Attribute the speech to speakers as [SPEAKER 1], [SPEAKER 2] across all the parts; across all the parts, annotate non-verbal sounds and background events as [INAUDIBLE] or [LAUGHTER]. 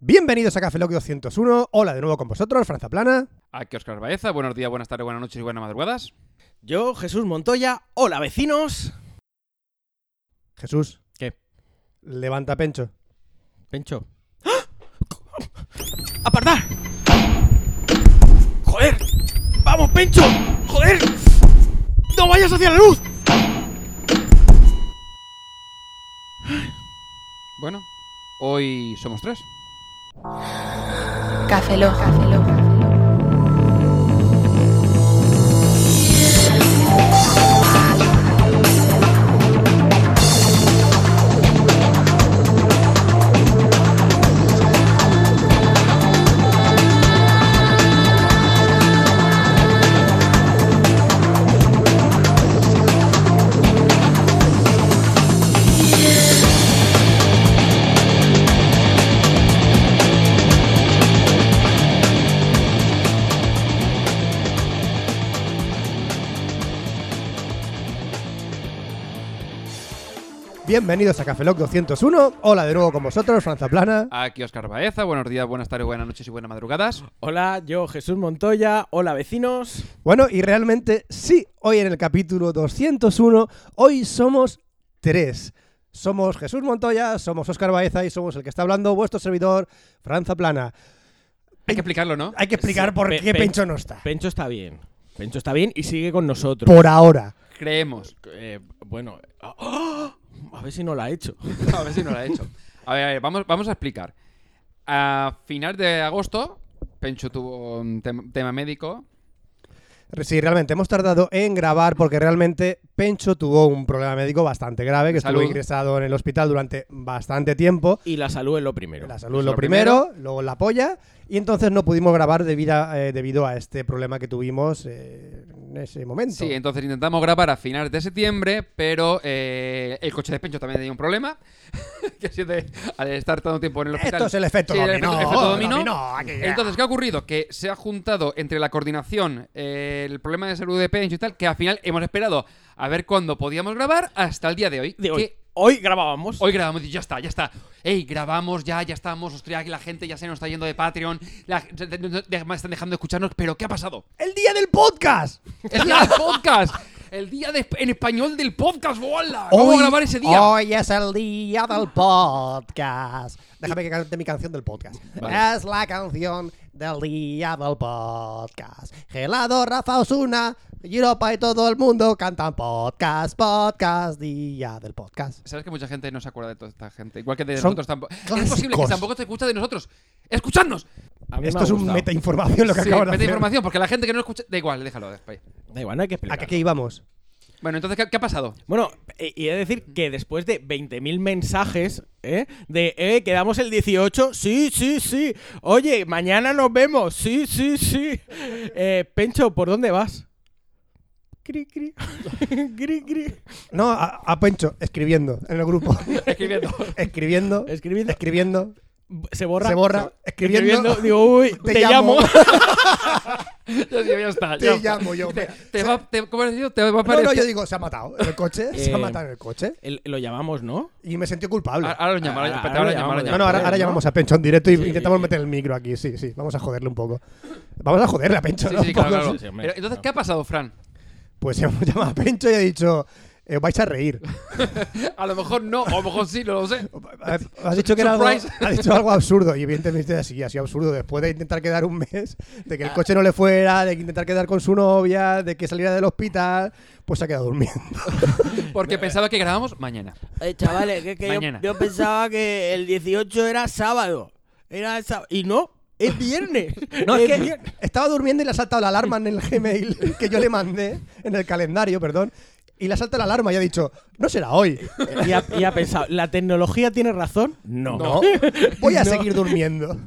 [SPEAKER 1] Bienvenidos a Café Lock 201. Hola de nuevo con vosotros, Franza Plana.
[SPEAKER 2] Aquí Oscar Baeza, buenos días, buenas tardes, buenas noches y buenas madrugadas.
[SPEAKER 3] Yo, Jesús Montoya, hola vecinos.
[SPEAKER 1] Jesús.
[SPEAKER 3] ¿Qué?
[SPEAKER 1] Levanta Pencho.
[SPEAKER 3] Pencho. ¡Ah! ¡Apartar! ¡Joder! ¡Vamos, Pencho! ¡Joder! ¡No vayas hacia la luz!
[SPEAKER 2] Bueno, hoy somos tres.
[SPEAKER 4] Café Lock.
[SPEAKER 1] Bienvenidos a Café Lock 201. Hola de nuevo con vosotros, Franza Plana.
[SPEAKER 2] Aquí Oscar Baeza, buenos días, buenas tardes, buenas noches y buenas madrugadas.
[SPEAKER 3] Hola, yo, Jesús Montoya, hola vecinos.
[SPEAKER 1] Bueno, y realmente sí, hoy en el capítulo 201, hoy somos tres. Somos Jesús Montoya, somos Oscar Baeza y somos el que está hablando, vuestro servidor, Franza Plana.
[SPEAKER 2] Hay que explicarlo, ¿no?
[SPEAKER 1] Hay que explicar
[SPEAKER 3] Sí,
[SPEAKER 1] por
[SPEAKER 3] Pe-
[SPEAKER 1] qué
[SPEAKER 3] Pe-
[SPEAKER 1] Pencho no está.
[SPEAKER 3] Pencho está bien. Pencho está bien y sigue con nosotros.
[SPEAKER 1] Por ahora.
[SPEAKER 2] Creemos. [LAUGHS]
[SPEAKER 3] Eh, bueno, ¡ah! a ver si no la ha hecho.
[SPEAKER 2] A ver si no lo ha hecho. A ver, a ver, vamos, vamos a explicar. A final de agosto, Pencho tuvo un tem- tema médico.
[SPEAKER 1] Sí, realmente hemos tardado en grabar porque realmente Pencho tuvo un problema médico bastante grave que estuvo
[SPEAKER 2] Salud.
[SPEAKER 1] ingresado en el hospital durante bastante tiempo.
[SPEAKER 3] Y la salud es lo primero.
[SPEAKER 1] La salud
[SPEAKER 2] es
[SPEAKER 1] lo
[SPEAKER 2] lo
[SPEAKER 1] primero, luego la polla y entonces no pudimos grabar debido a, eh, debido a este problema que tuvimos eh, en ese momento.
[SPEAKER 2] Sí, entonces intentamos grabar a finales de septiembre, pero eh, el coche de Pencho también tenía un problema. que si de- al estar tanto tiempo en el hospital.
[SPEAKER 1] Esto es el efecto
[SPEAKER 2] Sí, el
[SPEAKER 1] dominó,
[SPEAKER 2] efecto- efecto dominó.
[SPEAKER 1] dominó, aquí ya.
[SPEAKER 2] Entonces, ¿qué ha ocurrido? Que se ha juntado entre la coordinación, eh, el problema de salud de Pencho y tal, que al final hemos esperado a ver cuándo podíamos grabar hasta el día de hoy.
[SPEAKER 3] De
[SPEAKER 2] que
[SPEAKER 3] hoy. Hoy grabábamos.
[SPEAKER 2] Hoy grabamos y ya está, ya está. Ey, grabamos ya, ya estamos. Hostia, que la gente ya se nos está yendo de Patreon. La, de- de- de- me están dejando de escucharnos, pero ¿qué ha pasado?
[SPEAKER 1] ¡El día del podcast!
[SPEAKER 2] El día del podcast. El día de- en español del podcast, ¡Hola! ¿Cómo
[SPEAKER 1] Hoy-
[SPEAKER 2] grabar ese día?
[SPEAKER 1] Hoy es el día del podcast. Déjame que cante mi canción del podcast.
[SPEAKER 2] Vale.
[SPEAKER 1] Es la canción del día del podcast. Gelado, Rafa Osuna, Europa y todo el mundo cantan podcast, podcast, día del podcast.
[SPEAKER 2] Sabes que mucha gente no se acuerda de toda esta gente. Igual que de
[SPEAKER 1] Son
[SPEAKER 2] nosotros tampoco. Es
[SPEAKER 1] clásicos.
[SPEAKER 2] posible que tampoco te escucha de nosotros. ¡Escuchadnos!
[SPEAKER 3] A mí me
[SPEAKER 1] Esto
[SPEAKER 3] ha
[SPEAKER 1] es un
[SPEAKER 3] gustado.
[SPEAKER 1] meta información lo que
[SPEAKER 2] Sí,
[SPEAKER 1] acabo de
[SPEAKER 2] mete
[SPEAKER 1] hacer.
[SPEAKER 2] información, porque la gente que no escucha. Da igual, déjalo. déjalo ahí.
[SPEAKER 3] Da igual, no hay que
[SPEAKER 1] ¿A
[SPEAKER 3] explicar.
[SPEAKER 1] qué qué íbamos?
[SPEAKER 2] Bueno, entonces, ¿qué, qué ha pasado?
[SPEAKER 3] Bueno, eh, y he de decir que después de 20.000 mensajes, ¿eh? De, eh, quedamos el 18, sí, sí, sí. Oye, mañana nos vemos, sí, sí, sí. [LAUGHS] Eh, Pencho, ¿por dónde vas? [LAUGHS] Cri, cri. cri, cri.
[SPEAKER 1] No, a, a Pencho, escribiendo en el grupo.
[SPEAKER 2] Escribiendo.
[SPEAKER 1] escribiendo,
[SPEAKER 3] Escribiendo.
[SPEAKER 1] escribiendo,
[SPEAKER 3] Se borra.
[SPEAKER 1] se borra, escribiendo.
[SPEAKER 3] [LAUGHS] Digo, uy,
[SPEAKER 1] Te
[SPEAKER 3] [LAUGHS] te,
[SPEAKER 1] llamo.
[SPEAKER 3] llamo.
[SPEAKER 2] [LAUGHS]
[SPEAKER 1] [LAUGHS]
[SPEAKER 2] Ya, ya está.
[SPEAKER 1] Te
[SPEAKER 2] ya está.
[SPEAKER 1] llamo yo,
[SPEAKER 2] Te,
[SPEAKER 1] mira.
[SPEAKER 2] te va, te- ¿Cómo has dicho? Te va a
[SPEAKER 1] No, no,
[SPEAKER 2] aparecer-
[SPEAKER 1] yo digo, se ha matado en el coche, se ha
[SPEAKER 3] Eh,
[SPEAKER 1] matado en el coche.
[SPEAKER 3] El- lo llamamos, ¿no?
[SPEAKER 1] Y me sentí culpable.
[SPEAKER 2] Ah, Ahora- Ahora lo llamo, ahora,
[SPEAKER 3] Ahora-
[SPEAKER 2] espérate,
[SPEAKER 3] ahora
[SPEAKER 2] ahora lo
[SPEAKER 3] lo
[SPEAKER 2] llamo,
[SPEAKER 3] llamamos,
[SPEAKER 2] ahora lo
[SPEAKER 1] No, no, ahora,
[SPEAKER 2] llamo.
[SPEAKER 1] ahora
[SPEAKER 3] ¿no?
[SPEAKER 1] llamamos a Pencho en directo y intentamos
[SPEAKER 3] sí, sí.
[SPEAKER 1] meter el micro aquí, sí, sí. Vamos a joderle un poco. Vamos a joderle a Pencho.
[SPEAKER 2] Sí,
[SPEAKER 1] ¿no?
[SPEAKER 2] sí,
[SPEAKER 1] Un
[SPEAKER 2] [LAUGHS] claro,
[SPEAKER 1] poco,
[SPEAKER 2] claro.
[SPEAKER 1] sí.
[SPEAKER 3] sí, hombre.
[SPEAKER 2] Pero, entonces, ¿qué ha pasado, Fran?
[SPEAKER 1] Pues hemos llamado a Pencho y he dicho, eh, os vais a reír.
[SPEAKER 2] [LAUGHS] A lo mejor no, a lo mejor sí, no lo sé.
[SPEAKER 1] Has dicho que era algo,
[SPEAKER 2] Surprise.
[SPEAKER 1] has dicho algo absurdo y evidentemente sí, ha sido absurdo. Después de intentar quedar un mes, de que el coche no le fuera, de que intentar quedar con su novia, de que saliera del hospital, pues se ha quedado durmiendo.
[SPEAKER 2] Porque pensaba que grabamos mañana.
[SPEAKER 3] Eh, chavales, que, que yo,
[SPEAKER 2] Mañana.
[SPEAKER 3] yo pensaba que el 18 era sábado. Era sábado. Y no, es [LAUGHS] viernes.
[SPEAKER 1] No, es que
[SPEAKER 3] vier-
[SPEAKER 1] estaba durmiendo y le ha saltado la alarma en el Gmail que yo le mandé, en el calendario, perdón. Y le ha saltado la alarma y ha dicho, no será hoy.
[SPEAKER 3] Y ha, y ha pensado, ¿la tecnología tiene razón?
[SPEAKER 1] No, voy a seguir durmiendo.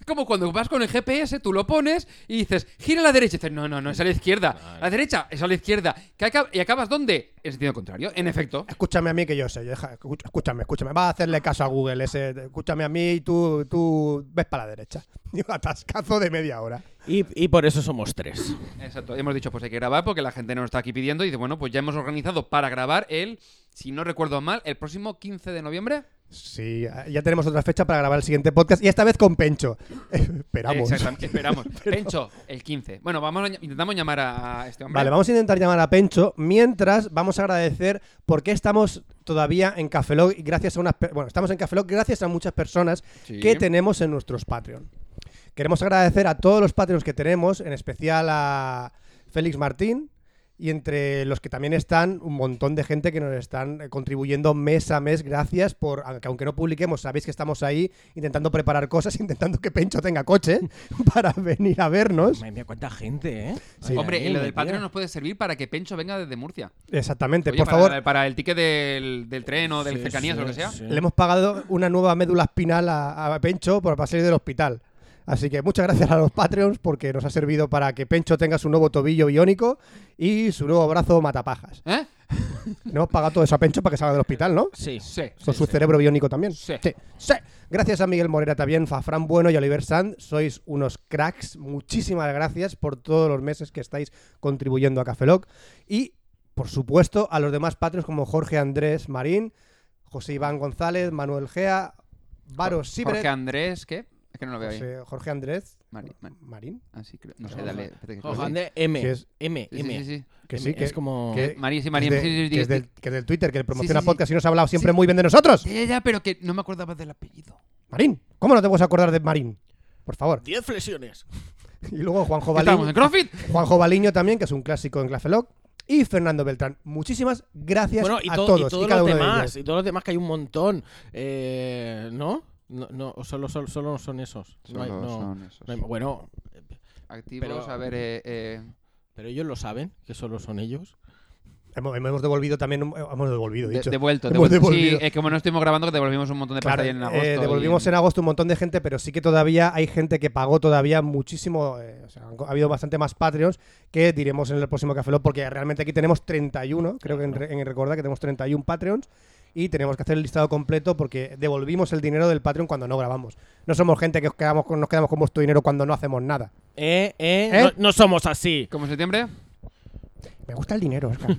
[SPEAKER 2] Es como cuando vas con el GPS, tú lo pones y dices, gira a la derecha. Y dices, no, no, no, es a la izquierda. A la derecha, es a la izquierda. ¿Qué acab- ¿Y acabas dónde? En sentido contrario, en efecto.
[SPEAKER 3] [LAUGHS]
[SPEAKER 1] Escúchame a mí que yo sé, yo deja- escucha- escúchame, escúchame, vas a hacerle caso a Google ese, escúchame a mí y tú, tú ves para la derecha. [LAUGHS] Y un atascazo de media hora.
[SPEAKER 3] Y, y por eso somos tres.
[SPEAKER 2] Exacto. Hemos dicho, pues hay que grabar porque la gente nos está aquí pidiendo. Y dice, bueno, pues ya hemos organizado para grabar el, si no recuerdo mal, el próximo 15 de noviembre.
[SPEAKER 1] Sí, ya tenemos otra fecha para grabar el siguiente podcast y esta vez con Pencho. [LAUGHS] Esperamos. [LAUGHS]
[SPEAKER 2] Exactamente, esperamos. Pencho, el 15. Bueno, vamos a ll- intentamos llamar a a este hombre.
[SPEAKER 1] Vale, vamos a intentar llamar a Pencho. Mientras, vamos a agradecer por qué estamos todavía en Cafelog y gracias a unas per- bueno, estamos en Cafelog gracias a muchas personas
[SPEAKER 2] Sí.
[SPEAKER 1] que tenemos en nuestros Patreon. Queremos agradecer a todos los Patreons que tenemos, en especial a Félix Martín y entre los que también están un montón de gente que nos están eh, contribuyendo mes a mes. Gracias por, aunque aunque no publiquemos, sabéis que estamos ahí intentando preparar cosas, [LAUGHS] intentando que Pencho tenga coche [LAUGHS] para venir a vernos.
[SPEAKER 3] Madre mía, cuánta gente, ¿eh?
[SPEAKER 1] Sí.
[SPEAKER 2] Hombre,
[SPEAKER 3] Madre
[SPEAKER 2] lo
[SPEAKER 3] mía,
[SPEAKER 2] del
[SPEAKER 3] tía.
[SPEAKER 2] Patreon nos puede servir para que Pencho venga desde Murcia.
[SPEAKER 1] Exactamente,
[SPEAKER 2] Oye,
[SPEAKER 1] por
[SPEAKER 2] para,
[SPEAKER 1] favor.
[SPEAKER 2] Para el ticket del, del tren o del
[SPEAKER 3] Sí,
[SPEAKER 2] cercanías
[SPEAKER 3] sí,
[SPEAKER 2] o lo que sea.
[SPEAKER 3] sí.
[SPEAKER 1] Le hemos pagado una nueva médula espinal a, a Pencho por- para salir del hospital. Así que muchas gracias a los Patreons porque nos ha servido para que Pencho tenga su nuevo tobillo biónico y su nuevo brazo matapajas.
[SPEAKER 2] ¿Eh?
[SPEAKER 1] Le hemos pagado todo eso a Pencho para que salga del hospital, ¿no?
[SPEAKER 3] Sí.
[SPEAKER 2] Sí.
[SPEAKER 1] Con su cerebro biónico también.
[SPEAKER 2] Sí.
[SPEAKER 1] sí. Gracias a Miguel Morera también, Fafran Bueno y Oliver Sand. Sois unos cracks. Muchísimas gracias por todos los meses que estáis contribuyendo a Cafeloc. Y, por supuesto, a los demás patrios como Jorge Andrés Marín, José Iván González, Manuel Gea, Varo Sibre,
[SPEAKER 2] Jorge Andrés, ¿qué? Es que no lo veo bien.
[SPEAKER 1] José- Jorge Andrés
[SPEAKER 2] Mari- Mari-
[SPEAKER 1] Marín.
[SPEAKER 2] ah, sí, creo. No sé,
[SPEAKER 1] Ojo-
[SPEAKER 2] dale. espérate que-
[SPEAKER 3] Ojo, Ander, M,
[SPEAKER 1] ¿eh? Que es-
[SPEAKER 3] M,
[SPEAKER 2] Sí, sí,
[SPEAKER 3] M.
[SPEAKER 2] sí, sí.
[SPEAKER 1] Que
[SPEAKER 3] M,
[SPEAKER 1] sí, que
[SPEAKER 3] es como...
[SPEAKER 1] que-
[SPEAKER 2] María, sí,
[SPEAKER 1] que es
[SPEAKER 2] María.
[SPEAKER 1] de-
[SPEAKER 2] sí, sí, sí,
[SPEAKER 1] que es
[SPEAKER 2] sí.
[SPEAKER 1] del, que es del Twitter, que promociona
[SPEAKER 2] sí, sí.
[SPEAKER 1] podcast y nos ha hablado siempre
[SPEAKER 2] Sí.
[SPEAKER 1] muy bien de nosotros.
[SPEAKER 2] Ya, ya, ya, pero que no me acordaba del apellido.
[SPEAKER 1] Marín, ¿cómo no te vas a acordar de Marín? Por favor. [LAUGHS]
[SPEAKER 3] 10 flexiones.
[SPEAKER 1] Y luego Juanjo Balín.
[SPEAKER 2] Estamos en CrossFit.
[SPEAKER 1] Juanjo Baliño también, que es un clásico en Clafelog. Y Fernando Beltrán. Muchísimas gracias
[SPEAKER 3] Bueno, y,
[SPEAKER 1] a
[SPEAKER 3] todo- y
[SPEAKER 1] todos y,
[SPEAKER 3] todos
[SPEAKER 1] cada
[SPEAKER 3] los
[SPEAKER 1] uno
[SPEAKER 3] demás,
[SPEAKER 1] de ellos.
[SPEAKER 3] y todos los demás que hay un montón. Eh, ¿No? No, no o solo, solo, solo son esos. No hay- no- no hay- bueno,
[SPEAKER 2] Activos,
[SPEAKER 3] Pero-
[SPEAKER 2] a ver, eh, eh,
[SPEAKER 3] pero ellos lo saben, que solo son ellos.
[SPEAKER 1] Hemos, hemos devuelto también, un- hemos devolvido,
[SPEAKER 2] de-
[SPEAKER 1] dicho.
[SPEAKER 2] devuelto,
[SPEAKER 1] Hemos
[SPEAKER 2] devuelto. Sí,
[SPEAKER 1] devolvido.
[SPEAKER 2] es que como no estuvimos grabando, que devolvimos un montón de
[SPEAKER 1] Claro,
[SPEAKER 2] pasta ahí en
[SPEAKER 1] eh,
[SPEAKER 2] agosto. y
[SPEAKER 1] devolvimos en agosto un montón de gente, pero sí que todavía hay gente que pagó todavía muchísimo. eh, o sea, han- ha habido bastante más Patreons que diremos en el próximo Café Lock, porque realmente aquí tenemos 31. Creo que en, re- en recordar que tenemos 31 Patreons y tenemos que hacer el listado completo porque devolvimos el dinero del Patreon cuando no grabamos. No somos gente que os quedamos con- nos quedamos con vuestro dinero cuando no hacemos nada.
[SPEAKER 3] Eh, eh,
[SPEAKER 1] ¿Eh?
[SPEAKER 3] No, no somos así.
[SPEAKER 2] ¿Como en septiembre?
[SPEAKER 1] Me gusta el dinero, Oscar.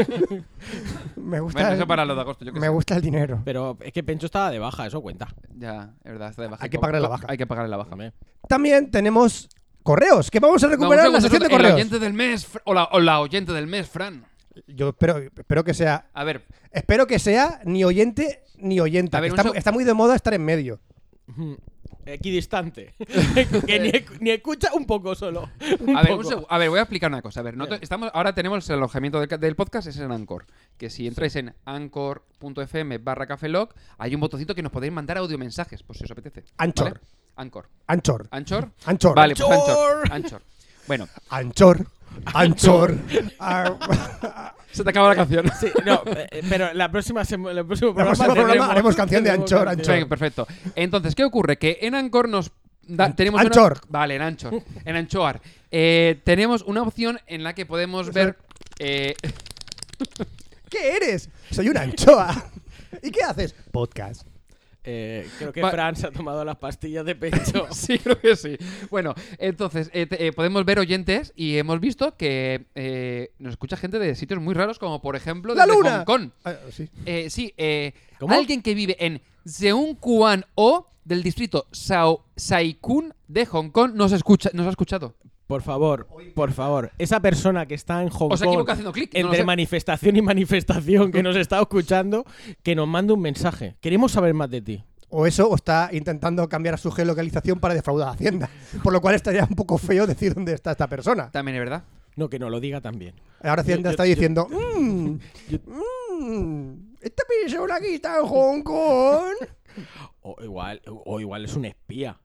[SPEAKER 2] [LAUGHS]
[SPEAKER 1] me gusta
[SPEAKER 2] Bueno,
[SPEAKER 1] el-
[SPEAKER 2] eso para lo de agosto, yo que
[SPEAKER 1] me gusta el dinero.
[SPEAKER 3] Pero es que Pencho estaba de baja, eso cuenta.
[SPEAKER 2] Ya, es verdad, está de baja.
[SPEAKER 1] Hay que pagarle la baja.
[SPEAKER 2] Hay que pagarle la baja.
[SPEAKER 3] Hombre.
[SPEAKER 1] También tenemos correos, que vamos a
[SPEAKER 2] No, un
[SPEAKER 1] recuperar la
[SPEAKER 2] segundo,
[SPEAKER 1] sección de
[SPEAKER 2] segundo. El
[SPEAKER 1] correos.
[SPEAKER 2] oyente del mes, Fr- o la, o la oyente del mes, Fran.
[SPEAKER 1] Yo espero, espero que sea
[SPEAKER 2] A ver,
[SPEAKER 1] espero que sea ni oyente ni oyenta.
[SPEAKER 2] A ver,
[SPEAKER 1] que
[SPEAKER 2] un
[SPEAKER 1] está,
[SPEAKER 2] seg-
[SPEAKER 1] está muy de moda estar en medio.
[SPEAKER 3] [LAUGHS] Equidistante. que ni, escu- ni escucha un poco solo. Un
[SPEAKER 2] a ver, un
[SPEAKER 3] poco.
[SPEAKER 2] segu- a ver, voy a explicar una cosa. A ver, no te-
[SPEAKER 3] Venga.
[SPEAKER 2] estamos, ahora tenemos el alojamiento del, ca- del podcast, es en Anchor. Que si entráis en anchor.fm barra cafelog, hay un botoncito que nos podéis mandar audiomensajes, por si os apetece.
[SPEAKER 1] Anchor.
[SPEAKER 2] ¿vale? Anchor.
[SPEAKER 1] Anchor.
[SPEAKER 2] ¿Anchor?
[SPEAKER 1] Anchor.
[SPEAKER 2] Vale, pues
[SPEAKER 3] Anchor.
[SPEAKER 2] Anchor. Anchor. Bueno,
[SPEAKER 1] Anchor. Anchor. Ah,
[SPEAKER 2] [LAUGHS] se te acaba la canción. [LAUGHS]
[SPEAKER 3] Sí, no, eh, eh, pero la próxima sema- el próximo
[SPEAKER 1] El
[SPEAKER 3] programa,
[SPEAKER 1] próximo programa haremos canción de
[SPEAKER 3] tendremos
[SPEAKER 1] Anchor,
[SPEAKER 3] canción.
[SPEAKER 1] Anchor.
[SPEAKER 2] Venga, perfecto. Entonces, ¿qué ocurre? Que en Anchor nos da- tenemos
[SPEAKER 1] Anchor.
[SPEAKER 2] Una, vale, en Anchor. En Anchoar. Eh, tenemos una opción en la que podemos ver. eh,
[SPEAKER 1] ¿Qué eres? Soy una anchoa. ¿Y qué haces? Podcast.
[SPEAKER 3] Eh, creo que
[SPEAKER 2] Va-
[SPEAKER 3] Fran se ha tomado las pastillas de Pencho.
[SPEAKER 2] [LAUGHS] Sí, creo que sí. Bueno, entonces eh, te- eh, podemos ver oyentes y hemos visto que eh, nos escucha gente de sitios muy raros, como por ejemplo
[SPEAKER 1] La
[SPEAKER 2] desde
[SPEAKER 1] luna.
[SPEAKER 2] Hong Kong.
[SPEAKER 1] Ah, sí.
[SPEAKER 2] Eh, sí, eh,
[SPEAKER 3] ¿Cómo?
[SPEAKER 2] alguien que vive en Seungkwan O del distrito Sao Saikun de Hong Kong nos escucha, nos ha escuchado.
[SPEAKER 3] [LAUGHS] Por favor, por favor, esa persona que está en Hong
[SPEAKER 2] Os
[SPEAKER 3] Kong
[SPEAKER 2] equivoca haciendo clic. no lo
[SPEAKER 3] entre
[SPEAKER 2] sé.
[SPEAKER 3] manifestación y manifestación que nos está escuchando, que nos mande un mensaje. Queremos saber más de ti.
[SPEAKER 1] O eso, o está intentando cambiar su geolocalización para defraudar a Hacienda. Por lo cual estaría un poco feo decir dónde está esta persona.
[SPEAKER 2] También es verdad.
[SPEAKER 3] No, que nos lo diga también.
[SPEAKER 1] Ahora
[SPEAKER 3] Yo-
[SPEAKER 1] Hacienda
[SPEAKER 3] yo-
[SPEAKER 1] está
[SPEAKER 3] yo-
[SPEAKER 1] diciendo, "Mm, mm, esta persona aquí está en Hong Kong.
[SPEAKER 3] O igual, o igual es un espía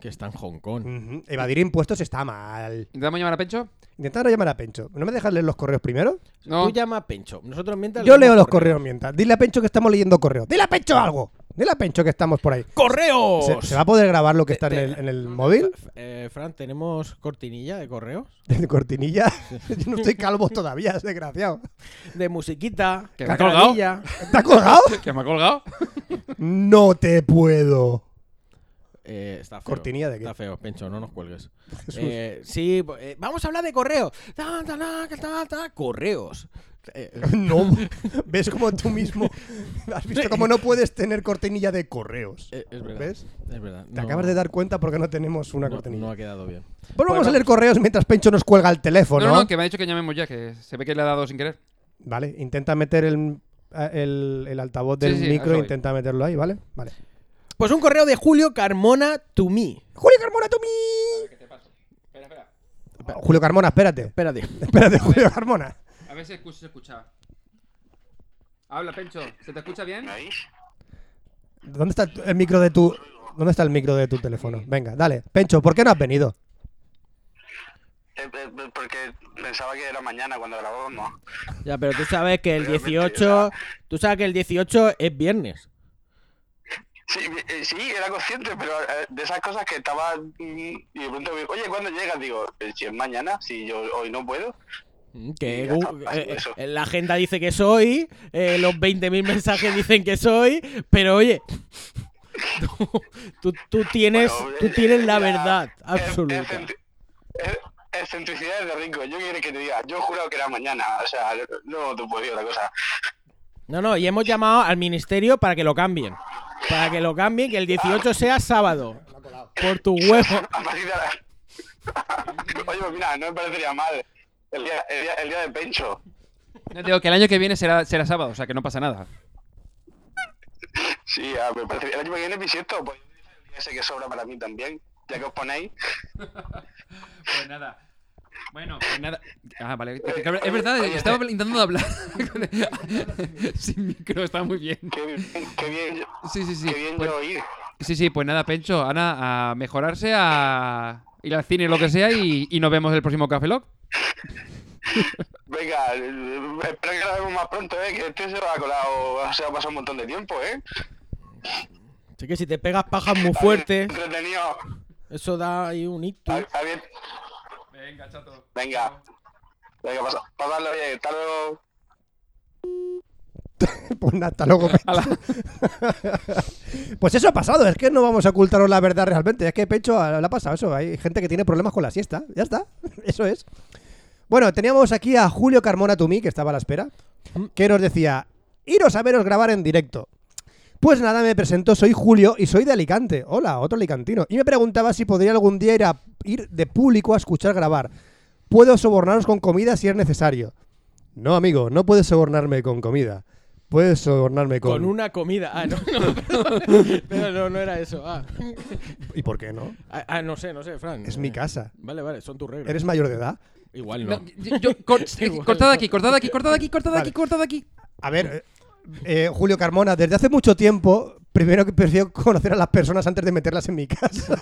[SPEAKER 3] que está en Hong Kong.
[SPEAKER 1] Ujú, Evadir impuestos está mal.
[SPEAKER 2] ¿Intentamos llamar a Pencho?
[SPEAKER 1] Intentar llamar a Pencho. ¿No me dejas leer los correos primero?
[SPEAKER 2] No.
[SPEAKER 3] Tú llama a Pencho. Nosotros mientras
[SPEAKER 1] Yo leo
[SPEAKER 3] leemos
[SPEAKER 1] los correos mientras. Dile a Pencho que estamos leyendo correos. Dile a Pencho algo. Dile a Pencho que estamos por ahí.
[SPEAKER 3] ¡Correos!
[SPEAKER 1] ¿Se, se va a poder grabar lo que está en
[SPEAKER 3] te-
[SPEAKER 1] el, en el
[SPEAKER 3] [LAUGHS]
[SPEAKER 1] móvil?
[SPEAKER 3] Fra- eh, Fran, ¿tenemos cortinilla de correos?
[SPEAKER 1] De cortinilla. [LAUGHS] Yo no estoy calvo todavía, es
[SPEAKER 3] [LAUGHS]
[SPEAKER 1] desgraciado.
[SPEAKER 3] De musiquita,
[SPEAKER 2] Que me ha
[SPEAKER 3] cargadilla.
[SPEAKER 1] ¿Está colgado?
[SPEAKER 2] Que me ha colgado.
[SPEAKER 1] No te puedo.
[SPEAKER 3] Eh, está feo.
[SPEAKER 1] ¿Cortinilla de qué? [LAUGHS] Pues,
[SPEAKER 3] Está feo, Pencho, no nos cuelgues. Eh, sí, bo- eh, vamos a hablar de correos. Ta, ta, ta, ta, ta, ta, correos. Eh,
[SPEAKER 1] No. ¿Ves como tú
[SPEAKER 2] [LAUGHS]
[SPEAKER 1] mismo has visto cómo no puedes tener cortinilla de correos?
[SPEAKER 3] Eh, es verdad.
[SPEAKER 1] ¿Ves?
[SPEAKER 3] es verdad.
[SPEAKER 1] Te
[SPEAKER 3] no-
[SPEAKER 1] acabas de dar cuenta porque no tenemos una
[SPEAKER 3] no-
[SPEAKER 1] cortinilla.
[SPEAKER 3] No ha quedado bien.
[SPEAKER 1] Bueno, vamos
[SPEAKER 3] Pues
[SPEAKER 1] a leer correos mientras Pencho nos cuelga el
[SPEAKER 2] No,
[SPEAKER 1] teléfono.
[SPEAKER 2] no, no, que me ha dicho que llamemos ya, que se ve que le ha dado sin querer.
[SPEAKER 1] Vale, intenta meter el, eh, el, el altavoz del
[SPEAKER 2] Sí, sí, eso
[SPEAKER 1] micro, e
[SPEAKER 2] voy.
[SPEAKER 1] intenta meterlo ahí, ¿vale? Vale.
[SPEAKER 3] Pues un correo de Julio Carmona to me.
[SPEAKER 1] Julio Carmona, tú mi-
[SPEAKER 2] ¿Qué te paso? Espera, espera.
[SPEAKER 1] Oh, Julio Carmona, espérate. [LAUGHS]
[SPEAKER 3] Espérate.
[SPEAKER 1] Espérate, Julio Carmona.
[SPEAKER 2] A ver si escucha, se escucha. Habla, Pencho. ¿Se te escucha bien?
[SPEAKER 1] ¿Dónde está tu- el micro de tu ¿Dónde está el micro de tu teléfono? Venga, dale. Pencho, ¿por qué no has venido?
[SPEAKER 5] Eh, eh, porque pensaba que era mañana cuando grabábamos.
[SPEAKER 3] Ya, pero tú sabes que el
[SPEAKER 5] Realmente,
[SPEAKER 3] 18. Tú sabes que el 18 es viernes.
[SPEAKER 5] Sí, eh, sí, era consciente, pero eh, de esas cosas que estaba. mm, Y de pronto, me- oye, ¿cuándo llegas? Digo, "Eh, si es mañana, si yo hoy no puedo.
[SPEAKER 3] Mm, Que
[SPEAKER 5] Y ya
[SPEAKER 3] Gu-
[SPEAKER 5] está,
[SPEAKER 3] eh,
[SPEAKER 5] eso.
[SPEAKER 3] eh, la agenda dice que soy, eh, los 20.000 mensajes dicen que soy, pero oye, tú, tú- tú tienes,
[SPEAKER 5] Bueno,
[SPEAKER 3] tú
[SPEAKER 5] eh,
[SPEAKER 3] tienes la
[SPEAKER 5] eh,
[SPEAKER 3] verdad
[SPEAKER 5] eh,
[SPEAKER 3] absoluta.
[SPEAKER 5] excentri- eh, Excentricidades de rico. Yo quiero que te diga, yo juraba que era mañana. O sea, no te puedo decir otra cosa.
[SPEAKER 3] No, no, y hemos llamado al ministerio para que lo cambien. Para que lo cambien, que el 18 sea sábado. Por tu huevo.
[SPEAKER 5] A partir de la... [LAUGHS] Oye, pues mira, no me parecería mal. El día, el día, el día de Pencho.
[SPEAKER 2] No, digo que el año que viene será, será sábado, o sea que no pasa nada.
[SPEAKER 5] Sí, ah, me parece. El año que viene bisiesto, pues el día ese que sobra para mí también. Ya que os ponéis. [LAUGHS]
[SPEAKER 2] Pues nada. Bueno, pues nada. Ah, vale. Es verdad, estaba intentando hablar [LAUGHS] sin micro, está muy bien.
[SPEAKER 5] Qué bien, qué bien, yo-
[SPEAKER 2] Sí, sí, sí.
[SPEAKER 5] qué bien
[SPEAKER 2] Pues-
[SPEAKER 5] yo ir.
[SPEAKER 2] sí, sí, pues nada, Pencho, Ana, a mejorarse, a ir al cine, lo que sea, y, y nos vemos en el próximo Café Lock.
[SPEAKER 5] Venga, eh, espero que la vemos más pronto, ¿eh? Que este se va a colar, o sea, ha pasado un montón de tiempo, ¿eh?
[SPEAKER 3] Así que si te pegas pajas muy fuerte,
[SPEAKER 5] Entretenido.
[SPEAKER 3] eso da ahí un ictus.
[SPEAKER 5] Está bien.
[SPEAKER 2] Venga, chato.
[SPEAKER 5] Venga. Venga, pasa- pasadlo bien. Hasta luego.
[SPEAKER 1] Pues nada, hasta luego, Pencho. pues eso ha pasado, es que no vamos a ocultaros la verdad realmente. Es que Pencho ah, le ha pasado eso. Hay gente que tiene problemas con la siesta. Ya está, [LAUGHS] eso es. Bueno, teníamos aquí a Julio Carmona Tumí, que estaba a la espera, que nos decía: iros a veros grabar en directo. Pues nada, me presento, soy Julio y soy de Alicante. Hola, otro alicantino. Y me preguntaba si podría algún día ir, a- ir de público a escuchar grabar. Puedo sobornaros con comida si es necesario. No, amigo, no puedes sobornarme con comida. Puedes sobornarme con...
[SPEAKER 3] Con una comida. Ah, no,
[SPEAKER 5] [LAUGHS]
[SPEAKER 3] no, perdón. Pero no, no era eso. Ah.
[SPEAKER 1] ¿Y por qué no?
[SPEAKER 3] Ah, ah, no sé, no sé, Fran.
[SPEAKER 1] Es mi casa.
[SPEAKER 3] Vale, vale, son tus reglas.
[SPEAKER 1] Eres mayor de edad.
[SPEAKER 3] Igual no.
[SPEAKER 2] [LAUGHS] cortad aquí, cortad aquí, cortad aquí, cortad aquí,
[SPEAKER 1] Vale.
[SPEAKER 2] cortad aquí.
[SPEAKER 1] A ver, eh, eh, Julio Carmona, desde hace mucho tiempo, primero que prefiero conocer a las personas antes de meterlas en mi casa.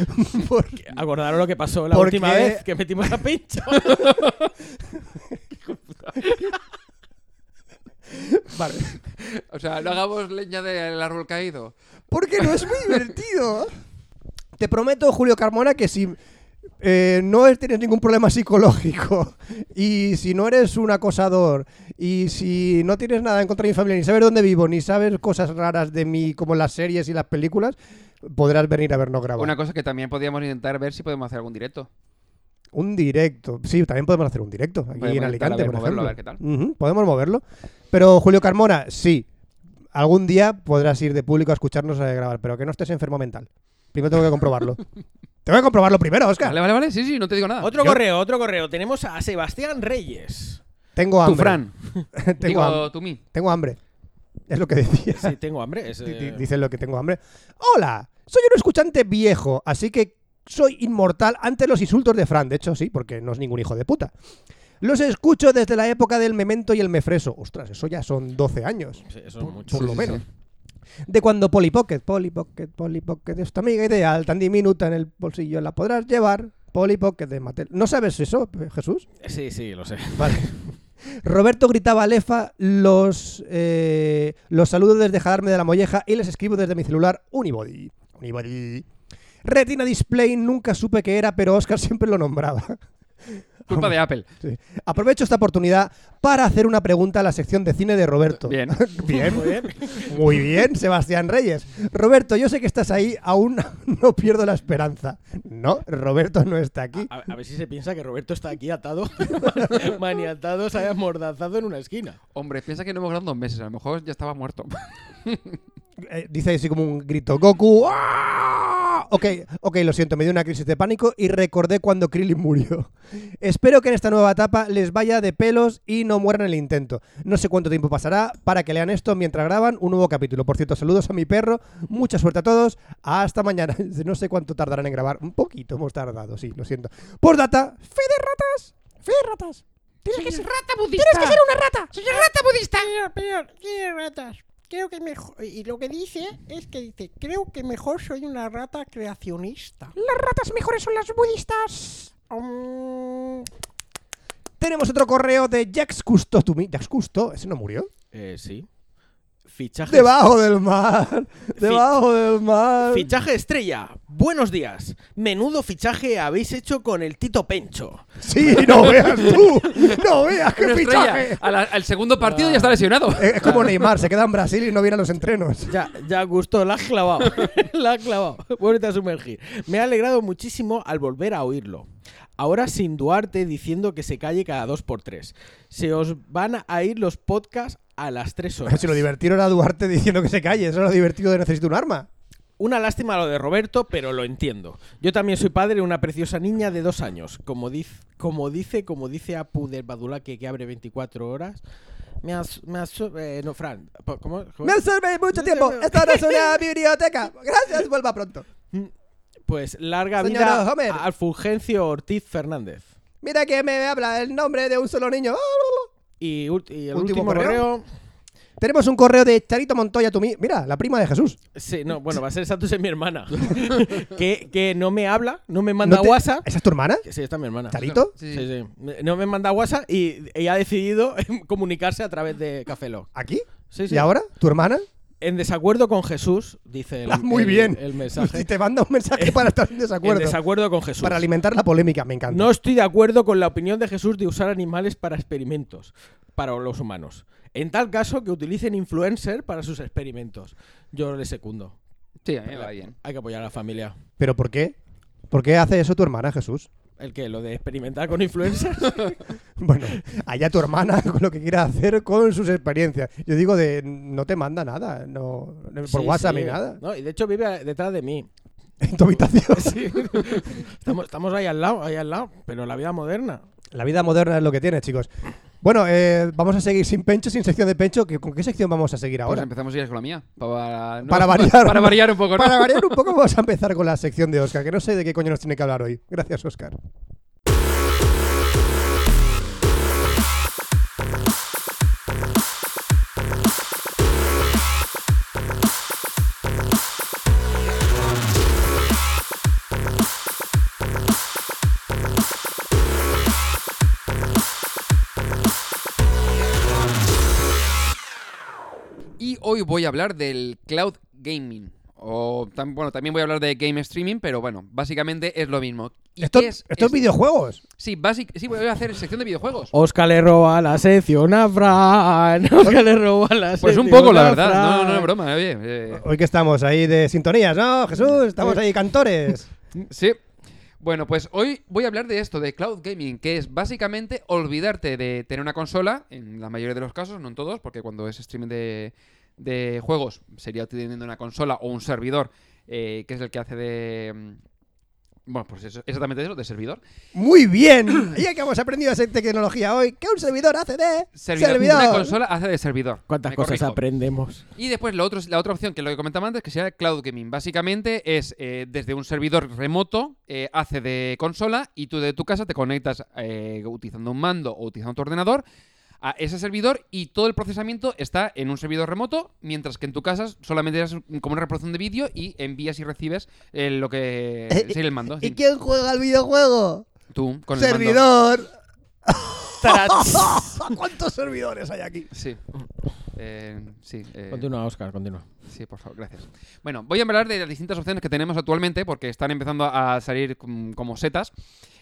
[SPEAKER 1] [LAUGHS] Por-
[SPEAKER 3] Acordaros lo que pasó la
[SPEAKER 1] ¿Por
[SPEAKER 3] última
[SPEAKER 1] qué?
[SPEAKER 3] vez que metimos a pincho.
[SPEAKER 1] Vale.
[SPEAKER 2] O sea, no hagamos leña del árbol caído.
[SPEAKER 1] Porque no es muy divertido. Te prometo, Julio Carmona, que si eh, no es- tienes ningún problema psicológico [LAUGHS] y si no eres un acosador y si no tienes nada en contra de mi familia, ni sabes dónde vivo, ni sabes cosas raras de mí como las series y las películas, podrás venir a vernos grabar.
[SPEAKER 2] Una cosa que también podríamos intentar ver si podemos hacer algún directo.
[SPEAKER 1] Un directo. Sí, también podemos hacer un directo aquí
[SPEAKER 2] Podemos
[SPEAKER 1] en
[SPEAKER 2] intentar
[SPEAKER 1] Alicante,
[SPEAKER 2] a ver,
[SPEAKER 1] por
[SPEAKER 2] moverlo,
[SPEAKER 1] ejemplo.
[SPEAKER 2] a ver qué tal.
[SPEAKER 1] Ujú, podemos moverlo. Pero Julio Carmona, sí. Algún día podrás ir de público a escucharnos a grabar, pero que no estés enfermo mental. Primero tengo que
[SPEAKER 2] [LAUGHS]
[SPEAKER 1] comprobarlo. tengo que comprobarlo primero, Oscar.
[SPEAKER 2] Vale, vale, vale, sí, sí, no te digo nada.
[SPEAKER 3] [LAUGHS] otro
[SPEAKER 1] Yo-
[SPEAKER 3] correo, otro correo. Tenemos a Sebastián Reyes.
[SPEAKER 1] Tengo
[SPEAKER 2] Tu
[SPEAKER 1] hambre.
[SPEAKER 2] Fran.
[SPEAKER 1] [LAUGHS] tengo,
[SPEAKER 2] Digo,
[SPEAKER 1] ham-
[SPEAKER 2] tú mí.
[SPEAKER 1] tengo hambre. Es lo que
[SPEAKER 2] [LAUGHS]
[SPEAKER 1] decía.
[SPEAKER 3] Sí, [LAUGHS] tengo hambre. es,
[SPEAKER 1] Di- di-
[SPEAKER 3] eh,
[SPEAKER 1] Dicen lo que tengo hambre. Hola, soy un escuchante viejo, así que soy inmortal ante los insultos de Fran. De hecho, sí, porque no es ningún hijo de puta. Los escucho desde la época del memento y el mefreso. Ostras, eso ya son 12 años.
[SPEAKER 3] sí, eso es
[SPEAKER 1] Por,
[SPEAKER 3] mucho.
[SPEAKER 1] por lo
[SPEAKER 2] sí,
[SPEAKER 1] menos. De cuando Polly Pocket, Polly Pocket, Polly Pocket, esta amiga ideal, tan diminuta en el bolsillo, la podrás llevar. Polly Pocket de Mattel. ¿No sabes eso, Jesús?
[SPEAKER 3] Sí, sí, lo sé.
[SPEAKER 1] Vale. Roberto gritaba a Lefa, los, eh, los saludo desde jalarme de la molleja y les escribo desde mi celular Unibody. Unibody. Retina Display nunca supe qué era, pero Oscar siempre lo nombraba. [LAUGHS]
[SPEAKER 2] Culpa de Apple.
[SPEAKER 1] Sí. Aprovecho esta oportunidad para hacer una pregunta a la sección de cine de Roberto.
[SPEAKER 2] Bien.
[SPEAKER 1] [LAUGHS] bien. Muy bien. Muy bien, Sebastián Reyes. Roberto, yo sé que estás ahí, aún [LAUGHS] no pierdo la esperanza. No, Roberto no está aquí.
[SPEAKER 3] A, a ver si se piensa que Roberto está aquí atado, [LAUGHS] maniatado, se haya amordazado en una esquina.
[SPEAKER 2] Hombre, piensa que no hemos grabado en dos meses. A lo mejor ya estaba muerto. [LAUGHS]
[SPEAKER 1] Eh, dice así como un grito, Goku. ¡ah! Ok, ok, lo siento, me dio una crisis de pánico y recordé cuando Krillin murió. [LAUGHS] Espero que en esta nueva etapa les vaya de pelos y no mueran en el intento. No sé cuánto tiempo pasará para que lean esto mientras graban un nuevo capítulo. Por cierto, saludos a mi perro, mucha suerte a todos, hasta mañana. [LAUGHS] No sé cuánto tardarán en grabar, un poquito hemos tardado, sí, lo siento. Por data, fe de ratas, fe de ratas. Tienes que ser
[SPEAKER 4] rata budista.
[SPEAKER 1] tienes que ser una rata.
[SPEAKER 4] Soy rata budista.
[SPEAKER 6] Pero, pero, tiene ratas. Creo que mejor. Y lo que dice es que dice: Creo que mejor soy una rata creacionista.
[SPEAKER 4] Las ratas mejores son las budistas.
[SPEAKER 6] Mm,
[SPEAKER 1] Tenemos otro correo de Jax Custo. to me. Jax Custo, ese no murió.
[SPEAKER 3] Eh, sí. Fichaje.
[SPEAKER 1] Debajo del mar. Debajo del mar.
[SPEAKER 3] Fichaje estrella. Buenos días. Menudo fichaje habéis hecho con el Tito Pencho.
[SPEAKER 1] Sí, no veas tú. No veas qué
[SPEAKER 2] Una estrella.
[SPEAKER 1] fichaje. Ah. Eh,
[SPEAKER 2] A la- al segundo partido ya está lesionado.
[SPEAKER 1] Es es como Neymar, se queda en Brasil y no viene a los entrenos.
[SPEAKER 3] Ya, ya gustó, la has clavado. [LAUGHS] la has clavado. Vuelve a sumergir. Me ha alegrado muchísimo al volver a oírlo. Ahora sin Duarte diciendo que se calle cada dos por tres. Se os van a ir los podcasts a las tres horas.
[SPEAKER 1] Si lo divertido era Duarte diciendo que se calle, eso era lo divertido de necesito un arma.
[SPEAKER 3] Una lástima lo de Roberto, pero lo entiendo. Yo también soy padre de una preciosa niña de dos años. Como, diz- como dice, como dice Apu del Badulaque que abre 24 horas. Me has, me has- eh, no, Fran. po- ¿cómo, cómo?
[SPEAKER 1] Me absorbe mucho tiempo. Esta no es una biblioteca. Gracias, vuelva pronto.
[SPEAKER 3] Pues larga
[SPEAKER 1] Señora
[SPEAKER 3] vida
[SPEAKER 1] Homer.
[SPEAKER 3] a- al Fulgencio Ortiz Fernández.
[SPEAKER 1] Mira que me habla el nombre de un solo niño.
[SPEAKER 3] Y, ult- y el
[SPEAKER 1] Último
[SPEAKER 3] último,
[SPEAKER 1] correo.
[SPEAKER 3] correo.
[SPEAKER 1] Tenemos un correo de Charito Montoya Tumí. Mira, la prima de Jesús.
[SPEAKER 3] Sí, no, bueno, va a ser Santos en
[SPEAKER 1] [LAUGHS]
[SPEAKER 3] mi hermana. [LAUGHS] que, que no me habla, no me manda
[SPEAKER 1] No te-
[SPEAKER 3] WhatsApp.
[SPEAKER 1] ¿Esa es tu hermana?
[SPEAKER 3] Que Sí, está mi hermana.
[SPEAKER 1] ¿Charito?
[SPEAKER 2] [LAUGHS] Sí.
[SPEAKER 3] Sí, sí. No me manda WhatsApp y ella ha decidido [LAUGHS] em, comunicarse a través de Café Lock.
[SPEAKER 1] ¿Aquí?
[SPEAKER 3] Sí, sí.
[SPEAKER 1] ¿Y ahora? ¿Tu hermana?
[SPEAKER 3] En desacuerdo con Jesús, dice el,
[SPEAKER 1] Ah, Muy
[SPEAKER 3] el-
[SPEAKER 1] bien. [LAUGHS]
[SPEAKER 3] el mensaje.
[SPEAKER 1] Y te manda un mensaje para
[SPEAKER 3] [LAUGHS]
[SPEAKER 1] estar en
[SPEAKER 3] En
[SPEAKER 1] desacuerdo.
[SPEAKER 3] desacuerdo con Jesús.
[SPEAKER 1] Para alimentar la polémica, me encanta.
[SPEAKER 3] No estoy de acuerdo con la opinión de Jesús de usar animales para experimentos, para los humanos. En tal caso, que utilicen influencer para sus experimentos. Yo le secundo.
[SPEAKER 2] Sí, a mí me va bien. Pues
[SPEAKER 3] Hay que apoyar a la familia.
[SPEAKER 1] ¿Pero por qué? ¿Por qué hace eso tu hermana, Jesús? [LAUGHS]
[SPEAKER 3] ¿El que ¿Lo de experimentar con influencers?
[SPEAKER 1] Bueno, allá tu hermana [LAUGHS] con lo que quiera hacer con sus experiencias. Yo digo de no te manda nada, no por
[SPEAKER 3] Sí,
[SPEAKER 1] WhatsApp
[SPEAKER 3] sí.
[SPEAKER 1] ni nada. [LAUGHS]
[SPEAKER 3] No, y de hecho vive a- detrás de mí.
[SPEAKER 1] En tu habitación.
[SPEAKER 3] Sí. [LAUGHS] estamos, estamos ahí al lado, ahí al lado. Pero la vida moderna.
[SPEAKER 1] [LAUGHS] La vida moderna es lo que tiene, chicos. Bueno, eh, vamos a seguir sin pencho, sin sección de pencho. ¿Que- ¿Con qué sección vamos a seguir
[SPEAKER 2] Pues
[SPEAKER 1] ahora?
[SPEAKER 2] empezamos ya con la mía. Para, no, [LAUGHS]
[SPEAKER 1] para variar.
[SPEAKER 2] Para variar un poco, ¿no?
[SPEAKER 1] Para variar un poco vamos a empezar con la sección de Oscar, que no sé de qué coño nos tiene que hablar hoy. Gracias, Oscar.
[SPEAKER 2] Y hoy voy a hablar del cloud gaming. O tam- bueno, también voy a hablar de game streaming, pero bueno, básicamente es lo mismo. ¿Y
[SPEAKER 1] Esto,
[SPEAKER 2] qué es,
[SPEAKER 1] esto es
[SPEAKER 2] es-
[SPEAKER 1] videojuegos. Oh,
[SPEAKER 2] Sí, basic- sí, voy a hacer sección de videojuegos.
[SPEAKER 3] Oscar le roba la sección a Fran. [LAUGHS] Oscar le roba la sección
[SPEAKER 2] Pues un poco, la
[SPEAKER 3] a
[SPEAKER 2] verdad. No,
[SPEAKER 3] Fran.
[SPEAKER 2] no, no, broma, oye. eh,
[SPEAKER 1] Hoy que estamos ahí de sintonías, ¿no, Jesús? Estamos ahí
[SPEAKER 2] [LAUGHS]
[SPEAKER 1] cantores.
[SPEAKER 2] sí. Bueno, pues hoy voy a hablar de esto, de cloud gaming, que es básicamente olvidarte de tener una consola, en la mayoría de los casos, no en todos, porque cuando es streaming de, de juegos sería teniendo una consola o un servidor, eh, que es el que hace de... mm, Bueno, pues eso, exactamente eso, de servidor.
[SPEAKER 1] Muy bien. [CLEARS THROAT] Ya que hemos aprendido esa tecnología hoy, que un servidor hace de
[SPEAKER 2] Servidor.
[SPEAKER 1] servidor.
[SPEAKER 2] Una consola hace de servidor.
[SPEAKER 3] ¿Cuántas
[SPEAKER 2] Me
[SPEAKER 3] cosas
[SPEAKER 2] corrijo.
[SPEAKER 3] aprendemos?
[SPEAKER 2] Y después lo otro, la otra opción que lo que comentaba antes, que sea cloud gaming. Básicamente es eh, desde un servidor remoto, eh, hace de consola y tú de tu casa te conectas eh, utilizando un mando o utilizando tu ordenador a ese servidor y todo el procesamiento está en un servidor remoto, mientras que en tu casa solamente es como una reproducción de vídeo y envías y recibes eh, lo que es el mando.
[SPEAKER 1] eh, ¿Y
[SPEAKER 2] pues sí.
[SPEAKER 1] quién juega al videojuego?
[SPEAKER 2] Tú con el [LAUGHS] mando.
[SPEAKER 1] [LAUGHS] servidor. ¿Cuántos servidores hay aquí?
[SPEAKER 2] Sí. Eh, sí, eh,
[SPEAKER 3] Continúa, Oscar, continúa.
[SPEAKER 2] sí, por favor, gracias. Bueno, voy a hablar de las distintas opciones que tenemos actualmente porque están empezando a salir com- como setas.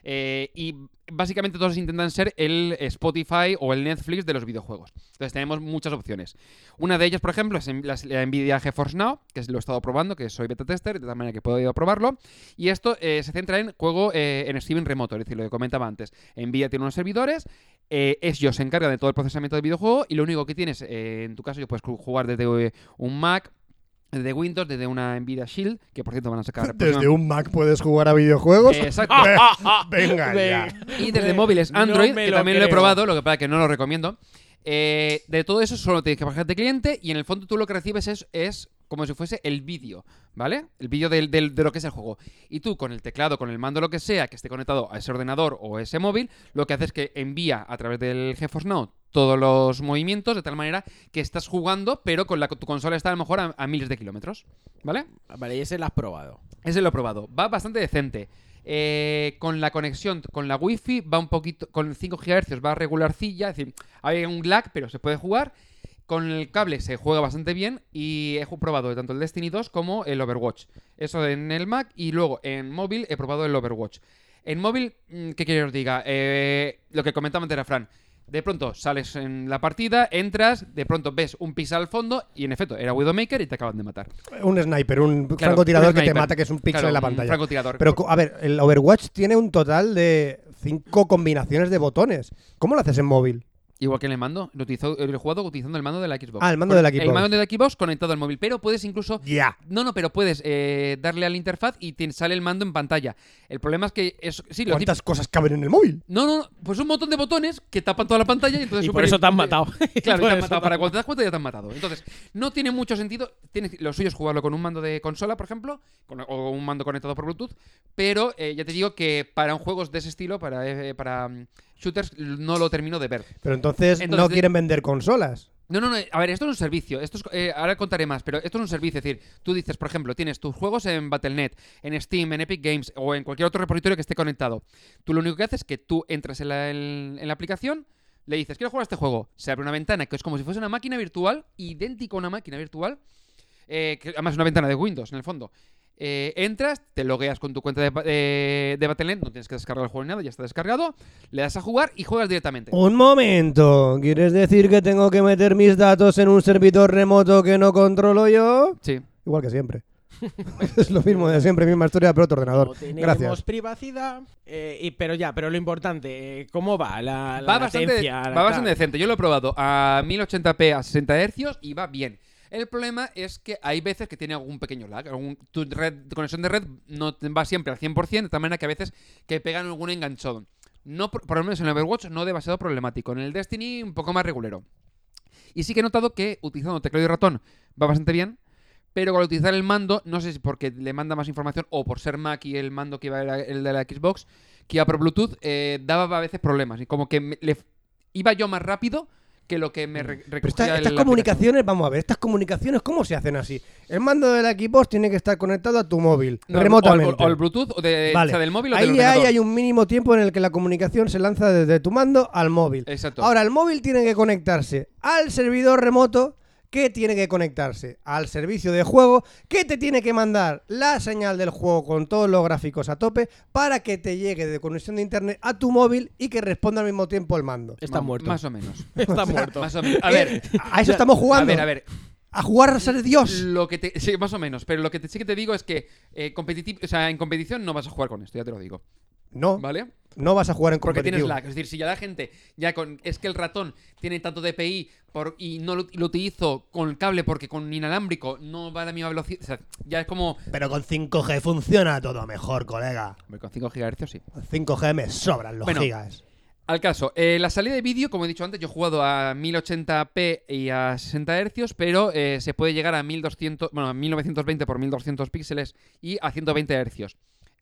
[SPEAKER 2] eh, y básicamente todos intentan ser el Spotify o el Netflix de los videojuegos. Entonces tenemos muchas opciones. Una de ellas, por ejemplo, es en- la, la Nvidia GeForce Now, que es- lo he estado probando, que soy beta tester, de tal manera que puedo ir a probarlo. Y esto eh, se centra en juego eh, en streaming remoto, es decir, lo que comentaba antes. Nvidia tiene unos servidores, eh, ellos se encargan de todo el procesamiento del videojuego y lo único que tienes, eh, en tu caso, yo puedes ju- jugar desde eh, un Mac, desde Windows, desde una Nvidia Shield, que por cierto van a
[SPEAKER 1] [LAUGHS]
[SPEAKER 2] sacar...
[SPEAKER 1] Desde
[SPEAKER 2] próxima-
[SPEAKER 1] un Mac puedes jugar a videojuegos. [LAUGHS]
[SPEAKER 2] Eh, Exacto. [LAUGHS] ah,
[SPEAKER 1] Venga ya.
[SPEAKER 3] [LAUGHS]
[SPEAKER 2] Y desde móviles
[SPEAKER 3] No
[SPEAKER 2] Android,
[SPEAKER 3] me
[SPEAKER 2] que
[SPEAKER 3] lo
[SPEAKER 2] también lo he
[SPEAKER 3] creo.
[SPEAKER 2] probado, lo que pasa que no lo recomiendo. Eh, de todo eso solo tienes que bajarte cliente y en el fondo tú lo que recibes es, es como si fuese el vídeo, ¿vale? El vídeo del- del- de lo que es el juego. Y tú con el teclado, con el mando, lo que sea, que esté conectado a ese ordenador o ese móvil, lo que haces es que envía a través del GeForce Now todos los movimientos de tal manera que estás jugando, pero con la, tu consola está a lo mejor a- a miles de kilómetros, ¿vale?
[SPEAKER 3] Vale, y ese lo has probado.
[SPEAKER 2] Ese lo he probado. Va bastante decente. Eh, con la conexión, con la wifi va un poquito. Con 5 GHz va regularcilla. Es decir, hay un lag, pero se puede jugar. Con el cable se juega bastante bien. Y he ju- probado tanto el Destiny 2 como el Overwatch. Eso en el Mac. Y luego en móvil he probado el Overwatch. En móvil, mm, ¿qué quiero que os diga? Eh, lo que comentaba antes era Fran. De pronto sales en la partida, entras, de pronto ves un pisa al fondo y en efecto era Widowmaker y te acaban de matar.
[SPEAKER 1] Un sniper, un
[SPEAKER 2] Claro,
[SPEAKER 1] francotirador
[SPEAKER 2] un
[SPEAKER 1] que te
[SPEAKER 2] sniper.
[SPEAKER 1] mata, que es un pixel
[SPEAKER 2] Claro,
[SPEAKER 1] en la
[SPEAKER 2] un
[SPEAKER 1] pantalla.
[SPEAKER 2] francotirador.
[SPEAKER 1] Pero, co- a ver, el Overwatch tiene un total de cinco combinaciones de botones. ¿Cómo lo haces en móvil?
[SPEAKER 2] Igual que en el mando, lo utilizó, el jugado utilizando el mando de la Xbox.
[SPEAKER 1] Ah, el mando de la
[SPEAKER 2] El
[SPEAKER 1] Xbox.
[SPEAKER 2] mando de la Xbox conectado al móvil, pero puedes incluso...
[SPEAKER 1] Ya.
[SPEAKER 2] No, no, pero puedes eh, darle a la interfaz y te sale el mando en pantalla. El problema es que... Es, sí, lo
[SPEAKER 1] ¿Cuántas cosas caben en el móvil?
[SPEAKER 2] típico- No, no, no, pues un montón de botones que tapan toda la pantalla y entonces...
[SPEAKER 3] Y
[SPEAKER 2] súper-
[SPEAKER 3] por eso te han
[SPEAKER 2] [LAUGHS]
[SPEAKER 3] matado. [LAUGHS]
[SPEAKER 2] Claro,
[SPEAKER 3] Por
[SPEAKER 2] te han
[SPEAKER 3] eso
[SPEAKER 2] matado.
[SPEAKER 3] te
[SPEAKER 2] Para cuando te das cuenta ya te han matado. Entonces, no tiene mucho sentido. Tienes, lo suyo es jugarlo con un mando de consola, por ejemplo, con- o un mando conectado por Bluetooth. Pero eh, ya te digo que para un juegos de ese estilo, para, eh, para mm, shooters, no lo termino de ver.
[SPEAKER 1] Pero entonces, no
[SPEAKER 2] Entonces-
[SPEAKER 1] quieren vender consolas.
[SPEAKER 2] No, no, no. A ver, esto es un servicio. Esto es, eh, ahora contaré más, pero esto es un servicio. Es decir, tú dices, por ejemplo, tienes tus juegos en Battle.net, en Steam, en Epic Games o en cualquier otro repositorio que esté conectado. Tú lo único que haces es que tú entras en la, en- en la aplicación, le dices, quiero jugar a este juego. Se abre una ventana que es como si fuese una máquina virtual, idéntica a una máquina virtual, eh, que además es una ventana de Windows en el fondo. Eh, entras, te logueas con tu cuenta de, ba- eh, de Battle.net, no tienes que descargar el juego ni nada, ya está descargado, le das a jugar y juegas directamente.
[SPEAKER 1] Un momento. ¿Quieres decir que tengo que meter mis datos en un servidor remoto que no controlo yo?
[SPEAKER 2] Sí.
[SPEAKER 1] Igual que
[SPEAKER 2] [LAUGHS]
[SPEAKER 1] siempre. es lo mismo de siempre, misma historia, pero otro
[SPEAKER 3] No
[SPEAKER 1] ordenador.
[SPEAKER 3] tenemos
[SPEAKER 1] Gracias.
[SPEAKER 3] privacidad. Eh, y, pero ya, pero lo importante, eh, ¿cómo va la, la
[SPEAKER 2] va bastante,
[SPEAKER 3] latencia,
[SPEAKER 2] va
[SPEAKER 3] la
[SPEAKER 2] bastante
[SPEAKER 3] tal?
[SPEAKER 2] decente. Yo lo he probado a 1080p a 60 Hz y va bien. El problema es que hay veces que tiene algún pequeño lag. algún- tu red- tu conexión de red no te- va siempre al 100%, de tal manera que a veces que pegan algún enganchón. No, por por lo menos en el Overwatch no demasiado problemático. En el Destiny un poco más regulero. Y sí que he notado que utilizando teclado y ratón va bastante bien. Pero al utilizar el mando, no sé si porque le manda más información o por ser Mac y el mando que iba era el de la Xbox, que iba por Bluetooth, eh, daba a veces problemas. Y como que me- le, iba yo más rápido que lo que me re-
[SPEAKER 1] Mm. Pero
[SPEAKER 2] recogía
[SPEAKER 1] esta- estas
[SPEAKER 2] el- la aplicación.
[SPEAKER 1] comunicaciones, vamos a ver, estas comunicaciones, ¿cómo se hacen así? El mando del Xbox tiene que estar conectado a tu móvil,
[SPEAKER 2] No,
[SPEAKER 1] remotamente.
[SPEAKER 2] O, o- o el Bluetooth, o, de,
[SPEAKER 1] Vale.
[SPEAKER 2] o sea, del móvil o del
[SPEAKER 1] Ahí hay,
[SPEAKER 2] ordenador.
[SPEAKER 1] hay un mínimo tiempo en el que la comunicación se lanza desde tu mando al móvil.
[SPEAKER 2] Exacto.
[SPEAKER 1] Ahora, el móvil tiene que conectarse al servidor remoto que tiene que conectarse al servicio de juego que te tiene que mandar la señal del juego con todos los gráficos a tope para que te llegue de conexión de internet a tu móvil y que responda al mismo tiempo el mando. Eh,
[SPEAKER 3] Está
[SPEAKER 2] Ma-
[SPEAKER 3] muerto.
[SPEAKER 2] Más o menos.
[SPEAKER 3] [LAUGHS] Está
[SPEAKER 2] [LAUGHS]
[SPEAKER 3] muerto.
[SPEAKER 2] más o menos. A ver.
[SPEAKER 1] [LAUGHS] A eso estamos jugando.
[SPEAKER 2] A ver, a ver.
[SPEAKER 1] A jugar a ser Dios.
[SPEAKER 2] Lo que te, sí, más o menos. Pero lo que te, sí que te digo es que eh, competiti- o sea, en competición no vas a jugar con esto, ya te lo digo.
[SPEAKER 1] No,
[SPEAKER 2] ¿Vale?
[SPEAKER 1] no vas a jugar en
[SPEAKER 2] Porque
[SPEAKER 1] competitivo.
[SPEAKER 2] tienes lag. Es decir, si ya la gente, ya con. Es que el ratón tiene tanto DPI por, y no lo, lo utilizo con cable porque con inalámbrico no va a la misma velocidad. O sea, ya es como.
[SPEAKER 1] Pero con 5G funciona todo mejor, colega.
[SPEAKER 2] Hombre, con 5 GHz sí.
[SPEAKER 1] Con 5G me sobran los
[SPEAKER 2] Bueno,
[SPEAKER 1] gigas.
[SPEAKER 2] Al caso, eh, la salida de vídeo, como he dicho antes, yo he jugado a 1080p y a 60 Hz, pero eh, se puede llegar a 1200, bueno, a 1920 por 1200 píxeles y a 120 Hz.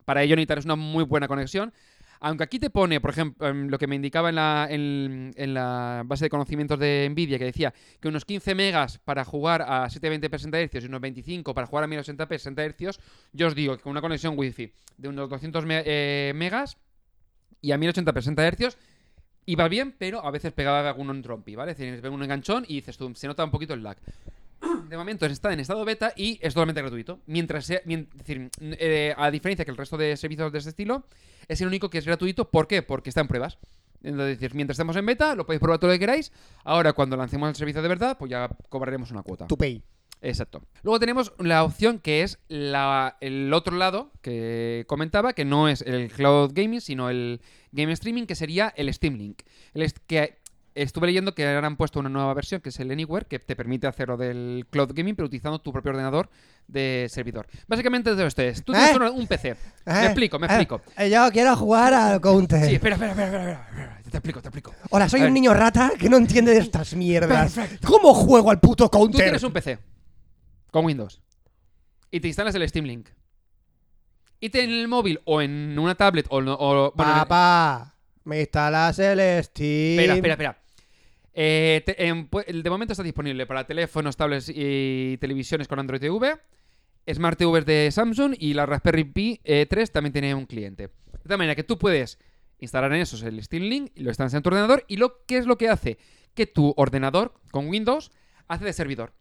[SPEAKER 2] Para ello necesitarás una muy buena conexión. Aunque aquí te pone, por ejemplo, em, lo que me indicaba en la, en- en la base de conocimientos de Nvidia, que decía que unos 15 megas para jugar a 720p 60 Hz y unos 25 para jugar a 1080p 60 Hz, yo os digo que con una conexión Wi-Fi de unos 200 me- eh, megas y a 1080p 60 Hz Iba bien, pero a veces pegaba algún trompi, ¿vale? Es decir, pegaba un enganchón y dices tú, se nota un poquito el lag. [CLEARS THROAT] De momento está en estado beta y es totalmente gratuito. Mientras sea, mien- es decir, n- eh, a diferencia que el resto de servicios de este estilo, es el único que es gratuito. ¿Por qué? Porque está en pruebas. Entonces, es decir, mientras estemos en beta, lo podéis probar todo lo que queráis. Ahora, cuando lancemos el servicio de verdad, pues ya cobraremos una cuota.
[SPEAKER 1] To pay.
[SPEAKER 2] Exacto. Luego tenemos la opción que es la- el otro lado que comentaba, que no es el cloud gaming, sino el game streaming, que sería el Steam Link. El est- que estuve leyendo que ahora han puesto una nueva versión, que es el Anywhere, que te permite hacerlo del cloud gaming, pero utilizando tu propio ordenador de servidor. Básicamente todo esto es, tú tienes
[SPEAKER 1] ¿Eh?
[SPEAKER 2] un- un PC. Me explico, me explico.
[SPEAKER 1] yo quiero jugar al counter.
[SPEAKER 2] Sí, espera, espera, espera, espera, espera, espera. Te explico, te explico.
[SPEAKER 1] Hola, soy
[SPEAKER 2] A
[SPEAKER 1] un
[SPEAKER 2] ver.
[SPEAKER 1] niño rata que no entiende de estas mierdas. ¿Cómo juego al puto
[SPEAKER 2] Tú
[SPEAKER 1] counter?
[SPEAKER 2] tienes un PC con Windows y te instalas el Steam Link. Y te, en el móvil o en una tablet o, no- o- bueno, en-
[SPEAKER 1] Papá, me instalas el Steam.
[SPEAKER 2] espera, espera, espera. Eh, te- en- pu- de momento está disponible para teléfonos, tablets y televisiones con Android TV, Smart TVs de Samsung y la Raspberry Pi eh, 3 también tiene un cliente. De tal manera que tú puedes instalar en esos el Steam Link, lo instalas en tu ordenador y lo ¿qué es lo que hace? Que tu ordenador con Windows hace de servidor.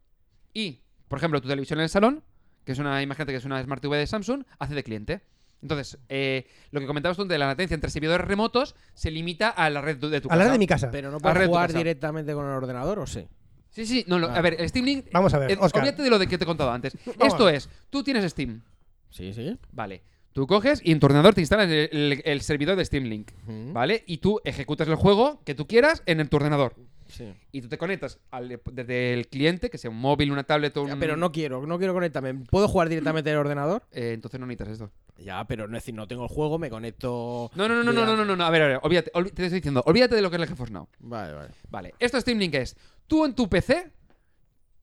[SPEAKER 2] Y, por ejemplo, tu televisión en el salón, que es una, imagínate que es una Smart TV de Samsung, hace de cliente. Entonces, eh, lo que comentabas tú de la latencia entre servidores remotos se limita a la red de tu casa.
[SPEAKER 1] Hablar de mi casa.
[SPEAKER 3] Pero no
[SPEAKER 2] Arre
[SPEAKER 3] puedes
[SPEAKER 2] tu
[SPEAKER 3] jugar
[SPEAKER 2] casa.
[SPEAKER 3] directamente con el ordenador, ¿o sí?
[SPEAKER 2] Sí, sí, no, lo- a ver, Steam Link.
[SPEAKER 1] Ah. Vamos a ver,
[SPEAKER 2] eh,
[SPEAKER 1] Óscar.
[SPEAKER 2] Olvídate de lo de que te he
[SPEAKER 1] [LAUGHS]
[SPEAKER 2] contado antes.
[SPEAKER 1] a
[SPEAKER 2] Esto
[SPEAKER 1] ver.
[SPEAKER 2] es, tú tienes Steam,
[SPEAKER 3] Sí, sí.
[SPEAKER 2] vale. Tú coges y en tu ordenador te instalas el, el- el servidor de Steam Link,
[SPEAKER 3] Ujú.
[SPEAKER 2] ¿vale? Y tú ejecutas el juego que tú quieras en el- tu ordenador.
[SPEAKER 3] sí.
[SPEAKER 2] Y tú te conectas al- desde el cliente, que sea un móvil, una tablet o un.
[SPEAKER 3] Ya, pero no quiero, no quiero conectarme. ¿Puedo jugar directamente del ordenador?
[SPEAKER 2] Eh, entonces no necesitas esto.
[SPEAKER 3] Ya, pero no es decir, no tengo el juego, me conecto.
[SPEAKER 2] No, no, no, no, no, no, no, no, no, A ver, a ver, olvídate, olvi- te estoy diciendo, olvídate de lo que es el GeForce Now.
[SPEAKER 3] Vale, vale.
[SPEAKER 2] Vale, esto Steam Link es. Tú en tu PC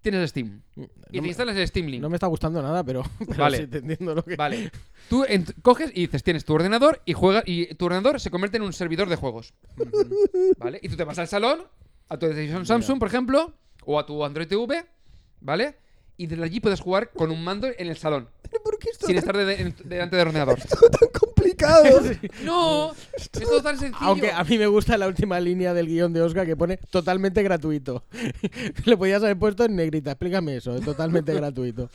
[SPEAKER 2] tienes Steam. Y
[SPEAKER 3] No
[SPEAKER 2] te
[SPEAKER 3] me-
[SPEAKER 2] instalas el Steam Link.
[SPEAKER 3] No me está gustando nada, pero, [LAUGHS] pero
[SPEAKER 2] Vale.
[SPEAKER 3] sí te entiendo lo que.
[SPEAKER 2] Vale. Tú en- coges y dices, tienes tu ordenador y juega y tu ordenador se convierte en un servidor de juegos. ¿Vale? Y tú te vas al salón, a tu televisión Samsung, por ejemplo, o a tu Android TV, ¿vale? Y desde allí puedes jugar con un mando en el salón,
[SPEAKER 1] ¿Por qué esto
[SPEAKER 2] sin estar de- en- delante del ordenador.
[SPEAKER 1] es tan [LAUGHS]
[SPEAKER 2] [LAUGHS]
[SPEAKER 1] complicado?
[SPEAKER 2] ¡No! Esto es tan sencillo.
[SPEAKER 3] Aunque a mí me gusta la última línea del guión de Oscar que pone totalmente gratuito. [LAUGHS] Le podías haber puesto en negrita, explícame eso, es totalmente [LAUGHS] gratuito.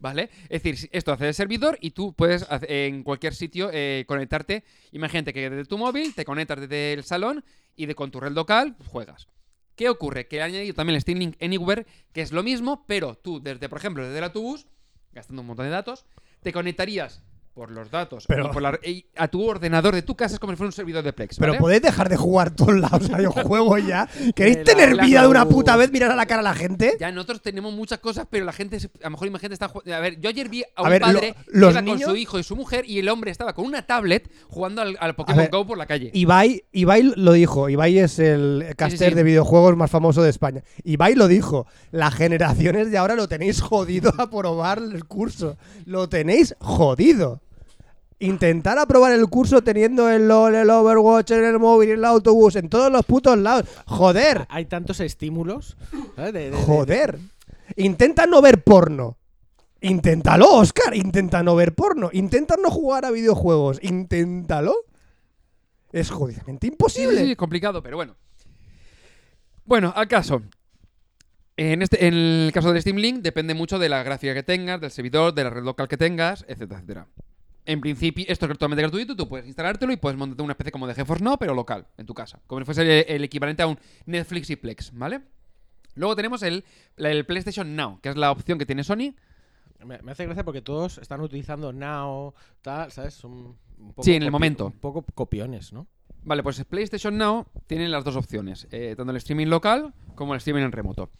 [SPEAKER 2] ¿Vale? Es decir, si- esto hace de servidor y tú puedes hace- en cualquier sitio eh, conectarte. Imagínate que desde tu móvil te conectas desde el salón y de, con tu red local pues, juegas. ¿Qué ocurre? Que he añadido también el Steam Link Anywhere, que es lo mismo, pero tú, desde, por ejemplo, desde el autobús, gastando un montón de datos, te conectarías por los datos
[SPEAKER 1] Pero-
[SPEAKER 2] y por la- y a tu ordenador de tu casa es como si fuera un servidor de Plex.
[SPEAKER 1] Pero
[SPEAKER 2] ¿vale?
[SPEAKER 1] podéis dejar de jugar todos lados al juego
[SPEAKER 2] [LAUGHS]
[SPEAKER 1] ya. ¿Queréis
[SPEAKER 3] Que la-
[SPEAKER 1] tener
[SPEAKER 3] la
[SPEAKER 1] vida de una
[SPEAKER 3] luz.
[SPEAKER 1] puta vez mirar a la cara a la gente?
[SPEAKER 2] Ya nosotros tenemos muchas cosas, pero la gente, se- a lo mejor imagínate, está jugando. A ver, yo ayer vi a,
[SPEAKER 1] A
[SPEAKER 2] un
[SPEAKER 1] ver, lo-
[SPEAKER 2] padre
[SPEAKER 1] los
[SPEAKER 2] que iba
[SPEAKER 1] niños-
[SPEAKER 2] con su hijo y su mujer y el hombre estaba con una tablet jugando al, al
[SPEAKER 1] A
[SPEAKER 2] Pokémon
[SPEAKER 1] ver,
[SPEAKER 2] Go por la calle.
[SPEAKER 1] Ibai, Ibai lo dijo. Ibai es el caster
[SPEAKER 2] sí.
[SPEAKER 1] de videojuegos más famoso de España. Ibai lo dijo. Las generaciones de ahora lo tenéis jodido a probar el curso. Lo tenéis jodido. Intentar aprobar el curso teniendo el LOL, el Overwatch, en el móvil, en el autobús, en todos los putos lados. Joder,
[SPEAKER 3] Hay tantos estímulos. ¿sabes? De- de- de-
[SPEAKER 1] joder. Intenta no ver porno. Inténtalo, Oscar. Intenta no ver porno. Intenta no jugar a videojuegos. Inténtalo. Es jodidamente
[SPEAKER 2] Sí, sí,
[SPEAKER 1] imposible.
[SPEAKER 2] sí, es complicado, pero bueno. Bueno, al caso. En, este, en el caso del Steam Link depende mucho de la gráfica que tengas, del servidor, de la red local que tengas, etcétera, etcétera. En principio, esto es totalmente gratuito, tú puedes instalártelo y puedes montarte una especie como de GeForce Now, pero local, en tu casa. Como si fuese el, el equivalente a un Netflix y Plex, ¿vale? Luego tenemos el, la- el PlayStation Now, que es la opción que tiene Sony.
[SPEAKER 3] Me, me hace gracia porque todos están utilizando Now, tal, ¿sabes? Son un poco
[SPEAKER 2] Sí, en el
[SPEAKER 3] copi-
[SPEAKER 2] momento.
[SPEAKER 3] Un poco copiones, ¿no?
[SPEAKER 2] Vale, pues PlayStation Now tiene las dos opciones, eh, tanto el streaming local como el streaming en remoto.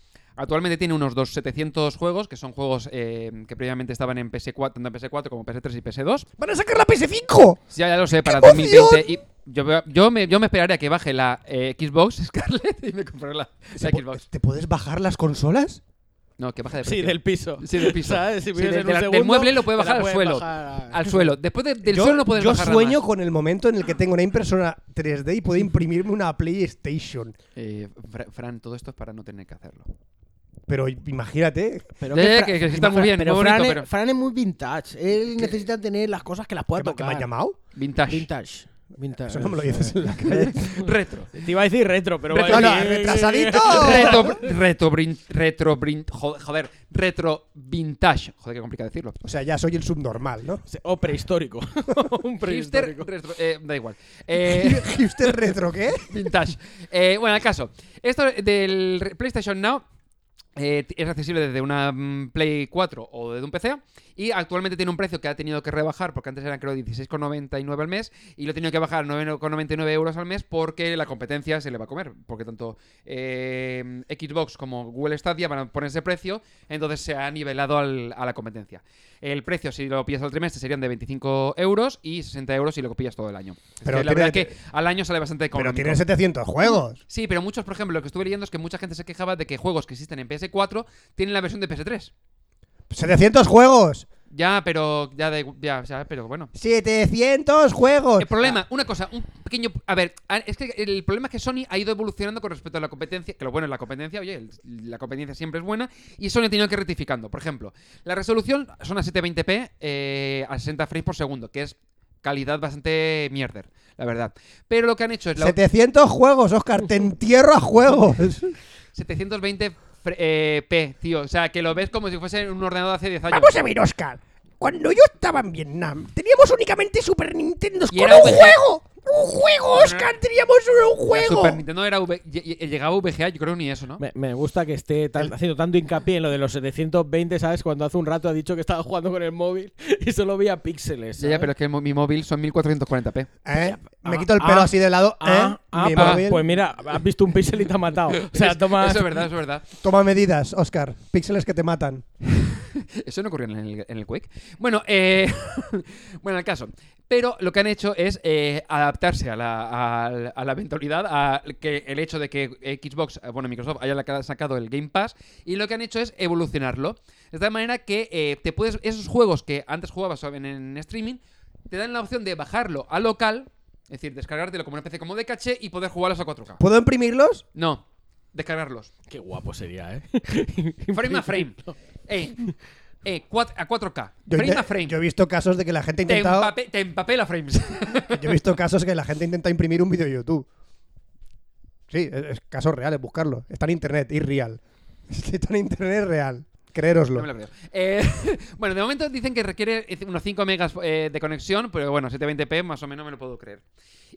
[SPEAKER 2] Actualmente tiene unos 200, 700 juegos, que son juegos eh, que previamente estaban en PS4, tanto en PS4 como PS3 y PS2.
[SPEAKER 1] ¡Van a sacar la PS5!
[SPEAKER 2] Ya, ya lo sé, para
[SPEAKER 1] ¡Qué emoción!
[SPEAKER 2] 2020. Y yo, veo- yo, me, yo me esperaré a que baje la eh, Xbox [LAUGHS] Scarlett y me compraré la, la Xbox.
[SPEAKER 1] ¿Te puedes bajar las consolas?
[SPEAKER 2] No, que baje de
[SPEAKER 3] pues, eh, Sí,
[SPEAKER 2] precio.
[SPEAKER 3] del piso.
[SPEAKER 2] [LAUGHS] Sí, del piso.
[SPEAKER 3] ¿Sabes? Si
[SPEAKER 2] Sí,
[SPEAKER 3] vives
[SPEAKER 2] de-
[SPEAKER 3] en
[SPEAKER 2] de
[SPEAKER 3] un
[SPEAKER 2] la- del
[SPEAKER 3] segundo,
[SPEAKER 2] mueble lo puedes
[SPEAKER 3] te la
[SPEAKER 2] bajar al
[SPEAKER 3] puedes
[SPEAKER 2] suelo.
[SPEAKER 3] bajar a-
[SPEAKER 2] Al suelo. Después de- del suelo no puedes
[SPEAKER 1] yo
[SPEAKER 2] bajar
[SPEAKER 1] sueño
[SPEAKER 2] nada más.
[SPEAKER 1] con el momento en el que tengo una impresora 3D y puedo imprimirme una PlayStation.
[SPEAKER 2] Eh, Fra- Fran, todo esto es para no tener que hacerlo.
[SPEAKER 1] Pero imagínate.
[SPEAKER 3] Pero
[SPEAKER 2] Ya, ya,
[SPEAKER 3] Fra-
[SPEAKER 2] que- que sí está muy
[SPEAKER 3] Fra-
[SPEAKER 2] bien,
[SPEAKER 3] pero
[SPEAKER 2] muy bonito,
[SPEAKER 3] Fran, es-
[SPEAKER 2] pero-
[SPEAKER 3] Fran es muy vintage. Él necesita tener las cosas que las pueda
[SPEAKER 1] ¿Qué, me- qué me
[SPEAKER 3] tocar.
[SPEAKER 1] has llamado?
[SPEAKER 2] Vintage.
[SPEAKER 3] Vintage. Vintage.
[SPEAKER 6] Eso no me lo dices en la calle.
[SPEAKER 2] Retro.
[SPEAKER 3] [LAUGHS] Te iba a decir retro, pero
[SPEAKER 6] Retro,
[SPEAKER 3] vaya,
[SPEAKER 6] no,
[SPEAKER 3] eh,
[SPEAKER 6] retrasadito.
[SPEAKER 2] [LAUGHS] Retro, retro, brin- retro, brin- jo- joder, retro vintage. Joder, qué complicado decirlo.
[SPEAKER 6] O sea, ya soy el subnormal,
[SPEAKER 1] [LAUGHS]
[SPEAKER 6] ¿no?
[SPEAKER 3] O prehistórico. [LAUGHS] Un
[SPEAKER 2] Hipster,
[SPEAKER 3] prehistórico.
[SPEAKER 2] retro- eh, da igual. Eh,
[SPEAKER 6] ¿Hipster retro qué?
[SPEAKER 2] [LAUGHS] Vintage. Eh, bueno, al caso. Esto del re- PlayStation Now eh, t- es accesible desde una mm, Play 4 o desde un PC. Y actualmente tiene un precio que ha tenido que rebajar, porque antes eran creo 16,99 al mes. Y lo ha tenido que bajar a 9,99 euros al mes porque la competencia se le va a comer. Porque tanto eh, Xbox como Google Stadia van a poner ese precio. Entonces se ha nivelado al- a la competencia. El precio, si lo pillas al trimestre, serían de 25 euros y 60 euros si lo pillas todo el año. Es
[SPEAKER 6] Pero
[SPEAKER 2] que la verdad
[SPEAKER 6] tiene-
[SPEAKER 2] que al año sale bastante económico.
[SPEAKER 6] Pero tiene 700 juegos.
[SPEAKER 2] Sí, pero muchos, por ejemplo, lo que estuve leyendo es que mucha gente se quejaba de que juegos que existen en PS4 tienen la versión de PS3.
[SPEAKER 6] 700 juegos.
[SPEAKER 2] Ya, pero ya de ya, ya, pero bueno.
[SPEAKER 6] 700 juegos.
[SPEAKER 2] El
[SPEAKER 1] Eh,
[SPEAKER 2] problema, una cosa, un pequeño, a ver, a- es que el problema es que Sony ha ido evolucionando con respecto a la competencia, que lo bueno es la competencia, oye, el- la competencia siempre es buena y Sony ha tenido que ir rectificando. Por ejemplo, la resolución son a 720p eh, a 60 frames por segundo, que es calidad bastante mierder, la verdad. Pero lo que han hecho es la
[SPEAKER 6] 700 juegos, Oscar, te entierro a juegos. ¿Eh?
[SPEAKER 2] 720 fre- eh, p, tío. O sea, que lo ves como si fuese un ordenador de hace 10
[SPEAKER 6] Ah,
[SPEAKER 2] años.
[SPEAKER 6] pues
[SPEAKER 1] Vamos a ver, Oscar. Cuando yo estaba en Vietnam, teníamos únicamente Super Nintendo
[SPEAKER 2] Y
[SPEAKER 1] con un
[SPEAKER 2] era VGA.
[SPEAKER 1] juego. Un juego, Oscar. Teníamos solo un
[SPEAKER 2] La
[SPEAKER 1] juego.
[SPEAKER 2] Super Nintendo era V- y- y- llegaba a VGA, yo creo ni eso, ¿no?
[SPEAKER 3] Me, me gusta que esté tan- haciendo tanto hincapié en lo de los 720, ¿sabes? Cuando hace un rato ha dicho que estaba jugando con el móvil y solo veía píxeles.
[SPEAKER 2] Ya, ya,
[SPEAKER 3] ¿sabes?
[SPEAKER 2] pero es que mo- mi móvil son 1440p.
[SPEAKER 6] ¿Eh?
[SPEAKER 3] Ah,
[SPEAKER 6] Me quito el pelo
[SPEAKER 3] ah,
[SPEAKER 6] así de lado. ¿eh?
[SPEAKER 3] Ah, ah,
[SPEAKER 6] Mi
[SPEAKER 3] pues-
[SPEAKER 6] móvil.
[SPEAKER 3] pues mira, has visto un píxel y te ha matado. O sea,
[SPEAKER 2] Es-
[SPEAKER 3] toma.
[SPEAKER 2] Eso es verdad, eso es verdad.
[SPEAKER 6] Toma medidas, Oscar. Píxeles que te matan.
[SPEAKER 2] Eso no ocurrió en el, en el Quake. Bueno, eh, [LAUGHS] bueno, el caso. Pero lo que han hecho es eh, adaptarse a la, a la- a la eventualidad, a que el hecho de que Xbox, eh, bueno, Microsoft haya la- sacado el Game Pass, y lo que han hecho es evolucionarlo. De tal manera que eh, te puedes. Esos juegos que antes jugabas en, en streaming, te dan la opción de bajarlo a local, es decir, descargártelo como una especie como de caché y poder jugarlos a 4K.
[SPEAKER 6] ¿Puedo imprimirlos?
[SPEAKER 2] No,
[SPEAKER 6] [LAUGHS]
[SPEAKER 2] descargarlos.
[SPEAKER 3] Qué guapo sería, ¿eh?
[SPEAKER 2] Frame a frame. Eh, eh, cuat- a 4K.
[SPEAKER 6] Yo,
[SPEAKER 2] Frame
[SPEAKER 6] inte-
[SPEAKER 2] a frame.
[SPEAKER 6] yo he visto casos de que la gente ha
[SPEAKER 2] Te,
[SPEAKER 6] intentado.
[SPEAKER 2] empape- te empapela
[SPEAKER 6] [LAUGHS]
[SPEAKER 2] frames.
[SPEAKER 6] Yo he visto casos que la gente intenta imprimir un vídeo de YouTube. Sí, es, es casos reales, buscarlo. Está en internet, y real. [LAUGHS] Está en internet real. Creéroslo.
[SPEAKER 2] No me lo creo. Eh, [LAUGHS] bueno, de momento dicen que requiere unos 5 megas eh, de conexión, pero bueno, 720p más o menos me lo puedo creer.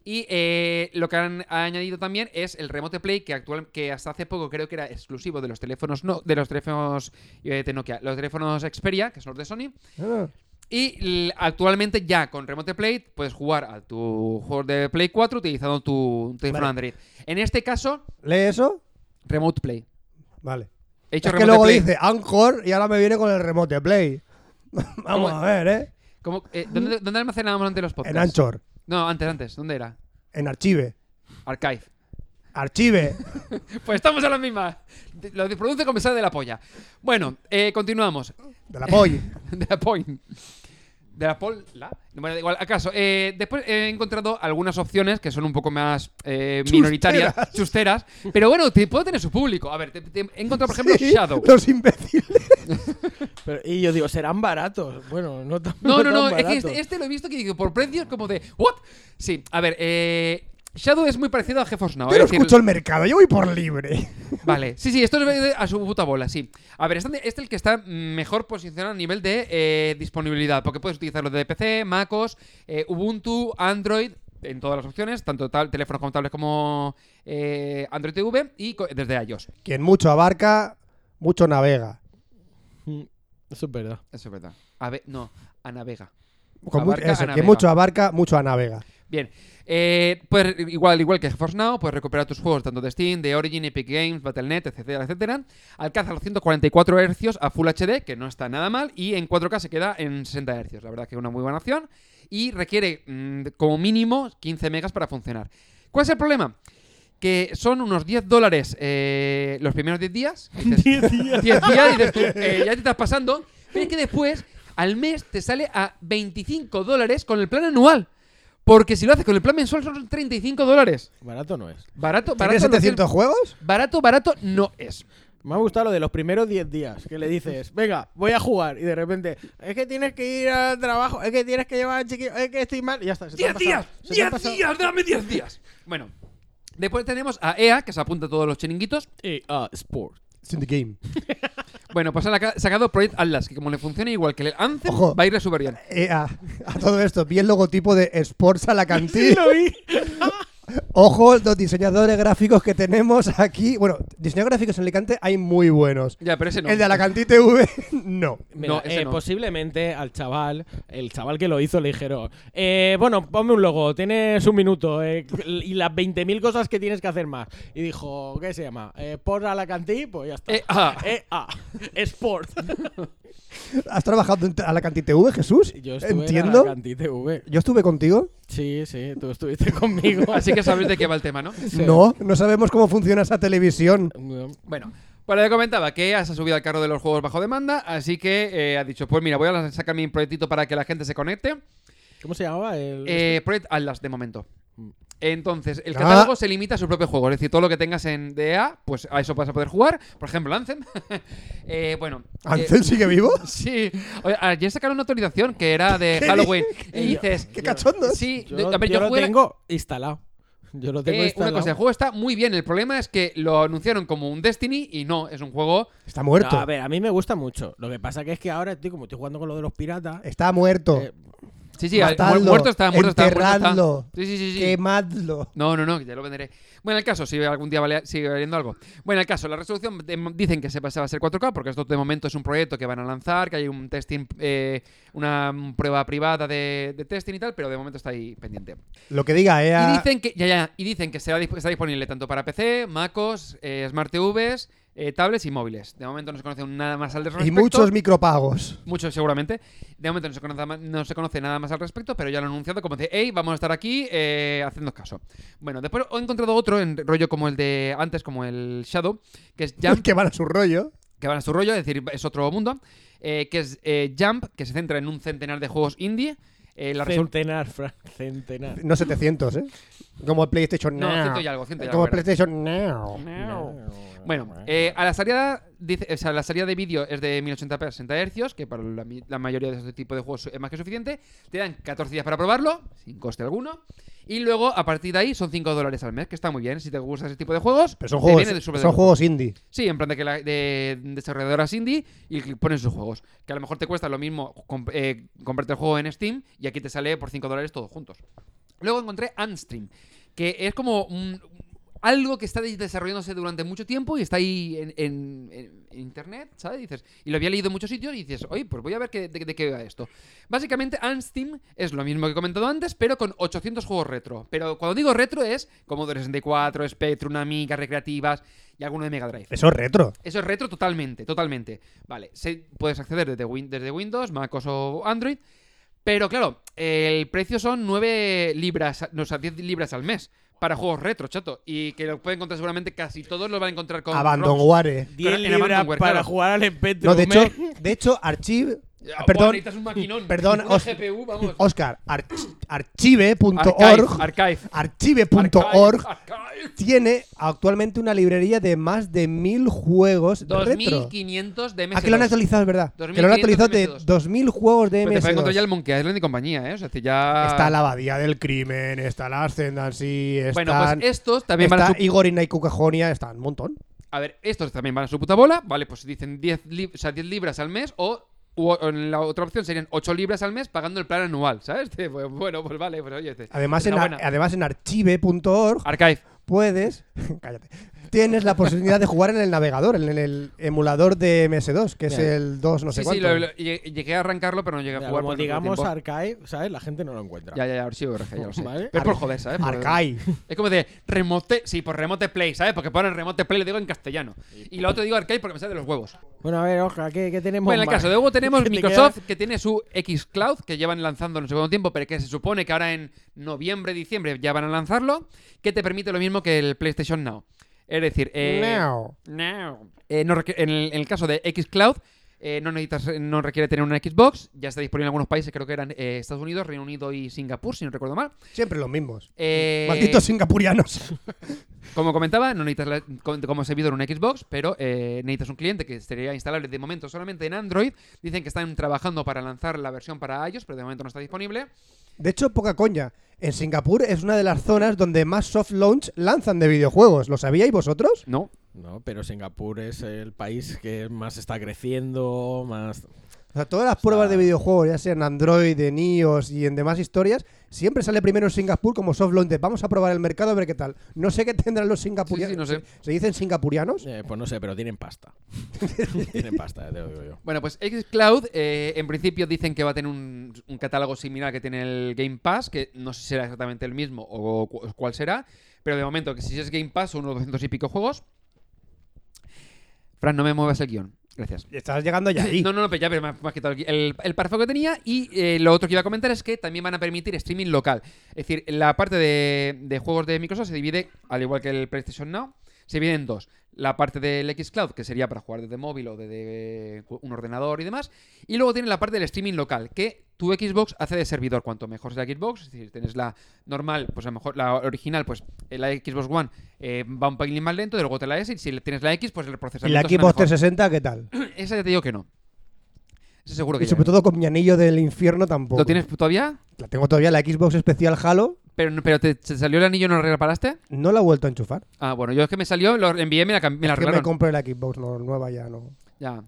[SPEAKER 2] Y eh, lo que han ha añadido también es el Remote Play, que actual, que hasta hace poco creo que era exclusivo de los teléfonos no, de los teléfonos eh, de Nokia, los teléfonos Xperia, que son los de Sony,
[SPEAKER 6] Ah,
[SPEAKER 2] Y l- actualmente ya con Remote Play puedes jugar a tu juego de Play 4 utilizando tu teléfono
[SPEAKER 6] Vale.
[SPEAKER 2] Android. En este caso,
[SPEAKER 6] ¿Lee eso?
[SPEAKER 2] Remote Play.
[SPEAKER 6] Vale.
[SPEAKER 2] He dicho
[SPEAKER 6] es que
[SPEAKER 2] Remote
[SPEAKER 6] luego
[SPEAKER 2] Play.
[SPEAKER 6] dice Anchor y ahora me viene con el remote play. [LAUGHS]
[SPEAKER 2] ¿Cómo?
[SPEAKER 6] Vamos a ver, ¿eh?
[SPEAKER 2] ¿Cómo- eh, ¿dónde, dónde almacenábamos antes los podcasts?
[SPEAKER 6] Mm. En Anchor,
[SPEAKER 2] No, antes, antes. ¿Dónde era?
[SPEAKER 6] en Archive.
[SPEAKER 2] Archive. [LAUGHS]
[SPEAKER 6] Archive.
[SPEAKER 2] Pues estamos a la misma. De- Lo de- produce como sale de la polla. Bueno, eh, continuamos. [LAUGHS]
[SPEAKER 6] De la Poi.
[SPEAKER 2] de la point. De la pol. la- Bueno, da igual, acaso. Eh, después he encontrado algunas opciones que son un poco más eh, minoritarias, chusteras. Pero bueno, te, puedo tener su público. A ver, te- te- he encontrado, por ejemplo,
[SPEAKER 6] Sí,
[SPEAKER 2] Shadow.
[SPEAKER 6] Los imbéciles.
[SPEAKER 3] Pero- y yo digo, serán baratos. Bueno, no tan
[SPEAKER 2] No, no,
[SPEAKER 3] tan
[SPEAKER 2] no. Es que
[SPEAKER 3] baratos.
[SPEAKER 2] este, este lo he visto que digo, por precios como de. ¿What? Sí, a ver, eh, Shadow es muy parecido a GeForce Now.
[SPEAKER 6] Yo
[SPEAKER 2] es
[SPEAKER 6] no
[SPEAKER 2] decir,
[SPEAKER 6] escucho el mercado, yo voy por libre.
[SPEAKER 2] Vale, sí, sí, esto es verde a su puta bola, sí. A ver, este, este es el que está mejor posicionado a nivel de eh, disponibilidad, porque puedes utilizarlo de PC, MacOS, eh, Ubuntu, Android, en todas las opciones, tanto tal, teléfonos como tablets como eh, Android TV y co- desde iOS.
[SPEAKER 6] Quien mucho abarca, mucho navega.
[SPEAKER 3] Mm, Eso es verdad.
[SPEAKER 2] Eso es verdad. A ver, no, a navega.
[SPEAKER 6] Con mu-
[SPEAKER 2] Abarca a
[SPEAKER 6] eso,
[SPEAKER 2] navega.
[SPEAKER 6] quien mucho abarca, mucho a navega.
[SPEAKER 2] Bien, eh, pues igual, igual que GeForce Now, puedes recuperar tus juegos tanto de Steam, de Origin, Epic Games, Battle.net, etcétera, etcétera. Alcanza los 144 Hz a Full HD, que no está nada mal, y en 4K se queda en 60 Hz. La verdad que es una muy buena opción. Y requiere mm, como mínimo 15 megas para funcionar. ¿Cuál es el problema? Que son unos 10 dólares eh, los primeros 10 días. Dices,
[SPEAKER 3] 10 días.
[SPEAKER 2] 10 días y dices tú, eh, ya te estás pasando. Pero es que después, al mes, te sale a 25 dólares con el plan anual. Porque si lo haces con el plan mensual son 35 dólares.
[SPEAKER 3] Barato no es.
[SPEAKER 2] Barato,
[SPEAKER 6] ¿Tiene
[SPEAKER 2] barato. no es.
[SPEAKER 6] 700 juegos?
[SPEAKER 2] barato, barato no es.
[SPEAKER 3] Me ha gustado lo de los primeros 10 días, que le dices, venga, voy a jugar, y de repente, es que tienes que ir al trabajo, es que tienes que llevar al chiquillo, es que estoy mal, y ya está. se te han
[SPEAKER 2] ¡Diez
[SPEAKER 3] pasado-
[SPEAKER 2] días!
[SPEAKER 3] se te han
[SPEAKER 2] ¡Diez
[SPEAKER 3] pasado-
[SPEAKER 2] días! ¡Dame diez días! Bueno, después tenemos a EA, que se apunta a todos los chiringuitos.
[SPEAKER 3] EA ah, Sport.
[SPEAKER 1] It's in the game.
[SPEAKER 2] Bueno, pues han aca- sacado Project Atlas, que como le funciona igual que el Anthem,
[SPEAKER 1] Ojo.
[SPEAKER 2] va a irle súper bien.
[SPEAKER 1] Eh, a, a todo esto, vi el logotipo de Sports
[SPEAKER 2] [LAUGHS]
[SPEAKER 1] a la
[SPEAKER 3] Sí,
[SPEAKER 1] cantina.
[SPEAKER 3] lo vi.
[SPEAKER 1] Ojo, los diseñadores gráficos que tenemos aquí. Bueno, diseñadores gráficos en Alicante hay muy buenos.
[SPEAKER 2] Ya, pero ese no.
[SPEAKER 1] El de Alacantí TV, [LAUGHS] no.
[SPEAKER 3] Mira,
[SPEAKER 2] No, ese
[SPEAKER 3] eh,
[SPEAKER 2] no.
[SPEAKER 3] posiblemente al chaval, el chaval que lo hizo le dijeron, eh, bueno, ponme un logo, tienes un minuto eh, y las 20.000 cosas que tienes que hacer más. Y dijo, ¿qué se llama? Eh, por Alacantí, pues ya está. ah.
[SPEAKER 2] EA. [LAUGHS]
[SPEAKER 3] EA, Sport.
[SPEAKER 1] ¿Has trabajado en Alacantí TV, Jesús?
[SPEAKER 3] [LAUGHS] Yo estuve en
[SPEAKER 1] Entiendo.
[SPEAKER 3] Alacantí TV.
[SPEAKER 1] ¿Yo estuve contigo?
[SPEAKER 3] Sí, sí, tú estuviste
[SPEAKER 2] [LAUGHS]
[SPEAKER 3] conmigo.
[SPEAKER 2] Así que sabéis de qué va el tema, ¿no?
[SPEAKER 3] [LAUGHS] Sí.
[SPEAKER 1] No, no sabemos cómo funciona esa televisión.
[SPEAKER 2] Eh,
[SPEAKER 3] No.
[SPEAKER 2] Bueno, pues le comentaba que EA se ha subido al carro de los juegos bajo demanda, así que eh, ha dicho, pues mira, voy a sacar mi proyectito para que la gente se conecte.
[SPEAKER 3] ¿Cómo se llamaba? El...
[SPEAKER 2] Eh, Project Atlas, de momento.
[SPEAKER 3] Mm.
[SPEAKER 2] Entonces, el
[SPEAKER 1] Ah.
[SPEAKER 2] catálogo se limita a su propio juego. Es decir, todo lo que tengas en DA, pues a eso vas a poder jugar. Por ejemplo, Anthem. [LAUGHS] Eh, bueno. eh,
[SPEAKER 1] ¿Ansel sigue vivo?
[SPEAKER 2] [LAUGHS] sí. Oye, ayer sacaron una actualización que
[SPEAKER 1] [LAUGHS]
[SPEAKER 2] era de Halloween. Y dices.
[SPEAKER 1] ¡Qué cachondo!
[SPEAKER 2] Sí,
[SPEAKER 3] este? Yo,
[SPEAKER 2] de- a ver,
[SPEAKER 3] yo
[SPEAKER 2] yo,
[SPEAKER 3] lo
[SPEAKER 2] jugué la-
[SPEAKER 3] tengo instalado. Yo lo tengo
[SPEAKER 2] eh, una
[SPEAKER 3] instalado.
[SPEAKER 2] cosa, el juego está muy bien. El problema es que lo anunciaron como un Destiny y no, es un juego.
[SPEAKER 1] Está muerto.
[SPEAKER 3] No, a ver, a mí me gusta mucho. Lo que pasa que es que ahora estoy como estoy jugando con lo de los piratas.
[SPEAKER 1] Está muerto.
[SPEAKER 3] Eh,
[SPEAKER 2] Sí, sí,
[SPEAKER 1] Matadlo,
[SPEAKER 2] mu- muerto está, muerto está. muerto está.
[SPEAKER 1] enterradlo,
[SPEAKER 2] Sí, sí, sí. sí.
[SPEAKER 1] Quemadlo.
[SPEAKER 2] No, no, no, que ya lo venderé. Bueno, el caso, si algún día vale, sigue valiendo algo. Bueno, el caso, la resolución de- dicen que se va a ser 4K, porque esto de momento es un proyecto que van a lanzar, que hay un testing, eh, una mm, prueba privada de, de testing y tal, pero de momento está ahí pendiente.
[SPEAKER 1] Lo que diga
[SPEAKER 2] Y
[SPEAKER 1] EA.
[SPEAKER 2] dicen que, ya, ya, y dicen que será, disp- está disponible tanto para PC, MacOs, eh, Smart TVs, eh, tablets y móviles. De momento no se conoce nada más al respecto.
[SPEAKER 1] y muchos micropagos.
[SPEAKER 2] Muchos seguramente. De momento no se, conoce, ma- no se conoce nada más al respecto, pero ya lo han anunciado como dice, hey, vamos a estar aquí, eh, hacednos caso. Bueno, después he encontrado otro en rollo como el de antes, como el Shadow, que es Jump,
[SPEAKER 1] [LAUGHS] que van a su rollo.
[SPEAKER 2] que van a su rollo, es decir, es otro mundo, eh, que es eh, Jump, que se centra en un centenar de juegos indie. eh, la resol-
[SPEAKER 3] centenar, Fran, centenar.
[SPEAKER 1] No 700, ¿eh? Como el PlayStation
[SPEAKER 2] No,
[SPEAKER 1] Now.
[SPEAKER 2] ciento y algo, ciento y algo,
[SPEAKER 1] Como el
[SPEAKER 2] ¿verdad?
[SPEAKER 1] PlayStation Now.
[SPEAKER 2] Bueno, eh, a la salida, dice, o sea, la salida de vídeo es de 1080p a 60 Hz, que para la, mi- la mayoría de este tipo de juegos es más que suficiente. Te dan 14 días para probarlo, sin coste alguno. Y luego, a partir de ahí, son 5 dólares al mes, que está muy bien. Si te gusta ese tipo de juegos,
[SPEAKER 1] Pero son
[SPEAKER 2] te
[SPEAKER 1] juegos,
[SPEAKER 2] viene de sobre
[SPEAKER 1] son
[SPEAKER 2] de-
[SPEAKER 1] juegos indie.
[SPEAKER 2] Sí, en plan de que la, de desarrolladoras indie y que ponen sus juegos. Que a lo mejor te cuesta lo mismo comp- eh, comprarte el juego en Steam y aquí te sale por 5 dólares todos juntos. Luego encontré Unstream, que es como un- algo que está de- desarrollándose durante mucho tiempo y está ahí en, en- en- en internet, ¿sabes? Dices, y lo había leído en muchos sitios y dices, oye, pues voy a ver qué- de, de qué va esto. Básicamente, Unsteam es lo mismo que he comentado antes, pero con 800 juegos retro. Pero cuando digo retro es como 64, Spectrum, Amiga, Recreativas y alguno de Mega Drive.
[SPEAKER 1] Eso es retro.
[SPEAKER 2] Eso es retro totalmente, totalmente. Vale, se- puedes acceder desde, Win- desde Windows, MacOS o Android. Pero claro, el precio son 9 libras, no, o sea, 10 libras al mes para juegos retro, chato. Y que lo pueden encontrar seguramente casi todos lo van a encontrar con. ROMs.
[SPEAKER 1] Abandonware.
[SPEAKER 3] 10
[SPEAKER 2] en
[SPEAKER 3] libras
[SPEAKER 2] Abandonware,
[SPEAKER 3] para
[SPEAKER 2] claro.
[SPEAKER 3] jugar al Spectrum.
[SPEAKER 1] No, de hecho,
[SPEAKER 3] ¿eh?
[SPEAKER 1] de hecho Archive.
[SPEAKER 2] Ah, buah,
[SPEAKER 1] Perdón,
[SPEAKER 2] necesitas un maquinón.
[SPEAKER 1] [LAUGHS] perdón,
[SPEAKER 2] Una
[SPEAKER 1] os-
[SPEAKER 2] GPU, vamos.
[SPEAKER 1] Oscar. arch- archive.org.
[SPEAKER 2] Archive, Archive.
[SPEAKER 1] Archive.org
[SPEAKER 2] Archive.
[SPEAKER 1] tiene actualmente una librería de más de mil juegos retro.
[SPEAKER 2] 2500 de MS2.
[SPEAKER 1] Aquí lo han actualizado, es verdad. Que lo han
[SPEAKER 2] 2500
[SPEAKER 1] actualizado de
[SPEAKER 2] MS2.
[SPEAKER 1] 2000 juegos de
[SPEAKER 2] Pero te puedes encontrar ya el
[SPEAKER 1] ms
[SPEAKER 2] Monkey Island y compañía, ¿eh? O sea, que ya.
[SPEAKER 1] Está la abadía del crimen, está la ascendancy, están,
[SPEAKER 2] Bueno, pues estos también van a
[SPEAKER 1] está
[SPEAKER 2] su-
[SPEAKER 1] Igor y Cajonia, están un montón.
[SPEAKER 2] A ver, estos también van a su puta bola, ¿vale? Pues dicen 10, lib- o sea, 10 libras al mes o, u- o en la otra opción serían 8 libras al mes pagando el plan anual, ¿sabes? [LAUGHS] Te- pues, bueno, pues vale, pues oye. te-
[SPEAKER 1] Además,
[SPEAKER 2] está
[SPEAKER 1] en, a-
[SPEAKER 2] buena.
[SPEAKER 1] además en archive.org
[SPEAKER 2] Archive.
[SPEAKER 1] puedes... [LAUGHS] cállate. Tienes la posibilidad de jugar en el navegador, en el emulador de MS2, que es
[SPEAKER 3] Mira.
[SPEAKER 1] el 2 no sé
[SPEAKER 2] sí, sí,
[SPEAKER 1] cuánto.
[SPEAKER 2] lo- lo- llegué llegué a arrancarlo, pero no llegué a
[SPEAKER 3] Mira,
[SPEAKER 2] jugar.
[SPEAKER 3] como
[SPEAKER 2] porque no tuve
[SPEAKER 3] digamos
[SPEAKER 2] tiempo.
[SPEAKER 3] Archive, ¿sabes? La gente no lo encuentra.
[SPEAKER 2] Ya, ya, ya, archivo, RG, ya lo sé.
[SPEAKER 3] Vale.
[SPEAKER 2] Pero por joder, ¿sabes? Por-
[SPEAKER 1] Archive.
[SPEAKER 2] Es como de remote, sí, por remote play, ¿sabes? Porque ponen remote play, le digo en castellano. Y lo otro digo archive porque me sale de los huevos.
[SPEAKER 3] Bueno, a ver, Oscar, ¿qué, qué tenemos
[SPEAKER 2] Bueno, en el
[SPEAKER 3] más?
[SPEAKER 2] caso de Hugo
[SPEAKER 3] [LAUGHS]
[SPEAKER 2] tenemos
[SPEAKER 3] Que te
[SPEAKER 2] Microsoft,
[SPEAKER 3] queda-
[SPEAKER 2] que tiene su xCloud, que llevan lanzando no sé cuánto tiempo, pero que se supone que ahora en noviembre, diciembre ya van a lanzarlo, que te permite lo mismo que el PlayStation Now. Es decir, eh,
[SPEAKER 1] Now.
[SPEAKER 2] Now. Eh, no requ- en, el, en el caso de xCloud, eh, no, necesitas, no requiere tener una Xbox, ya está disponible en algunos países, creo que eran eh, Estados Unidos, Reino Unido y Singapur, si no recuerdo mal.
[SPEAKER 6] Siempre los mismos.
[SPEAKER 2] Eh,
[SPEAKER 6] Malditos singapurianos.
[SPEAKER 2] Como comentaba, no necesitas la- con- como servidor una Xbox, pero eh, necesitas un cliente que sería instalable de momento solamente en Android. Dicen que están trabajando para lanzar la versión para iOS, pero de momento no está disponible.
[SPEAKER 6] De hecho, poca coña. En Singapur es una de las zonas donde más soft launch lanzan de videojuegos. ¿Lo sabíais vosotros?
[SPEAKER 2] No.
[SPEAKER 3] No, pero Singapur es el país que más está creciendo, más...
[SPEAKER 6] O sea, todas las pruebas de
[SPEAKER 3] sea-
[SPEAKER 6] videojuegos, ya sea en Android, en iOS y en demás historias, siempre sale primero en Singapur como soft launch. de Vamos a probar el mercado a ver qué tal. No sé qué tendrán los singapurianos.
[SPEAKER 2] Sí, sí, no sé.
[SPEAKER 6] ¿Se dicen singapurianos?
[SPEAKER 3] eh, pues no sé, pero
[SPEAKER 2] [LAUGHS]
[SPEAKER 3] tienen pasta. tienen pasta, ya te lo digo yo.
[SPEAKER 2] Bueno, pues Xcloud, eh, en principio dicen que va a tener un, un catálogo similar que tiene el Game Pass, que no sé si será exactamente el mismo o cu- cuál será, pero de momento, que si es Game Pass, son unos 200 y pico juegos. Fran, no me muevas el guión. Gracias.
[SPEAKER 6] Estás llegando ya ahí.
[SPEAKER 2] [LAUGHS] No, no, no, pero ya pero me has- me has quitado el, el, el párrafo que tenía. Y eh, lo otro que iba a comentar es que también van a permitir streaming local. Es decir, la parte de, de juegos de Microsoft se divide, al igual que el PlayStation Now, se divide en dos. La parte del Xcloud, que sería para jugar desde móvil o desde eh, un ordenador y demás. Y luego tiene la parte del streaming local, que tu Xbox hace de servidor. Cuanto mejor sea la Xbox, es decir, tienes la normal, pues a lo mejor la original, pues eh, la Xbox One eh, va un pelín más lento, y luego te la S. Y si tienes la X, pues el
[SPEAKER 6] ¿Y
[SPEAKER 2] procesamiento
[SPEAKER 6] la
[SPEAKER 2] será
[SPEAKER 6] Xbox
[SPEAKER 2] mejor.
[SPEAKER 6] 360 qué tal?
[SPEAKER 2] Esa ya te digo que no. Ese seguro que
[SPEAKER 6] Y
[SPEAKER 2] ya
[SPEAKER 6] sobre
[SPEAKER 2] no.
[SPEAKER 6] todo con mi anillo del infierno tampoco.
[SPEAKER 2] ¿Lo tienes todavía?
[SPEAKER 6] La tengo todavía, la Xbox especial Halo.
[SPEAKER 2] ¿Pero, pero te, te salió el anillo y no lo reparaste?
[SPEAKER 6] No la he vuelto a enchufar.
[SPEAKER 2] Ah, bueno, yo es que me salió, lo envié, me la, cam- me la
[SPEAKER 6] Es que me
[SPEAKER 2] arreglaron.
[SPEAKER 6] compré la Xbox no, nueva ya, no.
[SPEAKER 2] Ya.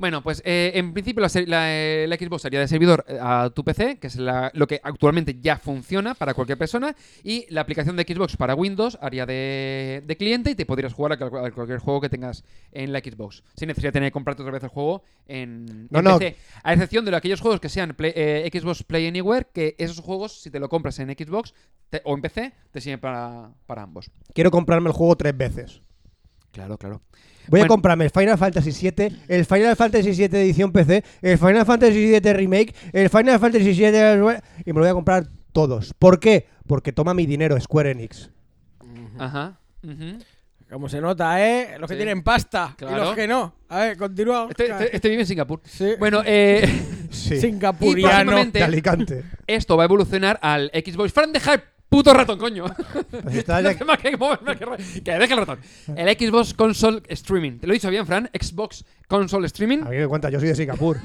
[SPEAKER 2] Bueno, pues eh, en principio la, se- la, eh, la Xbox sería de servidor eh, a tu PC, que es la- lo que actualmente ya funciona para cualquier persona, y la aplicación de Xbox para Windows haría de, de cliente y te podrías jugar a, cual- a cualquier juego que tengas en la Xbox, sin necesidad de tener que comprarte otra vez el juego en,
[SPEAKER 6] No,
[SPEAKER 2] en
[SPEAKER 6] no.
[SPEAKER 2] PC. A excepción de aquellos juegos que sean Play- eh, Xbox Play Anywhere, que esos juegos, si te lo compras en Xbox te- o en PC, te sirven para, para ambos.
[SPEAKER 6] Quiero comprarme el juego tres veces.
[SPEAKER 2] Claro, claro.
[SPEAKER 6] Voy a
[SPEAKER 2] Bueno.
[SPEAKER 6] comprarme el Final Fantasy VII, el Final Fantasy VII edición PC, el Final Fantasy VII Remake, el Final Fantasy VII... Y me lo voy a comprar todos. ¿Por qué? Porque toma mi dinero Square Enix.
[SPEAKER 2] Ajá. ujú.
[SPEAKER 3] Como se nota, ¿eh? Los que
[SPEAKER 2] Sí.
[SPEAKER 3] tienen pasta y
[SPEAKER 2] Claro.
[SPEAKER 3] los que no. A ver, continúa.
[SPEAKER 2] Este,
[SPEAKER 3] Oscar.
[SPEAKER 2] este- este vive en Singapur.
[SPEAKER 3] Sí.
[SPEAKER 2] Bueno, eh...
[SPEAKER 6] Sí.
[SPEAKER 2] Y
[SPEAKER 3] Singapuriano.
[SPEAKER 2] próximamente-
[SPEAKER 6] De Alicante.
[SPEAKER 2] Esto va a evolucionar al Xbox. Fran, deja el puto ratón, coño.
[SPEAKER 6] Pues
[SPEAKER 2] [LAUGHS]
[SPEAKER 6] está
[SPEAKER 2] No
[SPEAKER 6] ya-
[SPEAKER 2] hace más que moverme, que ra- que deje el ratón. El Xbox Console Streaming. ¿Te lo he dicho bien, Fran? Xbox Console Streaming.
[SPEAKER 6] A mí me cuenta, yo soy de
[SPEAKER 3] [LAUGHS]
[SPEAKER 6] Singapur.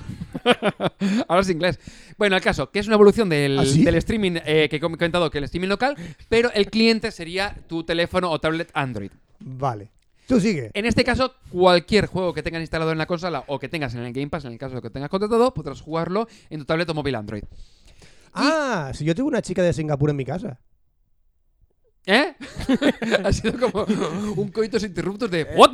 [SPEAKER 2] Ahora es inglés. Bueno, el caso, que es una evolución del,
[SPEAKER 6] ¿Ah, sí?
[SPEAKER 2] del streaming eh, que he comentado, que el streaming local, pero el cliente sería tu teléfono o tablet Android.
[SPEAKER 6] Vale. Tú sigue.
[SPEAKER 2] En este caso, cualquier juego que tengas instalado en la consola o que tengas en el Game Pass, en el caso de que tengas contratado, podrás jugarlo en tu tablet o móvil Android.
[SPEAKER 6] Ah, si yo tengo una chica de Singapur en mi casa.
[SPEAKER 2] ¿Eh? [LAUGHS] ha sido como un coitos interruptos de ¿What?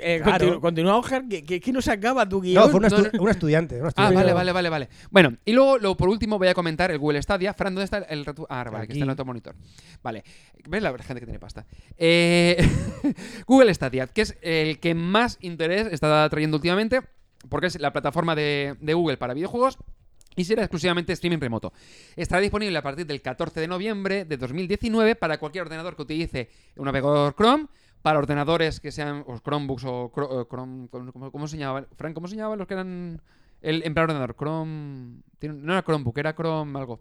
[SPEAKER 3] Eh,
[SPEAKER 6] Claro.
[SPEAKER 3] continu- continúa, Oscar, que, que, que no se acaba tu guión.
[SPEAKER 6] No, fue una,
[SPEAKER 2] no,
[SPEAKER 6] estu- una estudiante. una
[SPEAKER 2] Ah,
[SPEAKER 6] estudiante.
[SPEAKER 2] vale, vale, vale, vale. Bueno, y luego lo, por último voy a comentar el Google Stadia. Fran, ¿dónde está el retu- Ah, vale, que
[SPEAKER 6] Aquí.
[SPEAKER 2] está en otro monitor. Vale. ¿Ves la gente que tiene pasta? Eh, [LAUGHS] Google Stadia, que es el que más interés está trayendo últimamente, porque es la plataforma de, de Google para videojuegos. Y será exclusivamente streaming remoto. Estará disponible a partir del 14 de noviembre de 2019 para cualquier ordenador que utilice un navegador Chrome, para ordenadores que sean o Chromebooks o Cro- o Chrome, ¿cómo, cómo- cómo se llamaban? Frank, ¿cómo se llamaban los que eran el en plan ordenador? Chrome... tiene un- No era Chromebook, era Chrome algo.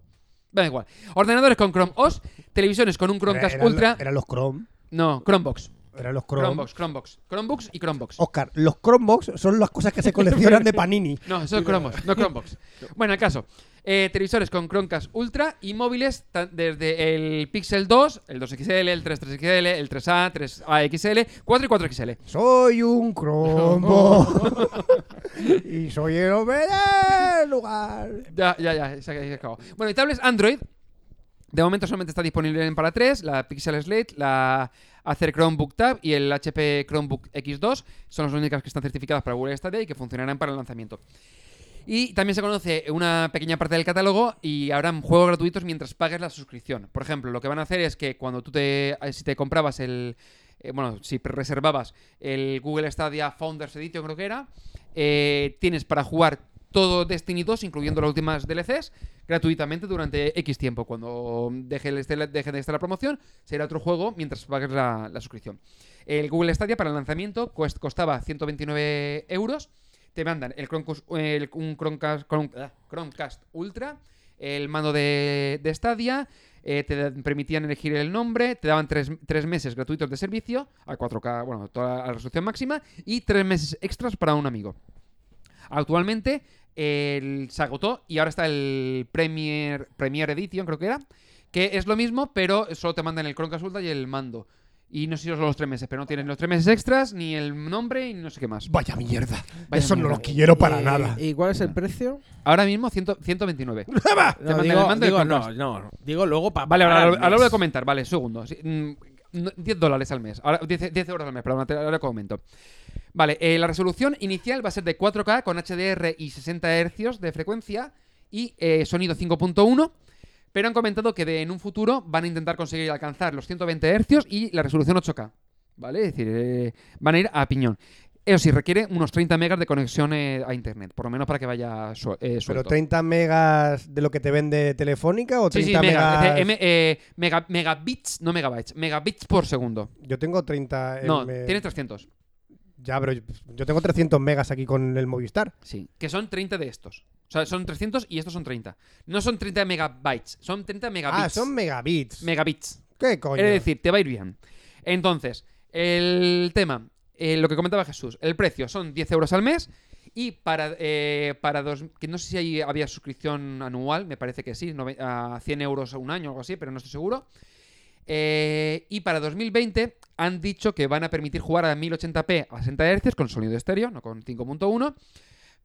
[SPEAKER 2] Da igual. Ordenadores con Chrome OS, televisiones con un Chromecast
[SPEAKER 6] Eran-
[SPEAKER 2] Ultra...
[SPEAKER 6] Eran los Chrome.
[SPEAKER 2] No, Chromebox.
[SPEAKER 6] Eran los Chrome.
[SPEAKER 2] Chromebox, Chromebox. Chromebox y Chromebox.
[SPEAKER 6] Oscar, los Chromebooks son las cosas que
[SPEAKER 3] [LAUGHS]
[SPEAKER 6] se coleccionan de Panini.
[SPEAKER 2] No, eso es Chromebox, no Chromebox. Bueno, el caso. eh, televisores con Chromecast Ultra y móviles tan- desde el Pixel 2, el 2XL, el 3XL, el 3A, 3AXL, 4 y 4XL.
[SPEAKER 6] Soy
[SPEAKER 2] [LAUGHS]
[SPEAKER 6] un Chromebook. y soy el hombre del lugar.
[SPEAKER 2] Ya, ya, ya, se ha se ha acabado. Bueno, y tablets Android. De momento solamente está disponible en para 3, la Pixel Slate, la Acer Chromebook Tab y el HP Chromebook X2. Son las únicas que están certificadas para Google Stadia y que funcionarán para el lanzamiento. Y también se conoce una pequeña parte del catálogo y habrán juegos gratuitos mientras pagues la suscripción. Por ejemplo, lo que van a hacer es que cuando tú te, eh, si te comprabas el, eh, bueno, si reservabas el Google Stadia Founders Edition, creo que era, eh, tienes para jugar todo Destiny 2, incluyendo las últimas DLCs, gratuitamente durante X tiempo. Cuando deje, el este- deje de estar la promoción, será otro juego mientras pagues la, la suscripción. El Google Stadia para el lanzamiento cuest- costaba 129 euros. te mandan el Chromecast, el- un Chromecast, Chrom- ah, Chromecast Ultra, el mando de, de Stadia, eh, te da- permitían elegir el nombre, te daban tres, tres meses gratuitos de servicio, a 4K, bueno, toda la resolución máxima, y tres meses extras para un amigo. Actualmente el, se agotó y ahora está el Premier, Premier Edition, creo que era, que es lo mismo, pero solo te mandan el Chromecast Ultra y el mando. Y no sé si son los tres meses, pero no tienes los tres meses extras, ni el nombre y no sé qué más.
[SPEAKER 1] Vaya mierda.
[SPEAKER 2] Vaya
[SPEAKER 1] Eso no
[SPEAKER 2] mierda.
[SPEAKER 1] lo quiero para
[SPEAKER 3] Eh,
[SPEAKER 1] nada.
[SPEAKER 3] ¿Y cuál es el precio?
[SPEAKER 2] Ahora mismo 100 129. Te
[SPEAKER 3] No,
[SPEAKER 2] mandan
[SPEAKER 3] digo,
[SPEAKER 2] el mando y el
[SPEAKER 3] digo, no,
[SPEAKER 2] Chromecast.
[SPEAKER 3] no. Digo luego para.
[SPEAKER 2] Vale, ahora, ahora lo voy a comentar, vale, segundo. Sí, mm, no, 10 dólares al mes, ahora, 10, 10 euros al mes, perdón, te- ahora lo comento. Vale, eh, la resolución inicial va a ser de 4K con HDR y 60 Hz de frecuencia y eh, sonido 5.1. Pero han comentado que de- en un futuro van a intentar conseguir alcanzar los 120 Hz y la resolución 8K. ¿Vale? Es decir, eh, van a ir a piñón. Eso sí, requiere unos 30 megas de conexión eh, a internet, por lo menos para que vaya su eh,
[SPEAKER 6] ¿Pero
[SPEAKER 2] suelto.
[SPEAKER 6] 30 megas de lo que te vende Telefónica o 30
[SPEAKER 2] Sí, sí, mega,
[SPEAKER 6] megas?
[SPEAKER 2] es de M- eh, mega- megabits, no megabytes, megabits por segundo.
[SPEAKER 6] Yo tengo 30.
[SPEAKER 2] No,
[SPEAKER 6] M-
[SPEAKER 2] tiene 300.
[SPEAKER 6] Ya, pero yo- yo tengo 300 megas aquí con el Movistar.
[SPEAKER 2] Sí. Que son 30 de estos. O sea, son 300 y estos son 30. No son 30 megabytes, son 30 megabits.
[SPEAKER 6] Ah, son megabits.
[SPEAKER 2] megabits.
[SPEAKER 6] ¿Qué coño?
[SPEAKER 2] Es decir, te va a ir bien. Entonces, el tema, eh, lo que comentaba Jesús, el precio son 10 euros al mes y para, eh, para dos, que no sé si ahí había suscripción anual, me parece que sí, nove- a 100 euros a un año o algo así, pero no estoy seguro. Eh, y para 2020 han dicho que van a permitir jugar a 1080p a 60 Hz con sonido estéreo, no con 5.1.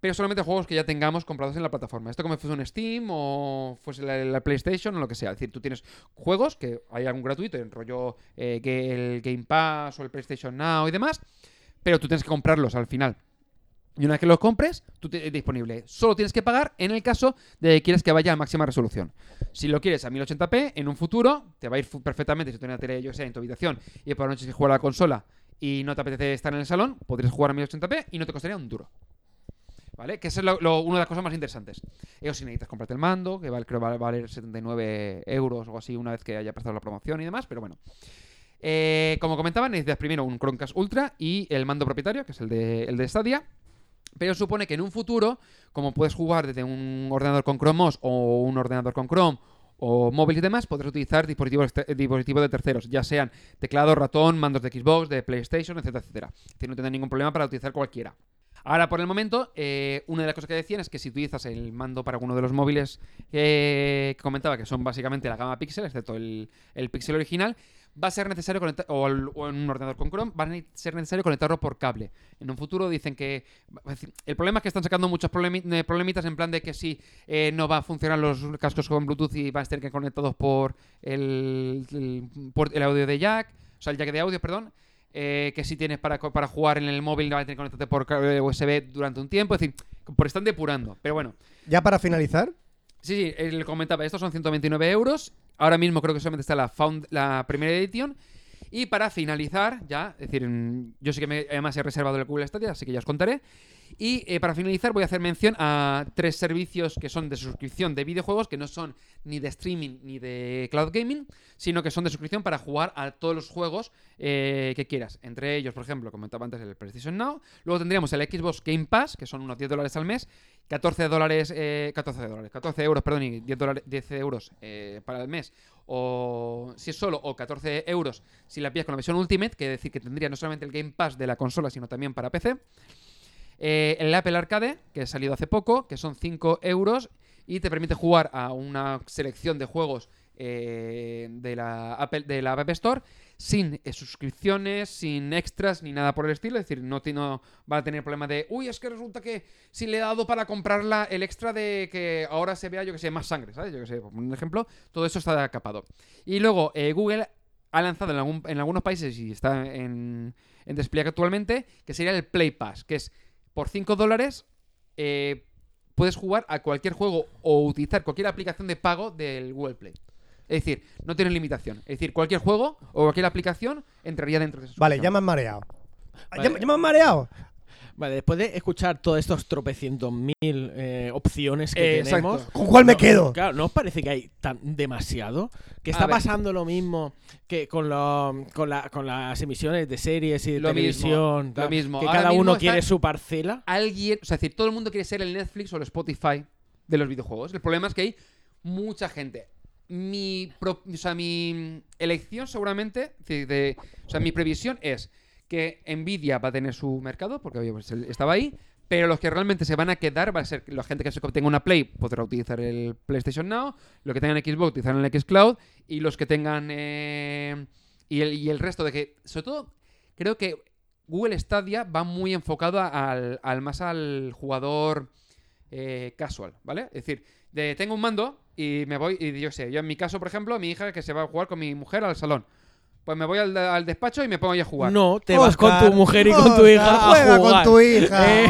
[SPEAKER 2] Pero solamente juegos que ya tengamos comprados en la plataforma. Esto como si fuese un Steam o fuese la, la PlayStation o lo que sea. Es decir, tú tienes juegos que hay algún gratuito, en rollo eh, que el Game Pass o el PlayStation Now y demás, pero tú tienes que comprarlos al final. Y una vez que los compres, tú te- es disponible. Solo tienes que pagar en el caso de que quieres que vaya a máxima resolución. Si lo quieres a 1080p, en un futuro te va a ir fu- perfectamente. Si tienes una tele, yo que sé, en tu habitación y por la noche quieres jugar a la consola y no te apetece estar en el salón, podrías jugar a 1080p y no te costaría un duro. ¿Vale? Que esa es lo- lo- una de las cosas más interesantes. Eso si necesitas comprarte el mando, que vale, creo que va a valer 79 euros o algo así una vez que haya pasado la promoción y demás, pero bueno. Eh, como comentaban, necesitas primero un Chromecast Ultra y el mando propietario, que es el de, el de Stadia. Pero supone que en un futuro, como puedes jugar desde un ordenador con Chrome OS o un ordenador con Chrome o móvil y demás, podrás utilizar dispositivos, exter- eh, dispositivos de terceros, ya sean teclado, ratón, mandos de Xbox, de PlayStation, etcétera, etcétera. Es decir, no tendrás ningún problema para utilizar cualquiera. Ahora, por el momento, eh, una de las cosas que decían es que si utilizas el mando para alguno de los móviles eh, que comentaba, que son básicamente la gama Pixel, excepto el, el Pixel original, va a ser necesario conectar, o, al- o en un ordenador con Chrome, va a ne- ser necesario conectarlo por cable. En un futuro dicen que... es decir, El problema es que están sacando muchos problemi- eh, problemitas en plan de que si eh, no va a funcionar los cascos con Bluetooth y van a estar conectados por el, el, por el audio de jack, o sea, el jack de audio, perdón. eh, que si tienes para, co- para jugar en el móvil, vas a tener que conectarte por eh, cable USB durante un tiempo. Es decir, por están depurando. Pero bueno,
[SPEAKER 6] Ya para finalizar,
[SPEAKER 2] Sí, sí, eh, le comentaba, estos son 129 euros. Ahora mismo creo que solamente está la, found- la primera edición. Y para finalizar, ya, es decir, mm, yo sé que me- además he reservado el Google Stadia, así que ya os contaré. Y eh, para finalizar voy a hacer mención a tres servicios que son de suscripción de videojuegos, que no son ni de streaming ni de cloud gaming, sino que son de suscripción para jugar a todos los juegos eh, que quieras. Entre ellos, por ejemplo, comentaba antes el PlayStation Now. Luego tendríamos el Xbox Game Pass, que son unos 10 dólares al mes, 14 dólares, eh, 14 dólares, 14 euros, perdón, y 10, dólares, 10 euros eh, para el mes, o si es solo, o 14 euros si la pillas con la versión Ultimate, que es decir, que tendría no solamente el Game Pass de la consola, sino también para PC. Eh, el Apple Arcade, que ha salido hace poco, que son 5 euros y te permite jugar a una selección de juegos eh, de, la Apple, de la App Store sin eh, suscripciones, sin extras ni nada por el estilo. Es decir, no, ti- no va a tener problema de, uy, es que resulta que si le he dado para comprarla el extra de que ahora se vea, yo que sé, más sangre, ¿sabes? Yo que sé, por un ejemplo, todo eso está capado. Y luego eh, Google ha lanzado en, algún- en algunos países y está en, en despliegue actualmente, que sería el Play Pass, que es por 5 dólares eh, puedes jugar a cualquier juego o utilizar cualquier aplicación de pago del Google Play. Es decir, no tiene limitación. Es decir, cualquier juego o cualquier aplicación entraría dentro de esa
[SPEAKER 6] vale,
[SPEAKER 2] suscripción.
[SPEAKER 6] ya me han mareado. Ah, Ya,
[SPEAKER 3] Vale.
[SPEAKER 6] ya me han mareado.
[SPEAKER 3] Vale, después de escuchar todos estos tropecientos mil eh, opciones que
[SPEAKER 2] Eh, exacto.
[SPEAKER 3] tenemos.
[SPEAKER 6] ¿Con cuál me
[SPEAKER 3] no,
[SPEAKER 6] quedo?
[SPEAKER 3] Claro, ¿no os parece que hay tan demasiado? Que
[SPEAKER 2] A
[SPEAKER 3] está
[SPEAKER 2] ver.
[SPEAKER 3] pasando lo mismo que con, lo- con, la- con las emisiones de series y de
[SPEAKER 2] Lo mismo,
[SPEAKER 3] televisión.
[SPEAKER 2] lo
[SPEAKER 3] tal,
[SPEAKER 2] mismo.
[SPEAKER 3] Que
[SPEAKER 2] Ahora
[SPEAKER 3] cada
[SPEAKER 2] mismo
[SPEAKER 3] uno
[SPEAKER 2] está-
[SPEAKER 3] quiere su parcela.
[SPEAKER 2] alguien, o sea, es decir, todo el mundo quiere ser el Netflix o el Spotify de los videojuegos. El problema es que hay mucha gente. Mi, pro- o sea, mi elección seguramente, de- de- o sea, mi previsión es que Nvidia va a tener su mercado, porque oye, pues, él estaba ahí, pero los que realmente se van a quedar va a ser la gente que se- tenga una Play podrá utilizar el PlayStation Now, los que tengan Xbox utilizarán el Xcloud y los que tengan... eh, y, el, y el resto de que, sobre todo, creo que Google Stadia va muy enfocado al, al- más al jugador eh, casual, ¿vale? Es decir, de, tengo un mando y me voy, y yo sé, yo en mi caso, por ejemplo, mi hija que se va a jugar con mi mujer al salón. Pues me voy al, al despacho y me pongo ahí a jugar.
[SPEAKER 3] No, te vas
[SPEAKER 6] Oscar,
[SPEAKER 3] con tu mujer y con tu
[SPEAKER 6] Oscar,
[SPEAKER 3] hija. a
[SPEAKER 6] Juega
[SPEAKER 3] jugar.
[SPEAKER 6] con tu hija.
[SPEAKER 3] Eh,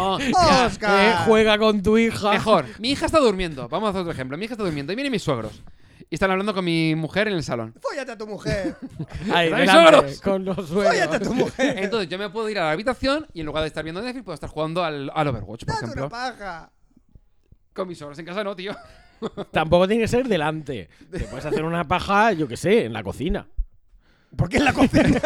[SPEAKER 6] Oscar.
[SPEAKER 3] eh, juega con tu hija.
[SPEAKER 2] Mejor, mi hija está durmiendo. Vamos a hacer otro ejemplo. Mi hija está durmiendo y vienen mis suegros. Y están hablando con mi mujer en el salón.
[SPEAKER 6] Fóllate a tu mujer.
[SPEAKER 3] Ahí,
[SPEAKER 2] ¡Dale,
[SPEAKER 3] delante,
[SPEAKER 2] suegros!
[SPEAKER 3] con los
[SPEAKER 6] Fóllate a
[SPEAKER 3] suegros.
[SPEAKER 6] tu mujer.
[SPEAKER 2] Entonces yo me puedo ir a la habitación y en lugar de estar viendo Netflix puedo estar jugando al, al Overwatch, por
[SPEAKER 6] Date una
[SPEAKER 2] ejemplo.
[SPEAKER 6] paja.
[SPEAKER 2] Con mis suegros en casa no, tío.
[SPEAKER 3] Tampoco tiene que ser delante. Te puedes hacer una paja, yo qué sé, en la cocina.
[SPEAKER 6] ¿Por qué en
[SPEAKER 1] [LAUGHS]
[SPEAKER 6] la cocina?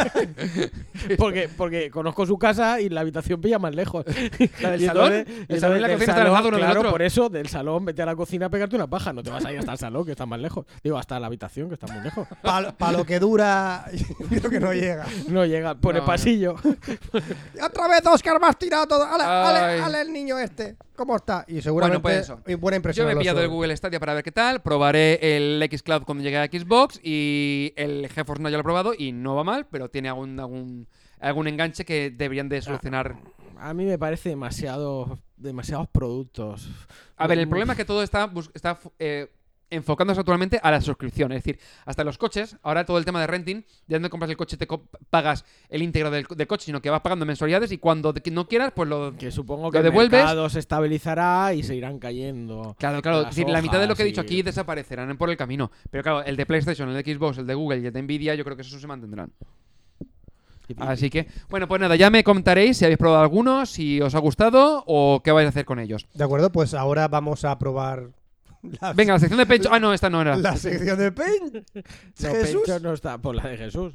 [SPEAKER 3] Porque, porque conozco su casa y la habitación pilla más [LAUGHS] lejos.
[SPEAKER 2] del
[SPEAKER 3] Y
[SPEAKER 2] salón?
[SPEAKER 3] entonces-
[SPEAKER 2] El
[SPEAKER 3] y
[SPEAKER 2] salón y la
[SPEAKER 3] entonces del
[SPEAKER 2] cocina están al lado uno del
[SPEAKER 3] claro,
[SPEAKER 2] otro.
[SPEAKER 3] por eso, del salón, vete a la cocina a pegarte una paja. No te vas a ir hasta el salón, que está más lejos. Digo, hasta la habitación, que está muy lejos.
[SPEAKER 6] Para lo que dura, [LAUGHS] creo que no llega.
[SPEAKER 3] No llega, por
[SPEAKER 2] No,
[SPEAKER 3] el
[SPEAKER 2] no.
[SPEAKER 3] pasillo.
[SPEAKER 6] Otra vez Oscar me has tirado todo. Ale,
[SPEAKER 2] Ay.
[SPEAKER 6] ale, ale el niño este. ¿Cómo está? Y seguramente
[SPEAKER 2] Bueno, pues eso.
[SPEAKER 6] y buena impresión.
[SPEAKER 2] Yo me he
[SPEAKER 6] al
[SPEAKER 2] pillado
[SPEAKER 6] oso.
[SPEAKER 2] el Google Stadia para ver qué tal, probaré el xCloud cuando llegue a Xbox y el GeForce no ya lo he probado y no va mal, pero tiene algún algún, algún enganche que deberían de solucionar.
[SPEAKER 3] A mí me parece demasiado, demasiados productos.
[SPEAKER 2] A ver, el problema es que todo está, bus- está eh, enfocándose actualmente a la suscripción, es decir, hasta los coches, ahora todo el tema de renting, ya no compras el coche, te co- pagas el íntegro del, del coche, sino que vas pagando mensualidades y cuando te- no quieras, pues lo...
[SPEAKER 3] Mm, Que supongo
[SPEAKER 2] ¿Lo
[SPEAKER 3] que el
[SPEAKER 2] devuelves?
[SPEAKER 3] mercado se estabilizará y se irán cayendo.
[SPEAKER 2] Claro, claro,
[SPEAKER 3] las
[SPEAKER 2] es decir, la mitad de lo que he
[SPEAKER 3] hojas
[SPEAKER 2] dicho
[SPEAKER 3] y-
[SPEAKER 2] aquí desaparecerán por el camino, pero claro, el de PlayStation, el de Xbox, el de Google y el de Nvidia, yo creo que esos se mantendrán.
[SPEAKER 3] y- y-
[SPEAKER 2] Así que, bueno, pues nada, ya me contaréis si habéis probado algunos, si os ha gustado o qué vais a hacer con ellos.
[SPEAKER 6] De acuerdo, pues ahora vamos a probar la,
[SPEAKER 2] Venga, la sección de pecho. Ah, no, esta no era.
[SPEAKER 6] la sección de Paint.
[SPEAKER 3] No,
[SPEAKER 6] Jesús.
[SPEAKER 3] Pencho no está por la de Jesús.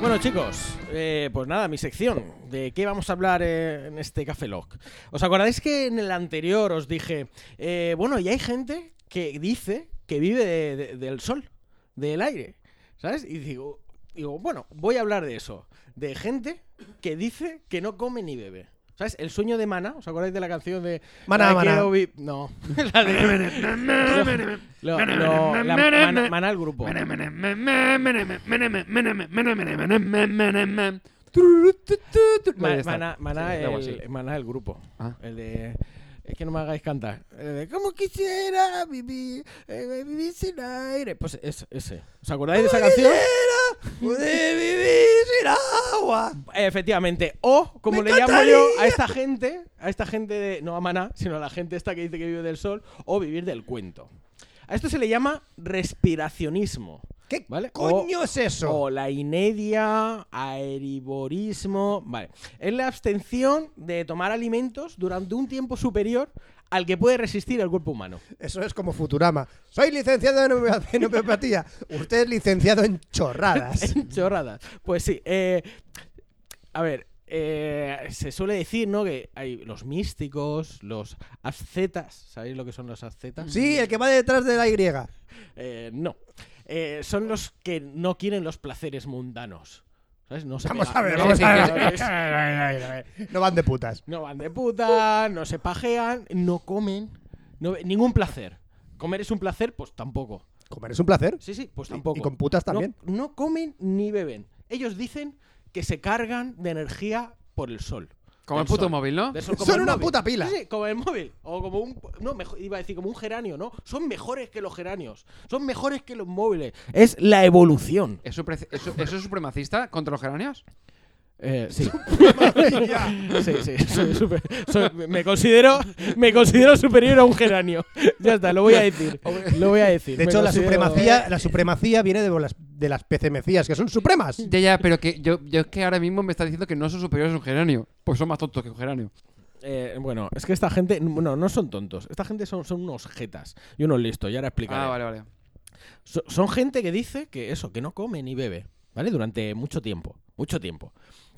[SPEAKER 3] Bueno chicos, eh, pues nada, mi sección. ¿De qué vamos a hablar eh, en este Café Lock? ¿Os acordáis que en el anterior os dije, eh, bueno, y hay gente que dice que vive de- de- del sol, del aire, ¿sabes? Y digo, digo, bueno, voy a hablar de eso, de gente que dice que no come ni bebe. ¿Sabes? El sueño de Mana, ¿os acordáis de la canción de...
[SPEAKER 6] Maná,
[SPEAKER 3] "I
[SPEAKER 6] Maná"?
[SPEAKER 3] quiero vi-" No, la de... Lo- lo- la- Maná, Maná el grupo. Ma-
[SPEAKER 2] Vale, ya está.
[SPEAKER 3] Maná, Maná
[SPEAKER 2] Sí, da igual, sí.
[SPEAKER 3] el, Maná el grupo.
[SPEAKER 2] Ah.
[SPEAKER 3] El de. Es que no me hagáis cantar. El de, ¿Cómo quisiera vivir, eh, vivir sin aire? Pues ese, ese. ¿Os acordáis de esa canción?
[SPEAKER 6] Poder vivir sin agua.
[SPEAKER 3] Efectivamente. O, como
[SPEAKER 6] ¡Me
[SPEAKER 3] le llamo yo a
[SPEAKER 6] encantaría!
[SPEAKER 3] esta gente, a esta gente de. No a Maná, sino a la gente esta que dice que vive del sol, o vivir del cuento. A esto se le llama respiracionismo.
[SPEAKER 6] ¿Qué
[SPEAKER 3] ¿Vale? O-
[SPEAKER 6] coño es eso?
[SPEAKER 3] O la inedia, aeriborismo. Vale. Es la abstención de tomar alimentos durante un tiempo superior al que puede resistir el cuerpo
[SPEAKER 6] [LAUGHS]
[SPEAKER 3] humano.
[SPEAKER 6] Eso es como Futurama. Soy licenciado en homeopatía- [LAUGHS] en homeopatía. Usted es licenciado en
[SPEAKER 3] [LAUGHS]
[SPEAKER 6] chorradas.
[SPEAKER 3] Chorradas. Pues sí. eh, a ver. eh, se suele decir, ¿no? Que hay los místicos, los ascetas. ¿Sabéis lo que son los ascetas?
[SPEAKER 6] Sí, el que va detrás de la Y.
[SPEAKER 3] Eh, no. Eh, son los que no quieren los placeres mundanos. ¿Sabes? No se
[SPEAKER 6] Vamos
[SPEAKER 3] pega-
[SPEAKER 6] a ver,
[SPEAKER 3] no
[SPEAKER 6] vamos
[SPEAKER 3] se
[SPEAKER 6] a
[SPEAKER 3] pegan-
[SPEAKER 6] ver. A ver, a ver, a ver. No van de putas.
[SPEAKER 3] No van de puta, no se pajean, no comen, no ve- ningún placer. Comer es un placer, pues tampoco.
[SPEAKER 6] Comer es un placer.
[SPEAKER 3] Sí, sí, pues tampoco.
[SPEAKER 6] y con putas
[SPEAKER 3] No-
[SPEAKER 6] también.
[SPEAKER 3] No, comen ni beben. Ellos dicen que se cargan de energía por el sol.
[SPEAKER 2] Como el
[SPEAKER 3] Del
[SPEAKER 2] puto
[SPEAKER 3] sol.
[SPEAKER 2] móvil, ¿no?
[SPEAKER 3] Del sol, como
[SPEAKER 6] Son
[SPEAKER 3] el
[SPEAKER 6] una
[SPEAKER 3] móvil.
[SPEAKER 6] puta pila.
[SPEAKER 3] Sí, sí, como el móvil. O como un. No, mejor- iba a decir como un geranio, ¿no? Son mejores que los geranios. Son mejores que los móviles. Es la evolución.
[SPEAKER 2] ¿Eso, pre- eso- eso es supremacista contra los geranios?
[SPEAKER 3] Eh,
[SPEAKER 6] [LAUGHS]
[SPEAKER 3] sí. [LAUGHS] sí, sí. soy super- soy- me, considero, me considero superior a un geranio. Ya está, lo voy a decir. Lo voy a decir.
[SPEAKER 6] De
[SPEAKER 3] Me
[SPEAKER 6] hecho, la
[SPEAKER 3] considero-
[SPEAKER 6] supremacía, la supremacía viene de las, de las PCMcías, que son supremas.
[SPEAKER 2] Ya, ya, pero que yo, yo es que ahora mismo me está diciendo que no son superiores a un geranio. Pues son más tontos que un geranio.
[SPEAKER 3] Eh, bueno, es que esta gente. No, no son tontos. Esta gente son, son unos jetas y unos listos. Y ahora explicaré.
[SPEAKER 2] Ah, vale, vale.
[SPEAKER 3] So- son gente que dice que eso, que no come ni bebe, ¿vale? Durante mucho tiempo, mucho tiempo.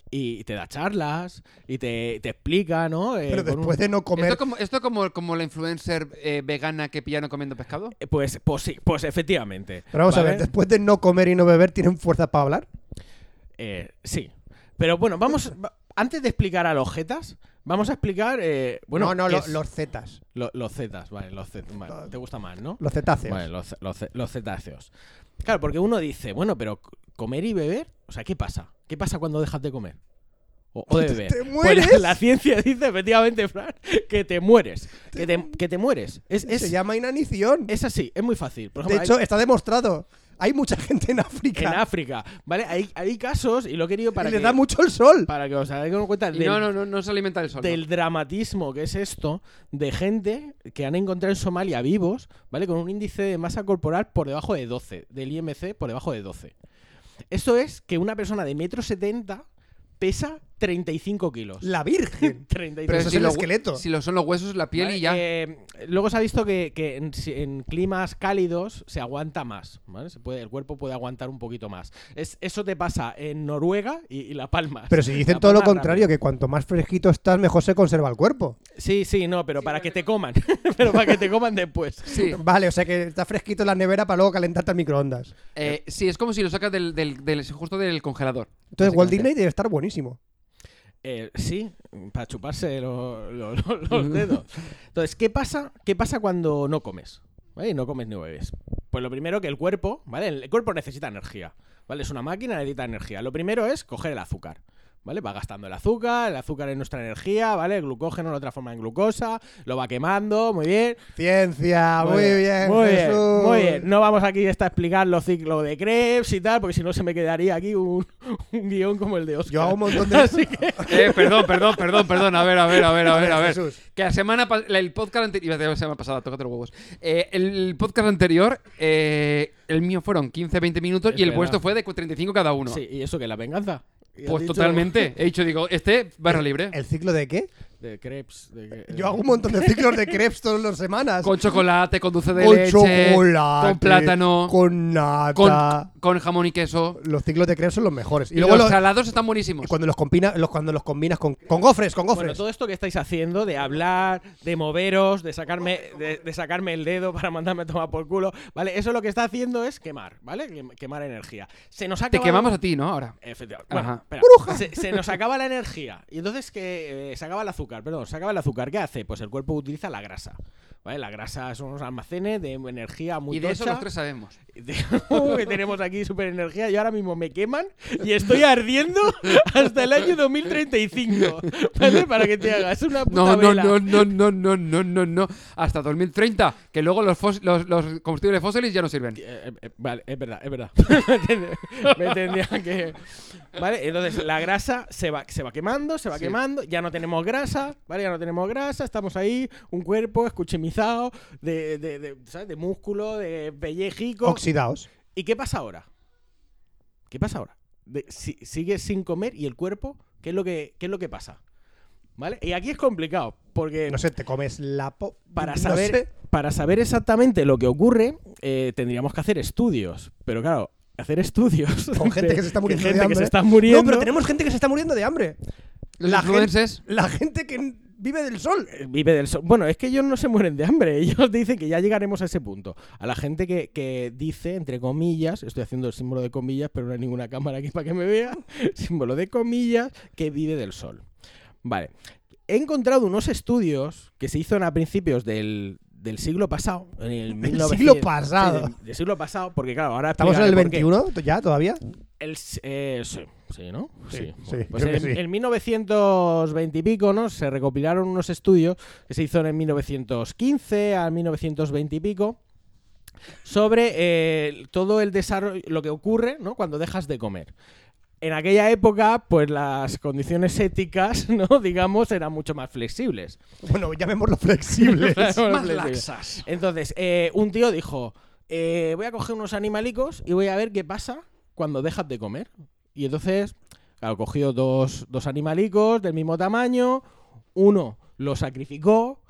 [SPEAKER 3] Y te da charlas, y te, te explica, ¿no? Eh,
[SPEAKER 6] Pero
[SPEAKER 3] con un-
[SPEAKER 6] después de no
[SPEAKER 2] ¿Esto
[SPEAKER 6] comer.
[SPEAKER 2] como, esto como, como la influencer eh, vegana que pillaron comiendo pescado?
[SPEAKER 3] Eh, Pues, pues sí, pues efectivamente.
[SPEAKER 6] Pero vamos a
[SPEAKER 3] ¿vale?
[SPEAKER 6] ver, después de no comer y no beber, ¿tienen fuerza para hablar?
[SPEAKER 3] Eh, sí. Pero bueno, vamos. va- Antes de explicar a los jetas, vamos a explicar. eh, bueno,
[SPEAKER 6] no, no,
[SPEAKER 3] qué
[SPEAKER 6] lo-
[SPEAKER 3] es-
[SPEAKER 6] los zetas,
[SPEAKER 3] lo- los zetas, vale, los zetas. vale, te gusta más, ¿no?
[SPEAKER 6] los cetáceos.
[SPEAKER 3] Vale, los, ce- los ce- los cetáceos. Claro, porque uno dice, bueno, pero c- comer y beber, o sea, ¿qué pasa? ¿Qué pasa cuando dejas de comer? O, o de beber.
[SPEAKER 6] te
[SPEAKER 3] Pues
[SPEAKER 6] mueres.
[SPEAKER 3] la, ciencia [LAUGHS] dice, efectivamente, Fran, que te mueres. Que te, que te mueres. Es, es-
[SPEAKER 6] Se llama inanición.
[SPEAKER 3] es así, es muy fácil. Por
[SPEAKER 6] de
[SPEAKER 3] ejemplo,
[SPEAKER 6] hecho,
[SPEAKER 3] hay-
[SPEAKER 6] está demostrado. Hay mucha gente en África.
[SPEAKER 3] en África, ¿vale? Hay, hay casos, y lo he querido para
[SPEAKER 6] y
[SPEAKER 3] que,
[SPEAKER 6] le da mucho el sol.
[SPEAKER 3] para que os hagáis cuenta
[SPEAKER 2] Y
[SPEAKER 3] del-
[SPEAKER 2] no, no, no, no se alimenta el sol. no.
[SPEAKER 3] del dramatismo que es esto de gente que han encontrado en Somalia vivos, ¿vale? Con un índice de masa corporal por debajo de 12, del IMC por debajo de 12. Esto es que una persona de metro 70 pesa 35 kilos.
[SPEAKER 6] La Virgen.
[SPEAKER 3] 35
[SPEAKER 6] Pero eso es el
[SPEAKER 2] lo-
[SPEAKER 6] esqueleto.
[SPEAKER 2] Si lo son los huesos, la piel
[SPEAKER 3] ¿vale?
[SPEAKER 2] y ya.
[SPEAKER 3] Eh, luego se ha visto que, que en, si- en climas cálidos se aguanta más, ¿vale? Se puede, el cuerpo puede aguantar un poquito más. Es, eso te pasa en Noruega y, y La Palma.
[SPEAKER 6] Pero si dicen todo lo contrario, que cuanto más fresquito estás, mejor se conserva el cuerpo.
[SPEAKER 3] Sí, sí, no, pero para que te coman. [LAUGHS] pero para que te coman después.
[SPEAKER 2] Sí,
[SPEAKER 6] Vale, o sea que está fresquito en la nevera para luego calentarte al microondas.
[SPEAKER 2] eh, sí, es como si lo sacas del, del- del- justo del congelador.
[SPEAKER 6] Entonces, Walt
[SPEAKER 2] básicamente.
[SPEAKER 6] Disney debe estar buenísimo.
[SPEAKER 3] Eh, sí, para chuparse lo- lo- lo- los dedos. Entonces, ¿qué pasa? ¿Qué pasa cuando no comes? ¿Vale? No comes ni bebes. Pues lo primero que el cuerpo, ¿vale? El cuerpo necesita energía. ¿Vale? Es una máquina, necesita energía. Lo primero es coger el azúcar. ¿Vale? Va gastando el azúcar, el azúcar es nuestra energía, ¿vale? El glucógeno lo transforma en glucosa, lo va quemando, muy bien.
[SPEAKER 6] Ciencia, muy, bien,
[SPEAKER 3] muy
[SPEAKER 6] Jesús.
[SPEAKER 3] bien, muy bien. No vamos aquí hasta a explicar los ciclos de Krebs y tal, porque si no se me quedaría aquí un, un guión como el de Oscar.
[SPEAKER 6] Yo hago un montón de.
[SPEAKER 3] Así que-
[SPEAKER 2] Eh, perdón, perdón, perdón, perdón. A ver, a ver, a ver, a ver, a ver.
[SPEAKER 6] Jesús.
[SPEAKER 2] Que la semana pas- la- el podcast anterior. Iba a decir la semana pasada, tócate los huevos. Eh, el podcast anterior, eh, el mío fueron 15, 20 minutos
[SPEAKER 3] Es
[SPEAKER 2] y el
[SPEAKER 3] verdad.
[SPEAKER 2] vuestro fue de 35 cada uno.
[SPEAKER 3] Sí, y eso que la venganza. Y has
[SPEAKER 2] Pues
[SPEAKER 3] dicho-
[SPEAKER 6] [LAUGHS]
[SPEAKER 2] totalmente. He dicho, digo, este, barra libre.
[SPEAKER 6] ¿El ciclo de qué?
[SPEAKER 3] [LAUGHS] De crepes. de- eh,
[SPEAKER 6] Yo hago un montón de ciclos de crepes todas las semanas.
[SPEAKER 2] Con chocolate, con dulce de
[SPEAKER 6] Con
[SPEAKER 2] leche.
[SPEAKER 6] chocolate.
[SPEAKER 2] Con plátano.
[SPEAKER 6] Con nata.
[SPEAKER 2] Con, con jamón y queso.
[SPEAKER 6] Los ciclos de crepes son los mejores.
[SPEAKER 2] Y,
[SPEAKER 6] Y, luego
[SPEAKER 2] los
[SPEAKER 6] los-
[SPEAKER 2] salados están buenísimos.
[SPEAKER 6] cuando, los combina, los, cuando los combinas con, con gofres, con
[SPEAKER 3] Bueno,
[SPEAKER 6] gofres.
[SPEAKER 3] todo esto que estáis haciendo de hablar, de moveros, de sacarme, de, de sacarme el dedo para mandarme a tomar por culo, ¿vale? Eso lo que está haciendo es quemar, ¿vale? Quem- Quemar energía. Se nos ha
[SPEAKER 2] Te
[SPEAKER 3] acabado-
[SPEAKER 2] quemamos a ti, ¿no? Ahora.
[SPEAKER 3] Efectivamente. Bueno,
[SPEAKER 2] Ajá.
[SPEAKER 3] espera. Se, se nos acaba la energía. Y entonces que eh, se acaba el azúcar, perdón, se acaba el azúcar. ¿Qué hace? Pues el cuerpo utiliza la grasa. ¿Vale? La grasa son unos almacenes de energía muy
[SPEAKER 2] Y de eso
[SPEAKER 3] tocha.
[SPEAKER 2] los tres sabemos.
[SPEAKER 3] [LAUGHS] que tenemos aquí super energía y ahora mismo me queman y
[SPEAKER 2] [LAUGHS]
[SPEAKER 3] estoy ardiendo hasta el año 2035 [LAUGHS] ¿vale? para que te hagas una puta
[SPEAKER 2] No, no,
[SPEAKER 3] vela.
[SPEAKER 2] no, no, no, no, no, no, no. Hasta 2030, que luego los, fós- los, los combustibles fósiles ya no sirven.
[SPEAKER 3] Eh, eh, vale, es verdad, es verdad. [LAUGHS] me tendría que. Vale, entonces la grasa se va, se va quemando, se va
[SPEAKER 2] Sí.
[SPEAKER 3] quemando. Ya no tenemos grasa, ¿vale? Ya no tenemos grasa. Estamos ahí, un cuerpo escuchemizado de, de, de, ¿sabes? de músculo, de pellejico.
[SPEAKER 6] Oxidados.
[SPEAKER 3] ¿Y qué pasa ahora? ¿Qué pasa ahora? De- si- sigues sin comer y el cuerpo, ¿qué es lo que, qué es lo que pasa? ¿Vale? Y aquí es complicado, porque
[SPEAKER 6] No sé, te comes la po-
[SPEAKER 3] para,
[SPEAKER 6] no
[SPEAKER 3] saber,
[SPEAKER 6] sé.
[SPEAKER 3] para saber exactamente lo que ocurre, eh, tendríamos que hacer estudios. Pero claro, hacer estudios.
[SPEAKER 6] Con gente
[SPEAKER 3] de-
[SPEAKER 6] que se está
[SPEAKER 3] de
[SPEAKER 6] muriendo de
[SPEAKER 3] gente que se
[SPEAKER 6] hambre.
[SPEAKER 3] está muriendo.
[SPEAKER 6] No, pero tenemos gente que se está muriendo de hambre.
[SPEAKER 2] Los
[SPEAKER 6] La
[SPEAKER 2] influencers.
[SPEAKER 6] gente, la gente que vive del sol.
[SPEAKER 3] eh, Vive del sol. Bueno, es que ellos no se mueren de hambre. [LAUGHS] Ellos dicen que ya llegaremos a ese punto. A la gente que, que dice, entre comillas, estoy haciendo el símbolo de comillas, pero no hay ninguna cámara aquí [LAUGHS] para que me vea. símbolo de comillas, que vive del sol. Vale. He encontrado unos estudios que se hicieron a principios del, del siglo pasado. En el
[SPEAKER 6] [LAUGHS] Del
[SPEAKER 3] 1900
[SPEAKER 6] siglo pasado.
[SPEAKER 3] Sí, del, del siglo pasado, porque claro, ahora
[SPEAKER 6] Estamos en el
[SPEAKER 3] explicaré por qué.
[SPEAKER 6] 21 ya todavía.
[SPEAKER 3] El, s- eh, sí, sí, ¿no?
[SPEAKER 6] Sí,
[SPEAKER 3] Bueno,
[SPEAKER 6] sí,
[SPEAKER 3] pues
[SPEAKER 6] creo
[SPEAKER 3] en,
[SPEAKER 6] que sí.
[SPEAKER 3] en 1920 y pico, ¿no? Se recopilaron unos estudios que se hicieron en 1915 a 1920 y pico sobre eh, todo el desarrollo, lo que ocurre, ¿no? Cuando dejas de comer. en aquella época, pues las condiciones éticas, [LAUGHS] ¿no? Digamos, eran mucho más
[SPEAKER 6] [LAUGHS]
[SPEAKER 3] flexibles.
[SPEAKER 6] Bueno, llamémoslo flexible.
[SPEAKER 3] Bueno,
[SPEAKER 2] Más
[SPEAKER 3] flexibles.
[SPEAKER 2] laxas.
[SPEAKER 3] Entonces, eh, un tío dijo, eh, voy a coger unos animalicos y voy a ver qué pasa cuando dejas de comer. Y entonces, claro, cogió dos, dos animalicos del mismo tamaño, uno lo sacrificó,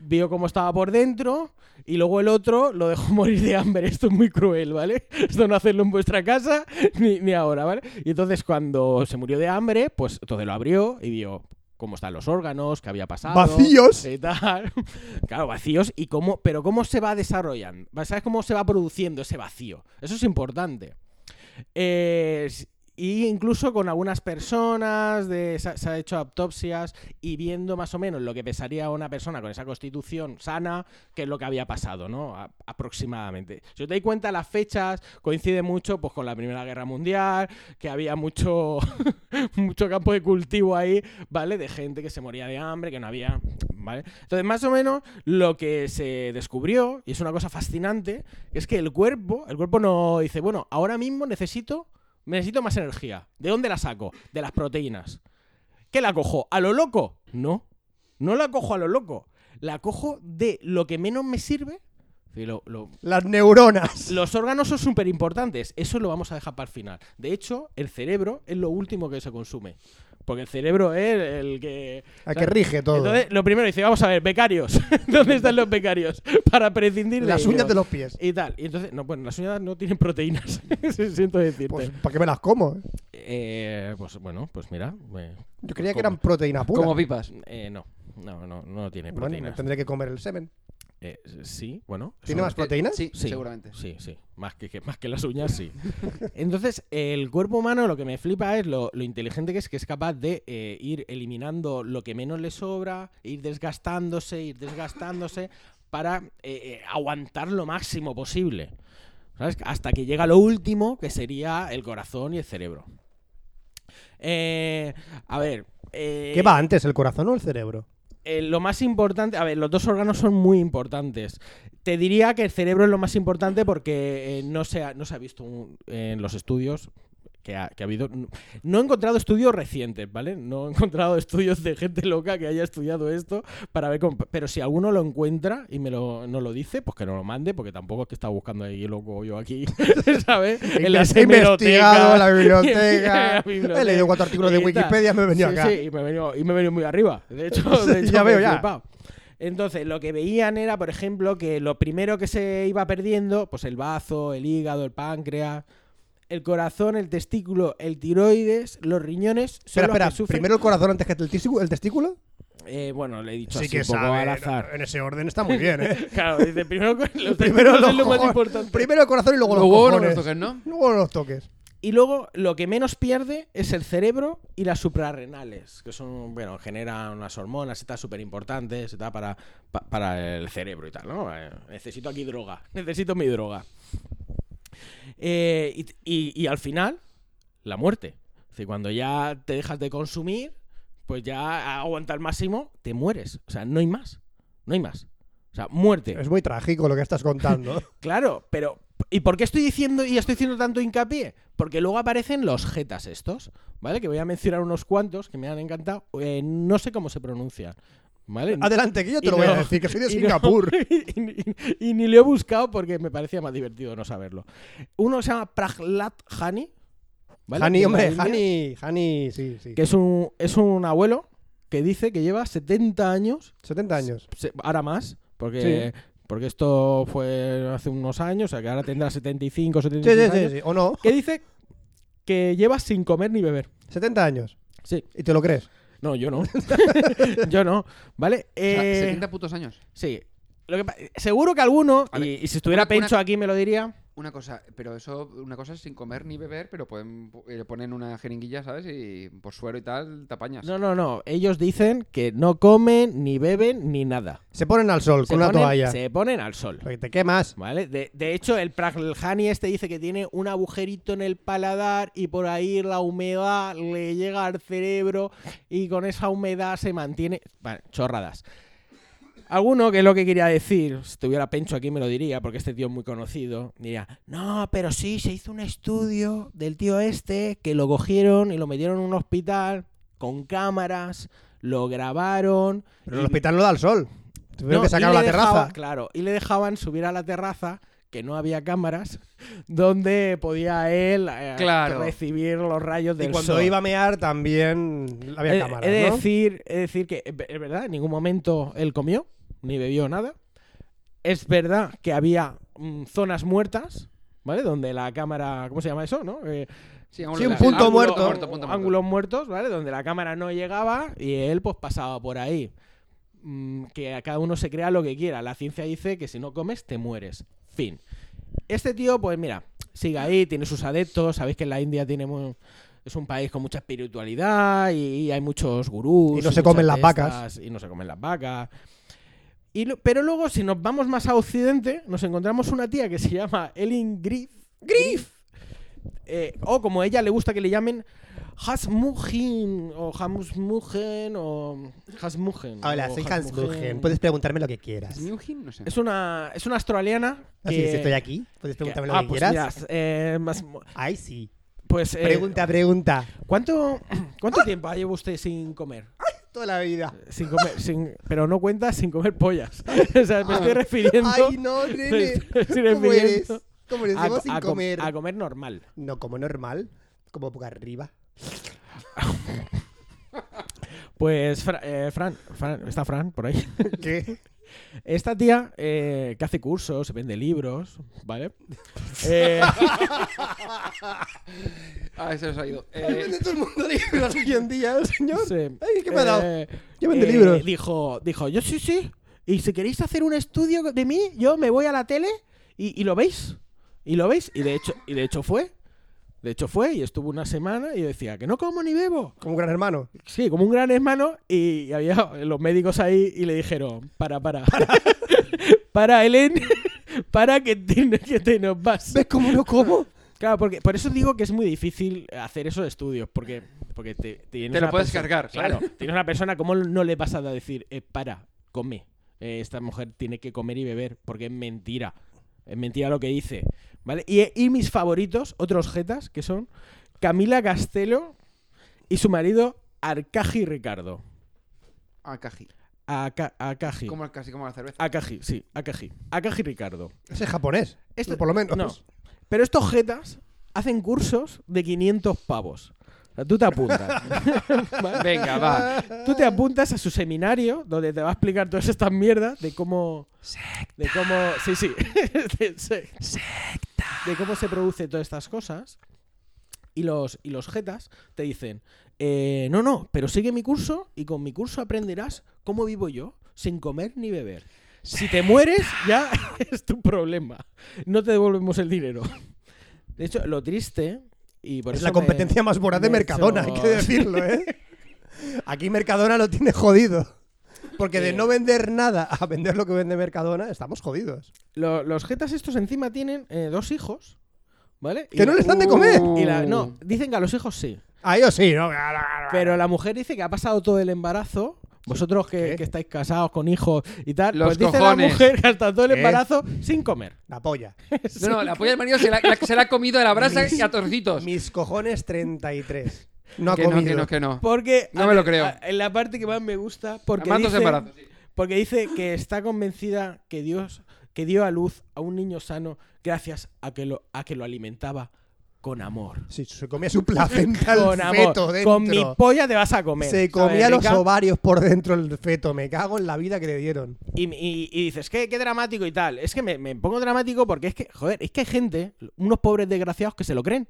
[SPEAKER 3] vio cómo estaba por dentro y luego el otro lo dejó [LAUGHS] morir de hambre. Esto es muy cruel, ¿vale? [LAUGHS] Esto no hacerlo en vuestra casa [LAUGHS] ni, ni ahora, ¿vale? Y entonces cuando se murió de hambre, pues entonces lo abrió y vio cómo están los órganos, qué había pasado.
[SPEAKER 6] Vacíos.
[SPEAKER 3] Y tal. [LAUGHS] Claro, vacíos y cómo, pero cómo se va desarrollando, ¿sabes cómo se va produciendo ese vacío? Eso es importante. Eh, s- y incluso con algunas personas de- se, ha- se ha hecho autopsias y viendo más o menos lo que pesaría a una persona con esa constitución sana, que es lo que había pasado, ¿no? A- aproximadamente. Si os dais cuenta, las fechas coinciden mucho pues, con la Primera Guerra Mundial, que había mucho, [LAUGHS] mucho campo de cultivo ahí, ¿vale? De gente que se moría de hambre, que no había, ¿vale? Entonces, más o menos, lo que se descubrió, y es una cosa fascinante, es que el cuerpo, el cuerpo no dice, bueno, ahora mismo necesito, necesito más energía. ¿De dónde la saco? De las proteínas. ¿Qué la cojo? ¿A lo loco? No. No la cojo a lo loco. La cojo de lo que menos me sirve. Y lo- lo,
[SPEAKER 6] Las neuronas.
[SPEAKER 3] los órganos son súper importantes. Eso lo vamos a dejar para el final. De hecho, el cerebro es lo último que se consume. Porque el cerebro es el que.
[SPEAKER 6] A que rige todo.
[SPEAKER 3] Entonces, lo primero dice: Vamos a ver, becarios. [LAUGHS] ¿Dónde están los becarios? Para prescindir de.
[SPEAKER 6] Las uñas
[SPEAKER 3] ellos.
[SPEAKER 6] de los pies.
[SPEAKER 3] Y tal. Y entonces, no, bueno, las uñas no tienen proteínas. [LAUGHS] Siento decirte.
[SPEAKER 6] Pues,
[SPEAKER 3] Pues,
[SPEAKER 6] ¿para qué me las como? eh?
[SPEAKER 3] eh, pues bueno, pues mira. eh,
[SPEAKER 6] Yo creía que
[SPEAKER 3] como-
[SPEAKER 6] eran proteína pura.
[SPEAKER 2] Como pipas.
[SPEAKER 3] eh, no. No, no, no tiene
[SPEAKER 6] Bueno, me
[SPEAKER 3] proteínas.
[SPEAKER 6] tendré que comer el semen.
[SPEAKER 3] Eh, sí, bueno.
[SPEAKER 6] ¿Tiene
[SPEAKER 3] eso-
[SPEAKER 6] más proteínas?
[SPEAKER 2] Sí,
[SPEAKER 3] Sí.
[SPEAKER 2] seguramente.
[SPEAKER 3] Sí, sí. Más que, que- más que las uñas, sí. [LAUGHS] Entonces, el cuerpo humano lo que me flipa es lo, lo inteligente que es, que es capaz de eh, ir eliminando lo que menos le sobra, ir desgastándose, ir desgastándose, para eh, eh, aguantar lo máximo posible. ¿Sabes? Hasta que llega lo último, que sería el corazón y el cerebro. Eh, a ver. eh,
[SPEAKER 6] ¿Qué va antes, el corazón o el cerebro?
[SPEAKER 3] eh, lo más importante, a ver, los dos órganos son muy importantes. Te diría que el cerebro es lo más importante porque eh, no, se ha, no se ha visto un- en los estudios que ha, que ha habido. No he encontrado estudios recientes, ¿vale? No he [LAUGHS] encontrado estudios de gente loca que haya estudiado esto para ver cómo- Pero si alguno lo encuentra y me lo, no lo dice, pues que no lo mande, porque tampoco es que está buscando ahí loco yo aquí, [LAUGHS] ¿sabes?
[SPEAKER 6] He investigado en
[SPEAKER 3] [LAUGHS]
[SPEAKER 6] la
[SPEAKER 3] en
[SPEAKER 6] biblioteca.
[SPEAKER 3] la biblioteca
[SPEAKER 6] He leído cuatro artículos de
[SPEAKER 3] y tal.
[SPEAKER 6] Wikipedia y me he venido
[SPEAKER 3] Sí,
[SPEAKER 6] acá.
[SPEAKER 3] sí, y me he venido, y me he venido muy arriba. De
[SPEAKER 6] [LAUGHS]
[SPEAKER 3] hecho,
[SPEAKER 6] Sí,
[SPEAKER 3] de hecho,
[SPEAKER 6] ya
[SPEAKER 3] me he
[SPEAKER 6] veo, ya.
[SPEAKER 3] flipado. Entonces, lo que veían era, por ejemplo, que lo primero que se iba perdiendo, pues el bazo, el hígado, el páncreas, el corazón, el testículo, el tiroides, los riñones. son
[SPEAKER 6] Espera,
[SPEAKER 3] los que
[SPEAKER 6] espera.
[SPEAKER 3] sufren-
[SPEAKER 6] Primero el corazón antes que el testículo. ¿El testículo?
[SPEAKER 3] Eh, bueno, le he dicho
[SPEAKER 6] Sí
[SPEAKER 3] así
[SPEAKER 6] que
[SPEAKER 3] un poco al
[SPEAKER 6] sabe.
[SPEAKER 3] azar.
[SPEAKER 6] [LAUGHS] no, En ese orden está muy
[SPEAKER 3] [LAUGHS]
[SPEAKER 6] bien, ¿eh?
[SPEAKER 3] Claro, dice primero
[SPEAKER 6] [LAUGHS]
[SPEAKER 3] los
[SPEAKER 6] Primero,
[SPEAKER 3] testículos
[SPEAKER 6] los
[SPEAKER 3] es lo más
[SPEAKER 6] cojones.
[SPEAKER 3] importante.
[SPEAKER 6] Primero el corazón y luego los
[SPEAKER 2] Luego no
[SPEAKER 6] cojones.
[SPEAKER 2] nos toquen, ¿no?
[SPEAKER 6] Luego los toques.
[SPEAKER 3] Y luego lo que menos pierde es el cerebro y las suprarrenales, que son, bueno, generan unas hormonas y tal súper importantes y tal para, pa- para el cerebro y tal, ¿no? Eh, necesito aquí droga, [LAUGHS] necesito mi droga. Eh, y, y- y al final, la muerte. Es decir, cuando ya te dejas de consumir, pues ya aguanta al máximo, te mueres. O sea, no hay más. No hay más. O sea, muerte.
[SPEAKER 6] Es muy trágico lo que
[SPEAKER 3] [LAUGHS]
[SPEAKER 6] estás contando.
[SPEAKER 3] Claro, pero. ¿Y por qué estoy diciendo y estoy haciendo tanto hincapié? Porque luego aparecen los jetas estos, ¿vale? Que voy a mencionar unos cuantos que me han encantado. Eh, no sé cómo se pronuncian, ¿vale?
[SPEAKER 6] Adelante, que yo te
[SPEAKER 3] Y
[SPEAKER 6] lo voy a
[SPEAKER 3] no-
[SPEAKER 6] decir, que soy de
[SPEAKER 3] [LAUGHS] y no-
[SPEAKER 6] Ah, Singapur.
[SPEAKER 3] y, y- y ni lo he buscado porque me parecía más divertido no saberlo. Uno se llama Prahlat Hani. [LAUGHS] ¿vale?
[SPEAKER 6] Hani,
[SPEAKER 3] De la
[SPEAKER 6] hombre,
[SPEAKER 3] India,
[SPEAKER 6] Hani, Hani, sí, sí.
[SPEAKER 3] Que es un, es un abuelo que dice que lleva 70 años
[SPEAKER 6] 70 años.
[SPEAKER 3] se- ahora más, porque, porque esto fue hace unos años, o sea que ahora tendrá 75,
[SPEAKER 6] Sí,
[SPEAKER 3] 76
[SPEAKER 6] sí, sí,
[SPEAKER 3] años,
[SPEAKER 6] sí. ¿O no?
[SPEAKER 3] que dice que lleva sin comer ni beber.
[SPEAKER 6] 70 años.
[SPEAKER 3] Sí.
[SPEAKER 6] ¿Y te lo crees?
[SPEAKER 3] No, yo no. yo no. ¿Vale?
[SPEAKER 2] O sea,
[SPEAKER 3] Eh,
[SPEAKER 2] 70 putos años.
[SPEAKER 3] Sí. Lo que pa- seguro que alguno,
[SPEAKER 2] A
[SPEAKER 3] y,
[SPEAKER 2] ver,
[SPEAKER 3] y si estuviera
[SPEAKER 2] una-
[SPEAKER 3] Pencho
[SPEAKER 2] una-
[SPEAKER 3] aquí me lo diría,
[SPEAKER 2] Una cosa, pero eso, una cosa es sin comer ni beber, pero pueden eh, ponen una jeringuilla, ¿sabes? Y por suero y tal, te apañas.
[SPEAKER 3] no, no, no, ellos dicen que no comen, ni beben, ni nada.
[SPEAKER 6] Se ponen al sol
[SPEAKER 3] Se
[SPEAKER 6] con una
[SPEAKER 3] ponen-
[SPEAKER 6] toalla.
[SPEAKER 3] Se ponen al sol.
[SPEAKER 6] Porque te quemas.
[SPEAKER 3] ¿Vale? De, de hecho, el Praljani este dice que tiene un agujerito en el paladar y por ahí la humedad le llega al cerebro y con esa humedad se mantiene. Vale, chorradas. Alguno que es lo que quería decir, si tuviera Pencho aquí me lo diría, porque este tío es muy conocido, diría, no, pero sí, se hizo un estudio del tío este que lo cogieron y lo metieron en un hospital con cámaras, lo grabaron.
[SPEAKER 6] Pero
[SPEAKER 3] y-
[SPEAKER 6] el hospital no da el sol. Tuvieron
[SPEAKER 3] no,
[SPEAKER 6] que
[SPEAKER 3] y
[SPEAKER 6] sacar a la
[SPEAKER 3] le dejaban-
[SPEAKER 6] terraza.
[SPEAKER 3] Claro, y le dejaban subir a la terraza, que no había cámaras, [LAUGHS] donde podía él eh,
[SPEAKER 2] Claro.
[SPEAKER 3] recibir los rayos del
[SPEAKER 6] Y cuando
[SPEAKER 3] sol.
[SPEAKER 6] iba a mear también había
[SPEAKER 3] He-
[SPEAKER 6] cámaras,
[SPEAKER 3] he, de
[SPEAKER 6] ¿no?
[SPEAKER 3] decir, he de decir que, es ve- es verdad, en ningún momento él comió, ni bebió nada. Es verdad que había mm, zonas muertas, ¿vale? Donde la cámara, ¿cómo se llama eso, no? Eh,
[SPEAKER 2] vamos
[SPEAKER 6] Sí,
[SPEAKER 2] a
[SPEAKER 6] un
[SPEAKER 2] ver.
[SPEAKER 6] punto
[SPEAKER 2] Ángulo-
[SPEAKER 6] muerto.
[SPEAKER 2] punto muerto.
[SPEAKER 3] Ángulos muertos, ¿vale? Donde la cámara no llegaba y él pues pasaba por ahí. Mm, que a cada uno se crea lo que quiera. La ciencia dice que si no comes te mueres. Fin. Este tío, pues mira, sigue ahí, tiene sus adeptos. Sabéis que en la India tiene mu- es un país con mucha espiritualidad y hay muchos gurús.
[SPEAKER 6] Y no se
[SPEAKER 3] muchas
[SPEAKER 6] comen las
[SPEAKER 3] de estas,
[SPEAKER 6] vacas.
[SPEAKER 3] Y no se comen las vacas. Y lo- pero luego, si nos vamos más a Occidente, nos encontramos una tía que se llama Ellen Griff. ¡Griff! Eh, o como a ella le gusta que le llamen Hasmugen o Hamusmugen o Hasmugen.
[SPEAKER 6] Hola,
[SPEAKER 3] o
[SPEAKER 6] soy Hans
[SPEAKER 3] Hasmugen.
[SPEAKER 6] Buchen. Puedes preguntarme lo que quieras.
[SPEAKER 2] Newhim, no sé.
[SPEAKER 3] Es una, es una australiana que...
[SPEAKER 6] Así, si Ah, estoy aquí, puedes
[SPEAKER 3] que-
[SPEAKER 6] preguntarme
[SPEAKER 3] ah,
[SPEAKER 6] lo que
[SPEAKER 3] pues
[SPEAKER 6] quieras.
[SPEAKER 3] miras, eh, más-
[SPEAKER 6] Ay, sí.
[SPEAKER 3] pues, eh,
[SPEAKER 6] Pregunta, pregunta.
[SPEAKER 3] ¿Cuánto, cuánto tiempo lleva usted sin comer?
[SPEAKER 6] Toda la vida.
[SPEAKER 3] Sin comer sin, pero no cuenta sin comer pollas. [LAUGHS] o sea, me estoy refiriendo...
[SPEAKER 6] Ah. Ay, no, nene.
[SPEAKER 3] [LAUGHS] Estoy
[SPEAKER 6] ¿Cómo eres?
[SPEAKER 3] refiriendo
[SPEAKER 6] ¿Cómo eres?
[SPEAKER 3] a,
[SPEAKER 6] Llevo sin
[SPEAKER 3] a com-
[SPEAKER 6] comer.
[SPEAKER 3] a comer normal.
[SPEAKER 6] No, como normal. Como
[SPEAKER 3] [LAUGHS]
[SPEAKER 6] por arriba.
[SPEAKER 3] Pues Fra- eh, Fran, Fran, ¿está Fran por ahí? Eh,
[SPEAKER 6] [LAUGHS] ¿Qué?
[SPEAKER 3] Esta tía eh, que hace cursos, vende libros,
[SPEAKER 6] [LAUGHS]
[SPEAKER 3] ¿vale? Eh,
[SPEAKER 2] Ah, ese os ha
[SPEAKER 6] [LAUGHS]
[SPEAKER 2] ido. Eh,
[SPEAKER 6] Vende todo el mundo libros hoy en día, ¿eh, señor.
[SPEAKER 3] sí.
[SPEAKER 6] Ay, ¿qué me ha dado?
[SPEAKER 3] Eh,
[SPEAKER 6] Yo vendo libros.
[SPEAKER 3] Dijo, dijo, yo sí, sí. Y si queréis hacer un estudio de mí, yo me voy a la tele y, y lo veis. Y lo veis. Y de hecho, y de hecho fue. De hecho fue y estuvo una semana y decía que no como ni bebo.
[SPEAKER 6] Como un gran hermano.
[SPEAKER 3] Sí, como un gran hermano y había los médicos ahí y le dijeron, para, para, [LAUGHS] para, Helen, [LAUGHS] para que te, que te nos vas.
[SPEAKER 6] ¿Ves cómo no como?
[SPEAKER 3] Claro, porque por eso digo que es muy difícil hacer esos estudios, porque, porque te, tienes
[SPEAKER 2] Te lo
[SPEAKER 3] una
[SPEAKER 2] puedes
[SPEAKER 3] persona-
[SPEAKER 2] cargar, ¿sabes?
[SPEAKER 3] Claro, tienes una persona, ¿cómo no le vas a decir, eh, para, come? Eh, esta mujer tiene que comer y beber, porque es mentira. Es mentira lo que dice. ¿Vale? Y, y mis favoritos, otros jetas, que son Camila Castelo y su marido Arcaji Ricardo.
[SPEAKER 2] Ah, Kaji.
[SPEAKER 3] Aca- Acaji.
[SPEAKER 2] Como, casi como la cerveza.
[SPEAKER 3] Acaji, sí, Acaji. Acaji Ricardo.
[SPEAKER 6] Ese es japonés.
[SPEAKER 3] Esto-
[SPEAKER 6] por lo menos.
[SPEAKER 3] No. Pero estos jetas hacen cursos de 500 pavos. O sea, tú te apuntas. [LAUGHS] ¿Vale?
[SPEAKER 2] Venga,
[SPEAKER 6] [LAUGHS]
[SPEAKER 2] va.
[SPEAKER 3] Tú te apuntas a su seminario donde te va a explicar todas estas mierdas de cómo. De cómo. Sí, sí. [LAUGHS] de, se- de cómo se produce todas estas cosas. Y los, y los jetas te dicen: eh, No, no, pero sigue mi curso y con mi curso aprenderás cómo vivo yo sin comer ni beber. Si te mueres, ya [LAUGHS] es tu problema. No te devolvemos el dinero. De hecho, lo triste. Y por
[SPEAKER 6] es
[SPEAKER 3] eso
[SPEAKER 6] la
[SPEAKER 3] me-
[SPEAKER 6] competencia más voraz de
[SPEAKER 3] me
[SPEAKER 6] Mercadona,
[SPEAKER 3] hizo-
[SPEAKER 6] hay que decirlo, ¿eh? Aquí Mercadona lo tiene jodido. Porque de
[SPEAKER 3] Sí.
[SPEAKER 6] no vender nada a vender lo que vende Mercadona, estamos jodidos.
[SPEAKER 3] Lo- los jetas estos encima tienen eh, dos hijos, ¿vale? Y
[SPEAKER 6] ¡Que no
[SPEAKER 3] la-
[SPEAKER 6] les dan de comer!
[SPEAKER 3] y la-
[SPEAKER 2] Uh.
[SPEAKER 3] no, dicen que a los hijos sí.
[SPEAKER 6] A ellos Ah, sí, ¿no?
[SPEAKER 3] Pero la mujer dice que ha pasado todo el embarazo. Vosotros que,
[SPEAKER 6] ¿Qué?
[SPEAKER 3] que estáis casados con hijos y tal,
[SPEAKER 2] Los
[SPEAKER 3] pues dice
[SPEAKER 2] cojones.
[SPEAKER 3] la mujer que ha estado todo el
[SPEAKER 6] ¿Qué?
[SPEAKER 3] embarazo sin comer.
[SPEAKER 6] La polla.
[SPEAKER 2] No, no, la polla del marido se la, la- se la ha comido a la brasa y a torcitos.
[SPEAKER 6] Mis cojones 33. No ha
[SPEAKER 2] que
[SPEAKER 6] comido.
[SPEAKER 2] no, que no, que no.
[SPEAKER 3] Porque
[SPEAKER 2] No
[SPEAKER 3] a
[SPEAKER 2] me lo
[SPEAKER 3] ver,
[SPEAKER 2] creo.
[SPEAKER 3] a- en la parte que más me gusta, porque
[SPEAKER 2] Además, dos
[SPEAKER 3] dice,
[SPEAKER 2] embarazos.
[SPEAKER 3] porque dice que está convencida que Dios que dio a luz a un niño sano gracias a que lo a que lo alimentaba con amor.
[SPEAKER 6] Sí, se comía su placenta
[SPEAKER 3] con
[SPEAKER 6] el
[SPEAKER 3] amor.
[SPEAKER 6] feto dentro.
[SPEAKER 3] Con mi polla te vas a comer.
[SPEAKER 6] se
[SPEAKER 3] ¿sabes,
[SPEAKER 6] comía los
[SPEAKER 3] Rica?
[SPEAKER 6] ovarios por dentro el feto. Me cago en la vida que le dieron.
[SPEAKER 3] y, y- y dices, ¿qué, qué dramático y tal. Es que me, me pongo dramático porque es que, joder, es que hay gente, unos pobres desgraciados que se lo creen.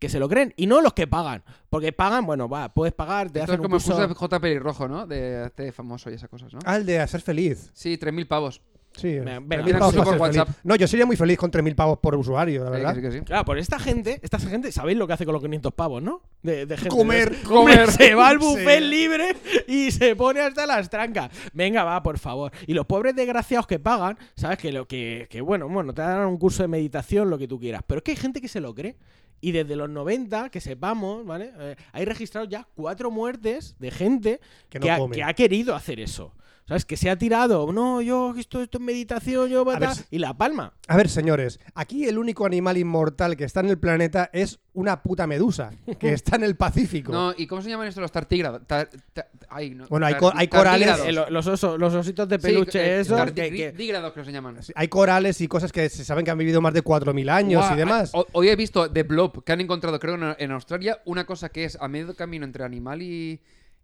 [SPEAKER 3] Que se lo creen. Y no los que pagan. Porque pagan, bueno, va, puedes pagar,
[SPEAKER 2] Esto
[SPEAKER 3] te
[SPEAKER 2] es
[SPEAKER 3] hacen un
[SPEAKER 2] como el
[SPEAKER 3] curso.
[SPEAKER 2] curso de J. Pelirrojo, ¿no? De este famoso y esas cosas, ¿no?
[SPEAKER 6] Ah, el de hacer feliz.
[SPEAKER 2] Sí, 3.000 pavos.
[SPEAKER 6] Sí.
[SPEAKER 3] Venga,
[SPEAKER 6] 3.000
[SPEAKER 3] venga,
[SPEAKER 6] pavos
[SPEAKER 2] sí, por
[SPEAKER 6] para ser feliz.
[SPEAKER 2] WhatsApp.
[SPEAKER 6] No, yo sería muy feliz con 3.000 pavos por usuario, la
[SPEAKER 2] Eh, que
[SPEAKER 6] verdad.
[SPEAKER 2] sí, que sí.
[SPEAKER 3] Claro, por esta gente, esta gente, ¿sabéis lo que hace con los 500 pavos, no? De, de gente
[SPEAKER 6] Comer,
[SPEAKER 3] de esta.
[SPEAKER 2] comer.
[SPEAKER 3] [LAUGHS] Se va al
[SPEAKER 6] Sí.
[SPEAKER 3] buffet libre y se pone hasta las trancas. Venga, va, por favor. Y los pobres desgraciados que pagan, ¿sabes? Que, lo, que, que bueno, bueno, te dan un curso de meditación, lo que tú quieras. Pero es que hay gente que se lo cree. Y desde los 90, que sepamos, ¿vale? Eh, hay registrados ya cuatro muertes de gente
[SPEAKER 6] Que no
[SPEAKER 3] ha-
[SPEAKER 6] come.
[SPEAKER 3] ha querido hacer eso. O ¿Sabes? Que se ha tirado. No, yo, esto, esto es meditación, yo,
[SPEAKER 6] ver
[SPEAKER 3] bata",
[SPEAKER 6] si-
[SPEAKER 3] Y la palma.
[SPEAKER 6] A ver, señores, aquí el único animal inmortal que está en el planeta es una puta medusa,
[SPEAKER 2] [LAUGHS]
[SPEAKER 6] que está en el Pacífico.
[SPEAKER 2] No, ¿y cómo se llaman estos los tartígrados? Tar- tar- ay, no,
[SPEAKER 6] Bueno, hay
[SPEAKER 2] tar-
[SPEAKER 6] co- hay corales,
[SPEAKER 2] tartígrados.
[SPEAKER 3] Eh, lo- los, osos- los ositos de
[SPEAKER 2] Sí,
[SPEAKER 3] peluche,
[SPEAKER 2] eh,
[SPEAKER 3] esos.
[SPEAKER 2] tartigri-
[SPEAKER 3] que- que-
[SPEAKER 2] Dígrados que los llaman.
[SPEAKER 6] Hay corales y cosas que se saben que han vivido más de 4.000 años
[SPEAKER 2] Guau,
[SPEAKER 6] y demás.
[SPEAKER 2] ho- Hoy he visto de Blob que han encontrado, creo, en- en Australia, una cosa que es a medio camino entre animal y.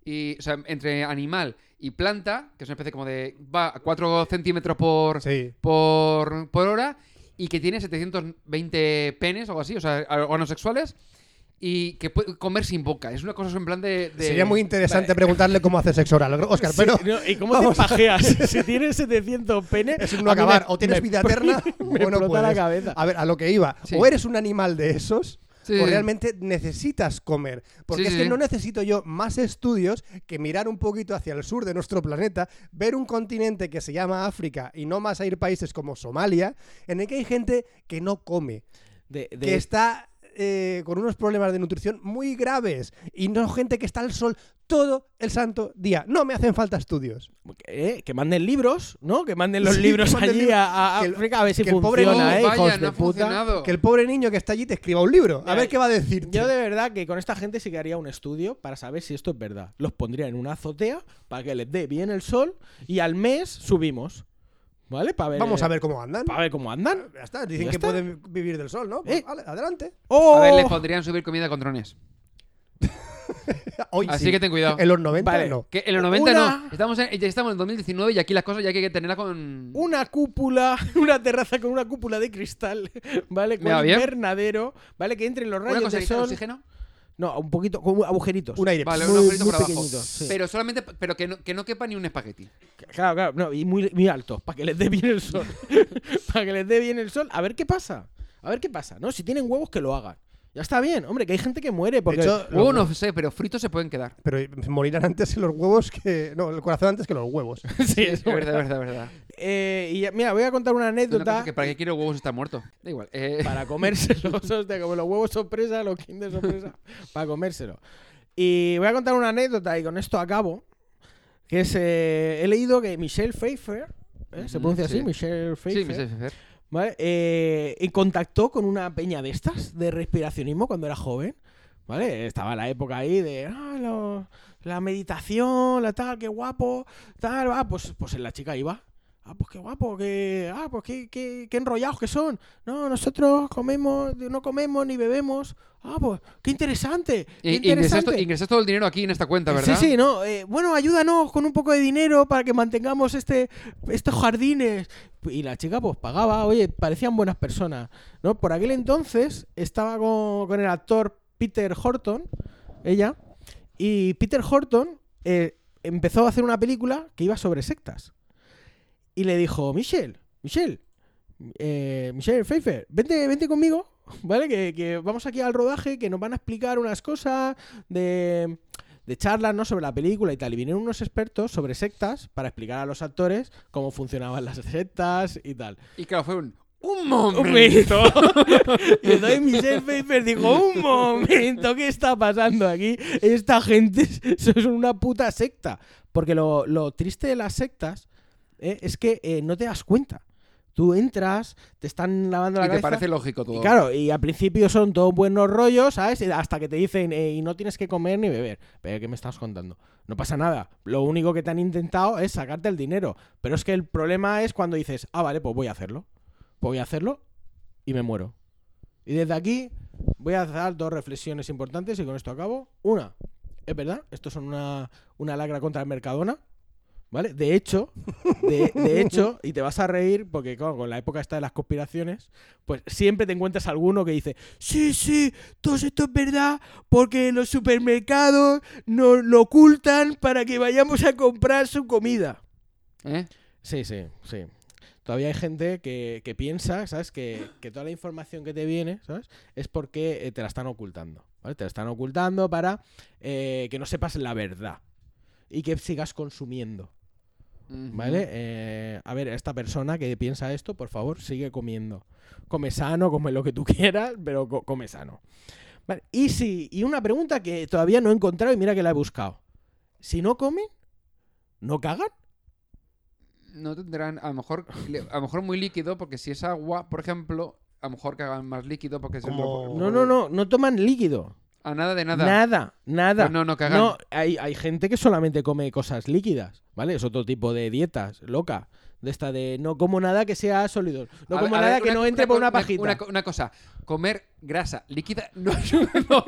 [SPEAKER 2] y- o sea, entre animal y planta, que es una especie como de. va a 4 centímetros por,
[SPEAKER 6] Sí.
[SPEAKER 2] por, por hora y que tiene 720 penes o algo así, o sea, órganos sexuales y que puede comer sin boca. Es una cosa en plan de. de-
[SPEAKER 6] Sería muy interesante preguntarle cómo hace sexo oral,
[SPEAKER 2] [LAUGHS]
[SPEAKER 6] Oscar,
[SPEAKER 3] Sí,
[SPEAKER 6] pero
[SPEAKER 3] no, ¿Y cómo
[SPEAKER 6] vamos
[SPEAKER 3] te
[SPEAKER 6] a- [LAUGHS]
[SPEAKER 3] pajeas? si tienes 700 penes.
[SPEAKER 6] es un no
[SPEAKER 3] a mí me-
[SPEAKER 6] acabar. O tienes
[SPEAKER 3] [LAUGHS] me-
[SPEAKER 6] vida eterna
[SPEAKER 3] me
[SPEAKER 6] o
[SPEAKER 3] explota
[SPEAKER 6] no
[SPEAKER 3] la
[SPEAKER 6] puedes. Ah,
[SPEAKER 3] cabeza.
[SPEAKER 6] A ver, a lo que iba.
[SPEAKER 2] Sí.
[SPEAKER 6] O eres un animal de esos
[SPEAKER 2] Sí.
[SPEAKER 6] o realmente necesitas comer. Porque
[SPEAKER 2] Sí,
[SPEAKER 6] es
[SPEAKER 2] sí,
[SPEAKER 6] que
[SPEAKER 2] sí.
[SPEAKER 6] no necesito yo más estudios que mirar un poquito hacia el sur de nuestro planeta, ver un continente que se llama África y no más a ir países como Somalia, en el que hay gente que no come,
[SPEAKER 3] De- de-
[SPEAKER 6] que está eh, con unos problemas de nutrición muy graves y no gente que está al sol todo el santo día. No me hacen falta estudios.
[SPEAKER 3] eh, que manden libros, ¿no? Que manden los
[SPEAKER 6] Sí, que
[SPEAKER 3] libros
[SPEAKER 6] manden
[SPEAKER 3] allí
[SPEAKER 6] libros.
[SPEAKER 3] a, a
[SPEAKER 6] Que el-
[SPEAKER 3] África a ver si
[SPEAKER 6] que el pobre
[SPEAKER 3] funciona,
[SPEAKER 6] niño
[SPEAKER 3] ¿eh?
[SPEAKER 2] vaya,
[SPEAKER 3] hijos
[SPEAKER 2] no
[SPEAKER 3] de
[SPEAKER 2] ha
[SPEAKER 3] puta.
[SPEAKER 2] funcionado.
[SPEAKER 6] Que el pobre niño que está allí te escriba un libro. A
[SPEAKER 3] Mira,
[SPEAKER 6] ver qué va a decir.
[SPEAKER 3] Yo de verdad que con esta gente sí que haría un estudio para saber si esto es verdad. Los pondría en una azotea para que les dé bien el sol y al mes subimos. ¿Vale? Para ver,
[SPEAKER 6] Vamos a ver cómo andan.
[SPEAKER 3] Para ver cómo andan.
[SPEAKER 6] Ya está, dicen
[SPEAKER 3] Ya
[SPEAKER 6] que
[SPEAKER 3] está.
[SPEAKER 6] pueden vivir del sol, ¿no? Pues,
[SPEAKER 3] Eh.
[SPEAKER 6] vale, adelante. [LAUGHS]
[SPEAKER 3] ¡Oh!
[SPEAKER 2] A ver, les podrían subir comida con drones.
[SPEAKER 6] Hoy
[SPEAKER 2] Así
[SPEAKER 6] sí.
[SPEAKER 2] que ten cuidado.
[SPEAKER 6] En los 90
[SPEAKER 3] Vale.
[SPEAKER 6] no.
[SPEAKER 2] Que en los 90
[SPEAKER 3] Una-
[SPEAKER 2] no. Estamos en, ya estamos en 2019 y aquí las cosas ya hay que tenerlas con.
[SPEAKER 3] una cúpula, [LAUGHS] una terraza con una cúpula de cristal, [LAUGHS] ¿vale? Con
[SPEAKER 2] Mira,
[SPEAKER 3] un
[SPEAKER 2] bien.
[SPEAKER 3] invernadero, ¿vale? Que entren los
[SPEAKER 2] una
[SPEAKER 3] rayos
[SPEAKER 2] cosa
[SPEAKER 3] del
[SPEAKER 2] de
[SPEAKER 3] sol.
[SPEAKER 2] oxígeno.
[SPEAKER 3] No, un poquito, con agujeritos.
[SPEAKER 6] Un aire.
[SPEAKER 2] Vale,
[SPEAKER 3] Muy-
[SPEAKER 2] un agujerito
[SPEAKER 3] muy
[SPEAKER 2] por abajo.
[SPEAKER 3] pequeñitos, sí.
[SPEAKER 2] Pero solamente, pero que no, que no quepa ni un espagueti.
[SPEAKER 3] Claro, claro, no, y muy, muy altos, para que les dé bien el sol. [LAUGHS] para que les dé bien el sol. A ver qué pasa. A ver qué pasa, ¿no? Si tienen huevos, que lo hagan. Ya está bien, hombre, que hay gente que muere porque...
[SPEAKER 6] hecho, Los
[SPEAKER 2] Huevo no sé, pero fritos se pueden quedar.
[SPEAKER 6] Pero morirán antes los huevos que. No, el corazón antes que los huevos.
[SPEAKER 3] [LAUGHS] Sí,
[SPEAKER 2] Es
[SPEAKER 3] eso-
[SPEAKER 2] verdad, verdad, verdad.
[SPEAKER 3] Eh, y ya- mira, voy a contar una
[SPEAKER 2] Una cosa
[SPEAKER 3] anécdota
[SPEAKER 2] que para qué quiero huevos está muerto. Da igual. Eh,
[SPEAKER 3] para comérselos, hostia, como los huevos sorpresa, los kinder sorpresa, para comérselos. Y voy a contar una anécdota y con esto acabo, que es, eh, he leído que Michelle Pfeiffer, ¿eh? ¿se
[SPEAKER 2] Ujú,
[SPEAKER 3] pronuncia así?
[SPEAKER 2] sí.
[SPEAKER 3] Michelle
[SPEAKER 2] [LAUGHS]
[SPEAKER 3] Pfeiffer.
[SPEAKER 2] sí, me sé hacer.
[SPEAKER 3] ¿vale? Eh, y contactó con una peña de estas, de respiracionismo, cuando era joven, ¿vale? Estaba la época ahí de, ah, lo- la meditación, la tal, qué guapo, tal, va, pues, pues la chica iba. Ah, pues qué guapo, que, ah, pues qué, qué, qué enrollados que son. No, nosotros comemos, no comemos ni bebemos. Ah, pues qué interesante. Qué
[SPEAKER 2] Y- Ingresas,
[SPEAKER 3] interesante.
[SPEAKER 2] to- ingresas todo el dinero aquí en esta cuenta, ¿verdad?
[SPEAKER 3] Sí, sí, no. eh, bueno, ayúdanos con un poco de dinero para que mantengamos este, estos jardines. Y la chica pues pagaba, oye, parecían buenas personas. ¿no? Por aquel entonces estaba con, con el actor Peter Horton, ella, y Peter Horton eh, empezó a hacer una película que iba sobre sectas. Y le dijo, Michelle, Michelle, eh, Michelle Pfeiffer, vente, vente conmigo, [LAUGHS] ¿vale? Que, que vamos aquí al rodaje, que nos van a explicar unas cosas de, de charlas, ¿no? Sobre la película y tal. Y vinieron unos expertos sobre sectas para explicar a los actores cómo funcionaban las sectas y tal.
[SPEAKER 2] Y claro, fue un. ¡Un momento!
[SPEAKER 3] Un momento.
[SPEAKER 2] [LAUGHS]
[SPEAKER 3] y entonces Michelle Pfeiffer dijo, un momento, ¿qué está pasando aquí? Esta gente es una puta secta. Porque lo, lo triste de las sectas eh, es que eh, no te das cuenta. Tú entras, te están lavando
[SPEAKER 2] Y
[SPEAKER 3] la
[SPEAKER 2] te
[SPEAKER 3] cabeza.
[SPEAKER 2] parece lógico todo.
[SPEAKER 3] Y claro, y al principio son todos buenos rollos, ¿sabes? Y Hasta que te dicen, eh, y no tienes que comer ni beber. Pero ¿qué me estás contando? No pasa nada. Lo único que te han intentado es sacarte el dinero. Pero es que el problema es cuando dices, ah, vale, pues voy a hacerlo. Pues voy a hacerlo y me muero. Y desde aquí voy a dar dos reflexiones importantes y con esto acabo. Una, es verdad, esto son una, una lacra contra el Mercadona. ¿Vale? De hecho, de, de hecho, y te vas a reír porque claro, con la época esta de las conspiraciones, pues siempre te encuentras alguno que dice, sí, sí, todo esto es verdad porque los supermercados nos lo ocultan para que vayamos a comprar su comida.
[SPEAKER 2] ¿Eh?
[SPEAKER 3] Sí, sí, sí. Todavía hay gente que, que piensa, ¿sabes? Que, que toda la información que te viene, ¿sabes? Es porque eh, te la están ocultando, ¿vale? Te la están ocultando para eh, que no sepas la verdad y que sigas consumiendo,
[SPEAKER 2] Ujú.
[SPEAKER 3] ¿vale? Eh, a ver, esta persona que piensa esto, por favor, sigue comiendo. Come sano, come lo que tú [LAUGHS] quieras, pero co- come sano. Vale, y si, y una pregunta que todavía no he encontrado y mira que la he buscado. Si no comen, ¿no cagan?
[SPEAKER 2] no tendrán, a lo mejor, le- a lo mejor muy líquido, porque si es agua, por ejemplo, a lo mejor que hagan más líquido porque se
[SPEAKER 6] Como-
[SPEAKER 3] No, no, no, no toman líquido.
[SPEAKER 2] A nada de nada.
[SPEAKER 3] Nada, nada.
[SPEAKER 2] Pues no, no cagan.
[SPEAKER 3] hay, hay gente que solamente come cosas líquidas, ¿vale? Es otro tipo de dietas, loca. De esta de no como nada que sea sólido. No
[SPEAKER 2] A
[SPEAKER 3] como
[SPEAKER 2] ver, a
[SPEAKER 3] nada
[SPEAKER 2] ver,
[SPEAKER 3] que no entre
[SPEAKER 2] co-
[SPEAKER 3] por una pajita.
[SPEAKER 2] Una, co- una cosa, comer grasa líquida [LAUGHS] no, no,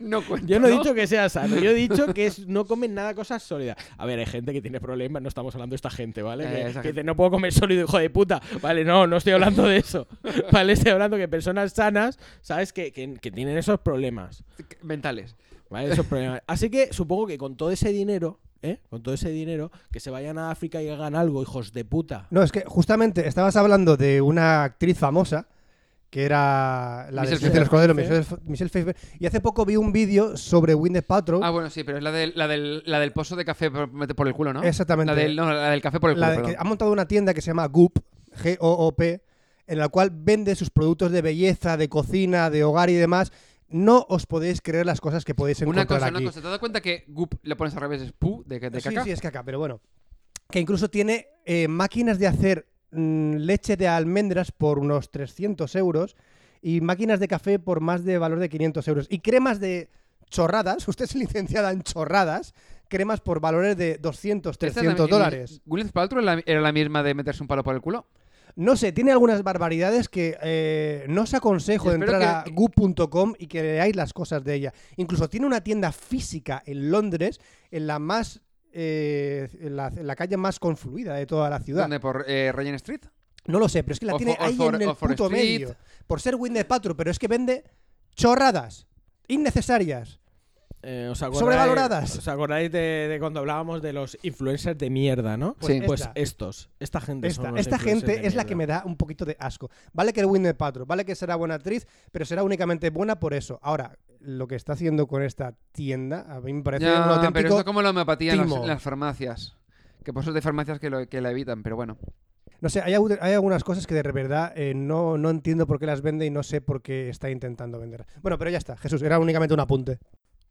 [SPEAKER 2] no cuenta.
[SPEAKER 3] Yo no he dicho que sea sano, yo he dicho que es, no comen nada cosas sólidas. A ver, hay gente que tiene problemas, no estamos hablando de esta gente, ¿vale?
[SPEAKER 2] Eh,
[SPEAKER 3] que,
[SPEAKER 2] esa
[SPEAKER 3] que
[SPEAKER 2] gente.
[SPEAKER 3] dice, no puedo comer sólido, hijo de puta. Vale, no, no estoy hablando de eso. [LAUGHS] Vale, estoy hablando que personas sanas, ¿sabes? Que, que- que tienen esos problemas,
[SPEAKER 2] Mentales.
[SPEAKER 3] ¿vale? Esos problemas. Así que supongo que con todo ese dinero, ¿eh? Con todo ese dinero, que se vayan a África y hagan algo, hijos de puta.
[SPEAKER 6] No, es que justamente estabas hablando de una actriz famosa que era la de
[SPEAKER 2] Michelle
[SPEAKER 6] Silencio de los
[SPEAKER 2] Pfeiffer.
[SPEAKER 6] Corderos, Michelle, Michelle Pfeiffer. Y hace poco vi un vídeo sobre Winnet Paltrow.
[SPEAKER 2] Ah, bueno, sí, pero es la del, la del, la del pozo de café por, mete por el culo, ¿no?
[SPEAKER 6] Exactamente.
[SPEAKER 2] La del, no, la del café por el
[SPEAKER 6] la
[SPEAKER 2] culo,
[SPEAKER 6] de- que ha
[SPEAKER 2] perdón.
[SPEAKER 6] montado una tienda que se llama Goop, G-O-O-P, en la cual vende sus productos de belleza, de cocina, de hogar y demás. No os podéis creer las cosas que podéis
[SPEAKER 2] Una
[SPEAKER 6] encontrar
[SPEAKER 2] cosa,
[SPEAKER 6] aquí.
[SPEAKER 2] una cosa. ¿Te has dado cuenta que goop le pones al revés es pu de, de
[SPEAKER 6] sí,
[SPEAKER 2] caca?
[SPEAKER 6] sí, es caca, pero bueno. Que incluso tiene eh, máquinas de hacer mm, leche de almendras por unos 300 euros y máquinas de café por más de valor de 500 euros. Y cremas de chorradas, [LAUGHS] usted es licenciada en chorradas, cremas por valores de 200, 300 dólares.
[SPEAKER 2] Gwyneth Paltrow era la- era la misma de meterse un palo por el culo.
[SPEAKER 6] No sé, tiene algunas barbaridades que eh, no os aconsejo
[SPEAKER 2] Yo
[SPEAKER 6] de
[SPEAKER 2] espero
[SPEAKER 6] entrar a
[SPEAKER 2] que-
[SPEAKER 6] goop.com y que leáis las cosas de ella. Incluso tiene una tienda física en Londres, en la más... eh, en la, en la calle más confluida de toda la ciudad.
[SPEAKER 2] ¿Dónde? ¿Por eh, Regent Street?
[SPEAKER 6] No lo sé, pero es que la
[SPEAKER 2] O
[SPEAKER 6] tiene
[SPEAKER 2] for- o
[SPEAKER 6] ahí
[SPEAKER 2] for-
[SPEAKER 6] en el
[SPEAKER 2] o for
[SPEAKER 6] puto
[SPEAKER 2] street.
[SPEAKER 6] medio. Por ser Windows Patrol, pero es que vende chorradas innecesarias.
[SPEAKER 3] Eh, ¿os acordáis-
[SPEAKER 6] Sobrevaloradas.
[SPEAKER 3] ¿Os acordáis de, de cuando hablábamos de los influencers de mierda, no?
[SPEAKER 2] Pues Sí.
[SPEAKER 3] Pues
[SPEAKER 6] esta.
[SPEAKER 3] estos, esta gente. son
[SPEAKER 6] Esta,
[SPEAKER 3] los
[SPEAKER 6] esta
[SPEAKER 3] influencers
[SPEAKER 6] gente
[SPEAKER 3] de
[SPEAKER 6] es la que
[SPEAKER 3] mierda.
[SPEAKER 6] me da un poquito de asco. Vale que el Windows Patrol, vale que será buena actriz, pero será únicamente buena por eso. Ahora, lo que está haciendo con esta tienda, a mí me parece
[SPEAKER 2] Ya,
[SPEAKER 6] un auténtico...
[SPEAKER 2] pero esto es como la homeopatía en las,
[SPEAKER 6] timo.
[SPEAKER 2] en las farmacias. Que por eso hay farmacias que, lo- que la evitan, pero bueno.
[SPEAKER 6] No sé, hay, au- hay algunas cosas que de verdad eh, no, no entiendo por qué las vende y no sé por qué está intentando vender. Bueno, pero ya está, Jesús, era únicamente un apunte.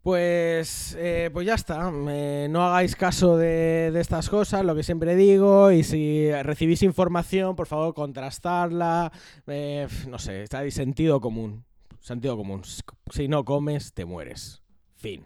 [SPEAKER 3] Pues, eh, pues ya está. Eh, no hagáis caso de, de estas cosas, lo que siempre digo. Y si recibís información, por favor, contrastarla. Eh, pf, no sé, está ahí sentido común. Sentido común. Si no comes, te mueres. Fin.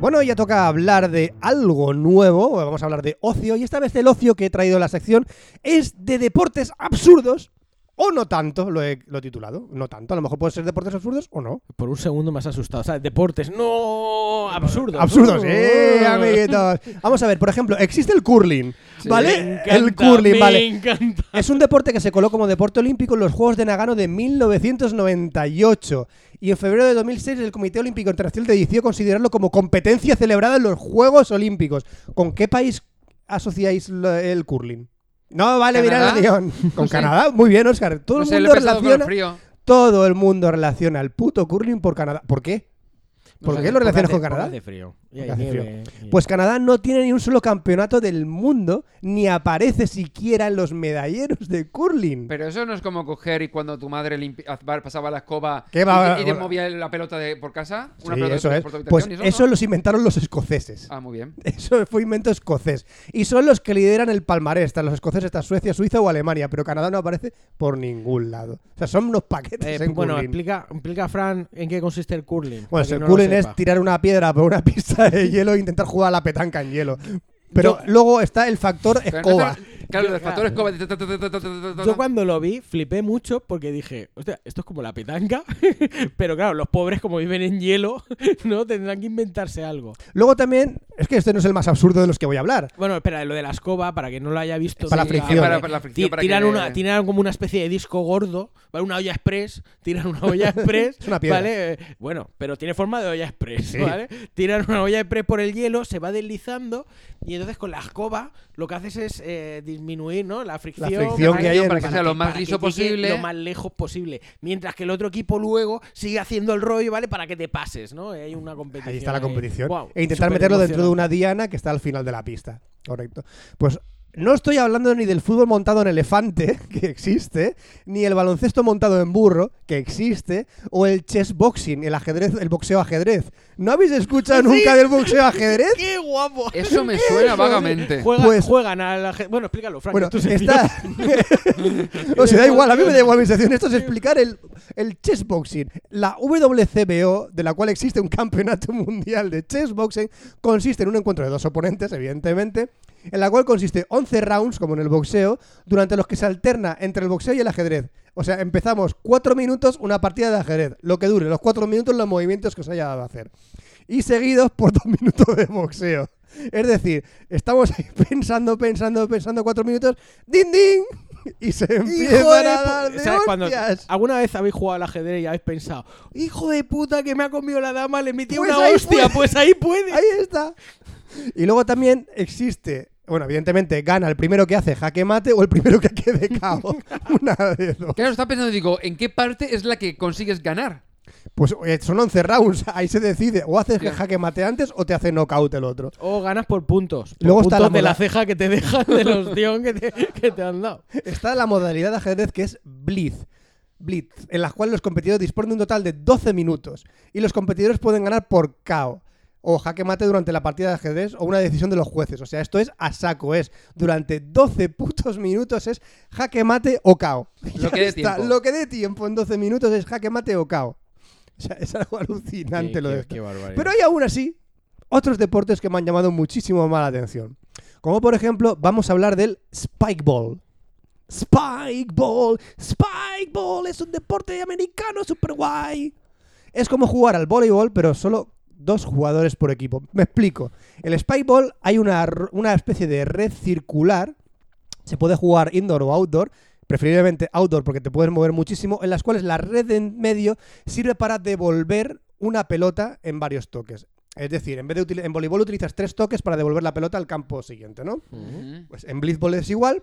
[SPEAKER 6] Bueno, ya toca hablar de algo nuevo, vamos a hablar de ocio, y esta vez el ocio que he traído a la sección es de deportes absurdos, o no tanto, lo he, lo he titulado, no tanto, a lo mejor pueden ser deportes absurdos o no.
[SPEAKER 3] Por un segundo me has asustado. O sea, deportes. ¡No! Absurdo. Uh.
[SPEAKER 6] Absurdos, eh,
[SPEAKER 3] [LAUGHS]
[SPEAKER 6] amiguitos. Vamos a ver, por ejemplo, existe el curling, ¿vale? el curling,
[SPEAKER 3] Me
[SPEAKER 6] vale.
[SPEAKER 3] encanta.
[SPEAKER 6] Es un deporte que se coló como deporte olímpico en los Juegos de Nagano de 1998 y en febrero de 2006 el Comité Olímpico Internacional decidió considerarlo como competencia celebrada en los Juegos Olímpicos. ¿Con qué país asociáis lo- el curling? No, vale, mira el
[SPEAKER 2] ¿Canadá?
[SPEAKER 6] guión. Con
[SPEAKER 2] No sé.
[SPEAKER 6] Canadá, muy bien, Oscar. Todo
[SPEAKER 2] no
[SPEAKER 6] el
[SPEAKER 2] sé, le
[SPEAKER 6] mundo
[SPEAKER 2] he pensado con el
[SPEAKER 6] relaciona,
[SPEAKER 2] frío.
[SPEAKER 6] todo el mundo relaciona el puto curling por Canadá. ¿Por qué?
[SPEAKER 2] No
[SPEAKER 6] ¿Por
[SPEAKER 2] sé,
[SPEAKER 6] qué lo relacionas con
[SPEAKER 3] Porque
[SPEAKER 6] Canadá?
[SPEAKER 3] hace frío. Y hay
[SPEAKER 6] Porque hace frío.
[SPEAKER 3] nieve, Eh, y-
[SPEAKER 6] Pues Canadá no tiene ni un solo campeonato del mundo, ni aparece siquiera en los medalleros de curling.
[SPEAKER 2] Pero eso no es como coger y cuando tu madre limpi- haz- pasaba la escoba
[SPEAKER 6] ¿Qué va-
[SPEAKER 2] y, y te movía la pelota de, por casa. Una
[SPEAKER 6] Sí,
[SPEAKER 2] pelota de-
[SPEAKER 6] eso
[SPEAKER 2] por
[SPEAKER 6] es.
[SPEAKER 2] tu habitación,
[SPEAKER 6] Pues
[SPEAKER 2] ¿y
[SPEAKER 6] eso,
[SPEAKER 2] no?
[SPEAKER 6] los inventaron los escoceses.
[SPEAKER 2] Ah, muy bien.
[SPEAKER 6] Eso fue invento escocés. Y son los que lideran el palmarés. Están los escoceses, está Suecia, Suiza o Alemania. Pero Canadá no aparece por ningún lado. O sea, son unos paquetes
[SPEAKER 3] Eh,
[SPEAKER 6] pues en
[SPEAKER 3] bueno,
[SPEAKER 6] curling.
[SPEAKER 3] explica, explica, Fran, en qué consiste el curling.
[SPEAKER 6] Bueno,
[SPEAKER 3] para
[SPEAKER 6] si
[SPEAKER 3] quien
[SPEAKER 6] el
[SPEAKER 3] no lo
[SPEAKER 6] curling es
[SPEAKER 3] sepa.
[SPEAKER 6] tirar una piedra por una [LAUGHS] pista de hielo e intentar jugar a la petanca en hielo. Pero luego está el factor
[SPEAKER 2] Pero
[SPEAKER 6] escoba.
[SPEAKER 2] entonces, Claro,
[SPEAKER 3] Yo-
[SPEAKER 2] el factor escoba. ta, ta, ta, ta, ta, ta, ta, ta,
[SPEAKER 3] Yo
[SPEAKER 2] ta.
[SPEAKER 3] cuando lo vi, flipé mucho porque dije, hostia, esto es como la petanca. [LAUGHS] Pero claro, los pobres, como viven en hielo, [LAUGHS] ¿no? Tendrán que inventarse algo.
[SPEAKER 6] Luego también, es que este no es el más absurdo de los que voy a hablar.
[SPEAKER 3] Bueno, espera, lo de la escoba, para que no lo haya visto.
[SPEAKER 6] Para la
[SPEAKER 3] nunca.
[SPEAKER 6] fricción.
[SPEAKER 2] Ah, Para- para la fricción,
[SPEAKER 3] Ti-
[SPEAKER 2] para
[SPEAKER 3] tiran,
[SPEAKER 2] que-
[SPEAKER 3] una, tiran como una especie de disco gordo, ¿vale? Una olla express, tiran una
[SPEAKER 6] [LAUGHS]
[SPEAKER 3] olla express.
[SPEAKER 6] Es una piedra.
[SPEAKER 3] ¿vale? Eh, Bueno, pero tiene forma de olla express,
[SPEAKER 6] Sí.
[SPEAKER 3] ¿vale? Tiran una olla express por el hielo, se va deslizando y entonces con la escoba lo que haces es eh, disminuir, ¿no? La fricción.
[SPEAKER 6] fricción que hay en-
[SPEAKER 3] para
[SPEAKER 6] Para
[SPEAKER 2] que sea lo más
[SPEAKER 3] para
[SPEAKER 2] liso
[SPEAKER 3] que llegue
[SPEAKER 2] posible.
[SPEAKER 3] Lo más lejos posible. Mientras que el otro equipo luego sigue haciendo el rollo, ¿vale? Para que te pases, ¿no? Hay una competición.
[SPEAKER 6] Ahí está la competición.
[SPEAKER 3] Guau,
[SPEAKER 6] e intentar
[SPEAKER 3] súper
[SPEAKER 6] meterlo dentro de
[SPEAKER 3] emocionante.
[SPEAKER 6] una diana que está al final de la pista. Correcto. Pues No estoy hablando ni del fútbol montado en elefante, [LAUGHS] que existe, ni el baloncesto montado en burro, que existe, o el chess boxing, el ajedrez, el boxeo ajedrez. ¿No
[SPEAKER 3] [LAUGHS]
[SPEAKER 6] habéis escuchado nunca del boxeo ajedrez?
[SPEAKER 3] ¡Qué guapo!
[SPEAKER 2] Eso me suena vagamente.
[SPEAKER 3] Juega-
[SPEAKER 6] Pues-
[SPEAKER 3] juegan a la gente. Bueno, explícalo, Frank.
[SPEAKER 6] Bueno,
[SPEAKER 3] es tu sección.
[SPEAKER 6] [LAUGHS] está. [LAUGHS] o sea, da igual, a mí me da igual mi sección. Esto es explicar el, el chessboxing. La WCBO, de la cual existe un campeonato [LAUGHS] mundial de chessboxing, consiste en un encuentro de dos oponentes, evidentemente, en la cual consiste 11 rounds, como en el boxeo, durante los que se alterna entre el boxeo y el ajedrez. O sea, empezamos 4 minutos una partida de ajedrez, lo que dure, los 4 minutos los movimientos que os haya dado a hacer. Y seguidos por 2 [LAUGHS] minutos de boxeo. Es decir, estamos ahí pensando, pensando, pensando cuatro minutos. ¡Din, din! Y se empiezan
[SPEAKER 3] ¡Hijo de
[SPEAKER 6] a dar
[SPEAKER 3] pu-
[SPEAKER 6] de
[SPEAKER 3] ¿Sabes cuando
[SPEAKER 6] hostias.
[SPEAKER 3] alguna vez habéis jugado al ajedrez y habéis pensado, hijo de puta que me ha comido la dama, le metí
[SPEAKER 6] Pues
[SPEAKER 3] una
[SPEAKER 6] ahí
[SPEAKER 3] hostia,
[SPEAKER 6] puede.
[SPEAKER 3] pues ahí puede.
[SPEAKER 6] Ahí está. Y luego también existe... Bueno, evidentemente, gana el primero que hace jaque mate o el primero que
[SPEAKER 3] [LAUGHS]
[SPEAKER 6] quede cabo. Una de dos.
[SPEAKER 2] Claro, está pensando, digo, ¿en qué parte es la que consigues ganar?
[SPEAKER 6] Pues eh, son 11 rounds. Ahí se decide o haces
[SPEAKER 2] Ya.
[SPEAKER 6] jaque mate antes o te hace knockout el otro.
[SPEAKER 3] O ganas por puntos. Por
[SPEAKER 6] Luego está
[SPEAKER 3] puntos
[SPEAKER 6] la
[SPEAKER 3] de
[SPEAKER 6] moda-
[SPEAKER 3] la ceja que te dejan del
[SPEAKER 6] [LAUGHS]
[SPEAKER 3] ostión que te, que te han dado.
[SPEAKER 6] Está la modalidad de ajedrez que es Blitz. Blitz, en la cual los competidores disponen de un total de 12 minutos y los competidores pueden ganar por KO o jaque mate durante la partida de ajedrez o una decisión de los jueces. O sea, esto es a saco, es durante 12 putos minutos es jaque mate o KO.
[SPEAKER 2] Lo que
[SPEAKER 6] Ya
[SPEAKER 2] dé
[SPEAKER 6] está,
[SPEAKER 2] tiempo.
[SPEAKER 6] Lo que dé tiempo en 12 minutos es jaque mate o KO. O sea, es algo alucinante lo de esto. Pero hay aún así otros deportes que me han llamado muchísimo más la atención. Como por ejemplo, vamos a hablar del spikeball. Spikeball, spikeball es un deporte americano super guay. Es como jugar al voleibol, pero solo dos jugadores por equipo. Me explico. El spikeball hay una, r- una especie de red circular. Se puede jugar indoor o outdoor, preferiblemente outdoor porque te puedes mover muchísimo, en las cuales la red de en medio sirve para devolver una pelota en varios toques. Es decir, en vez de util- en voleibol utilizas tres toques para devolver la pelota al campo siguiente, ¿no?
[SPEAKER 2] Mm.
[SPEAKER 6] Pues en blitzball es igual,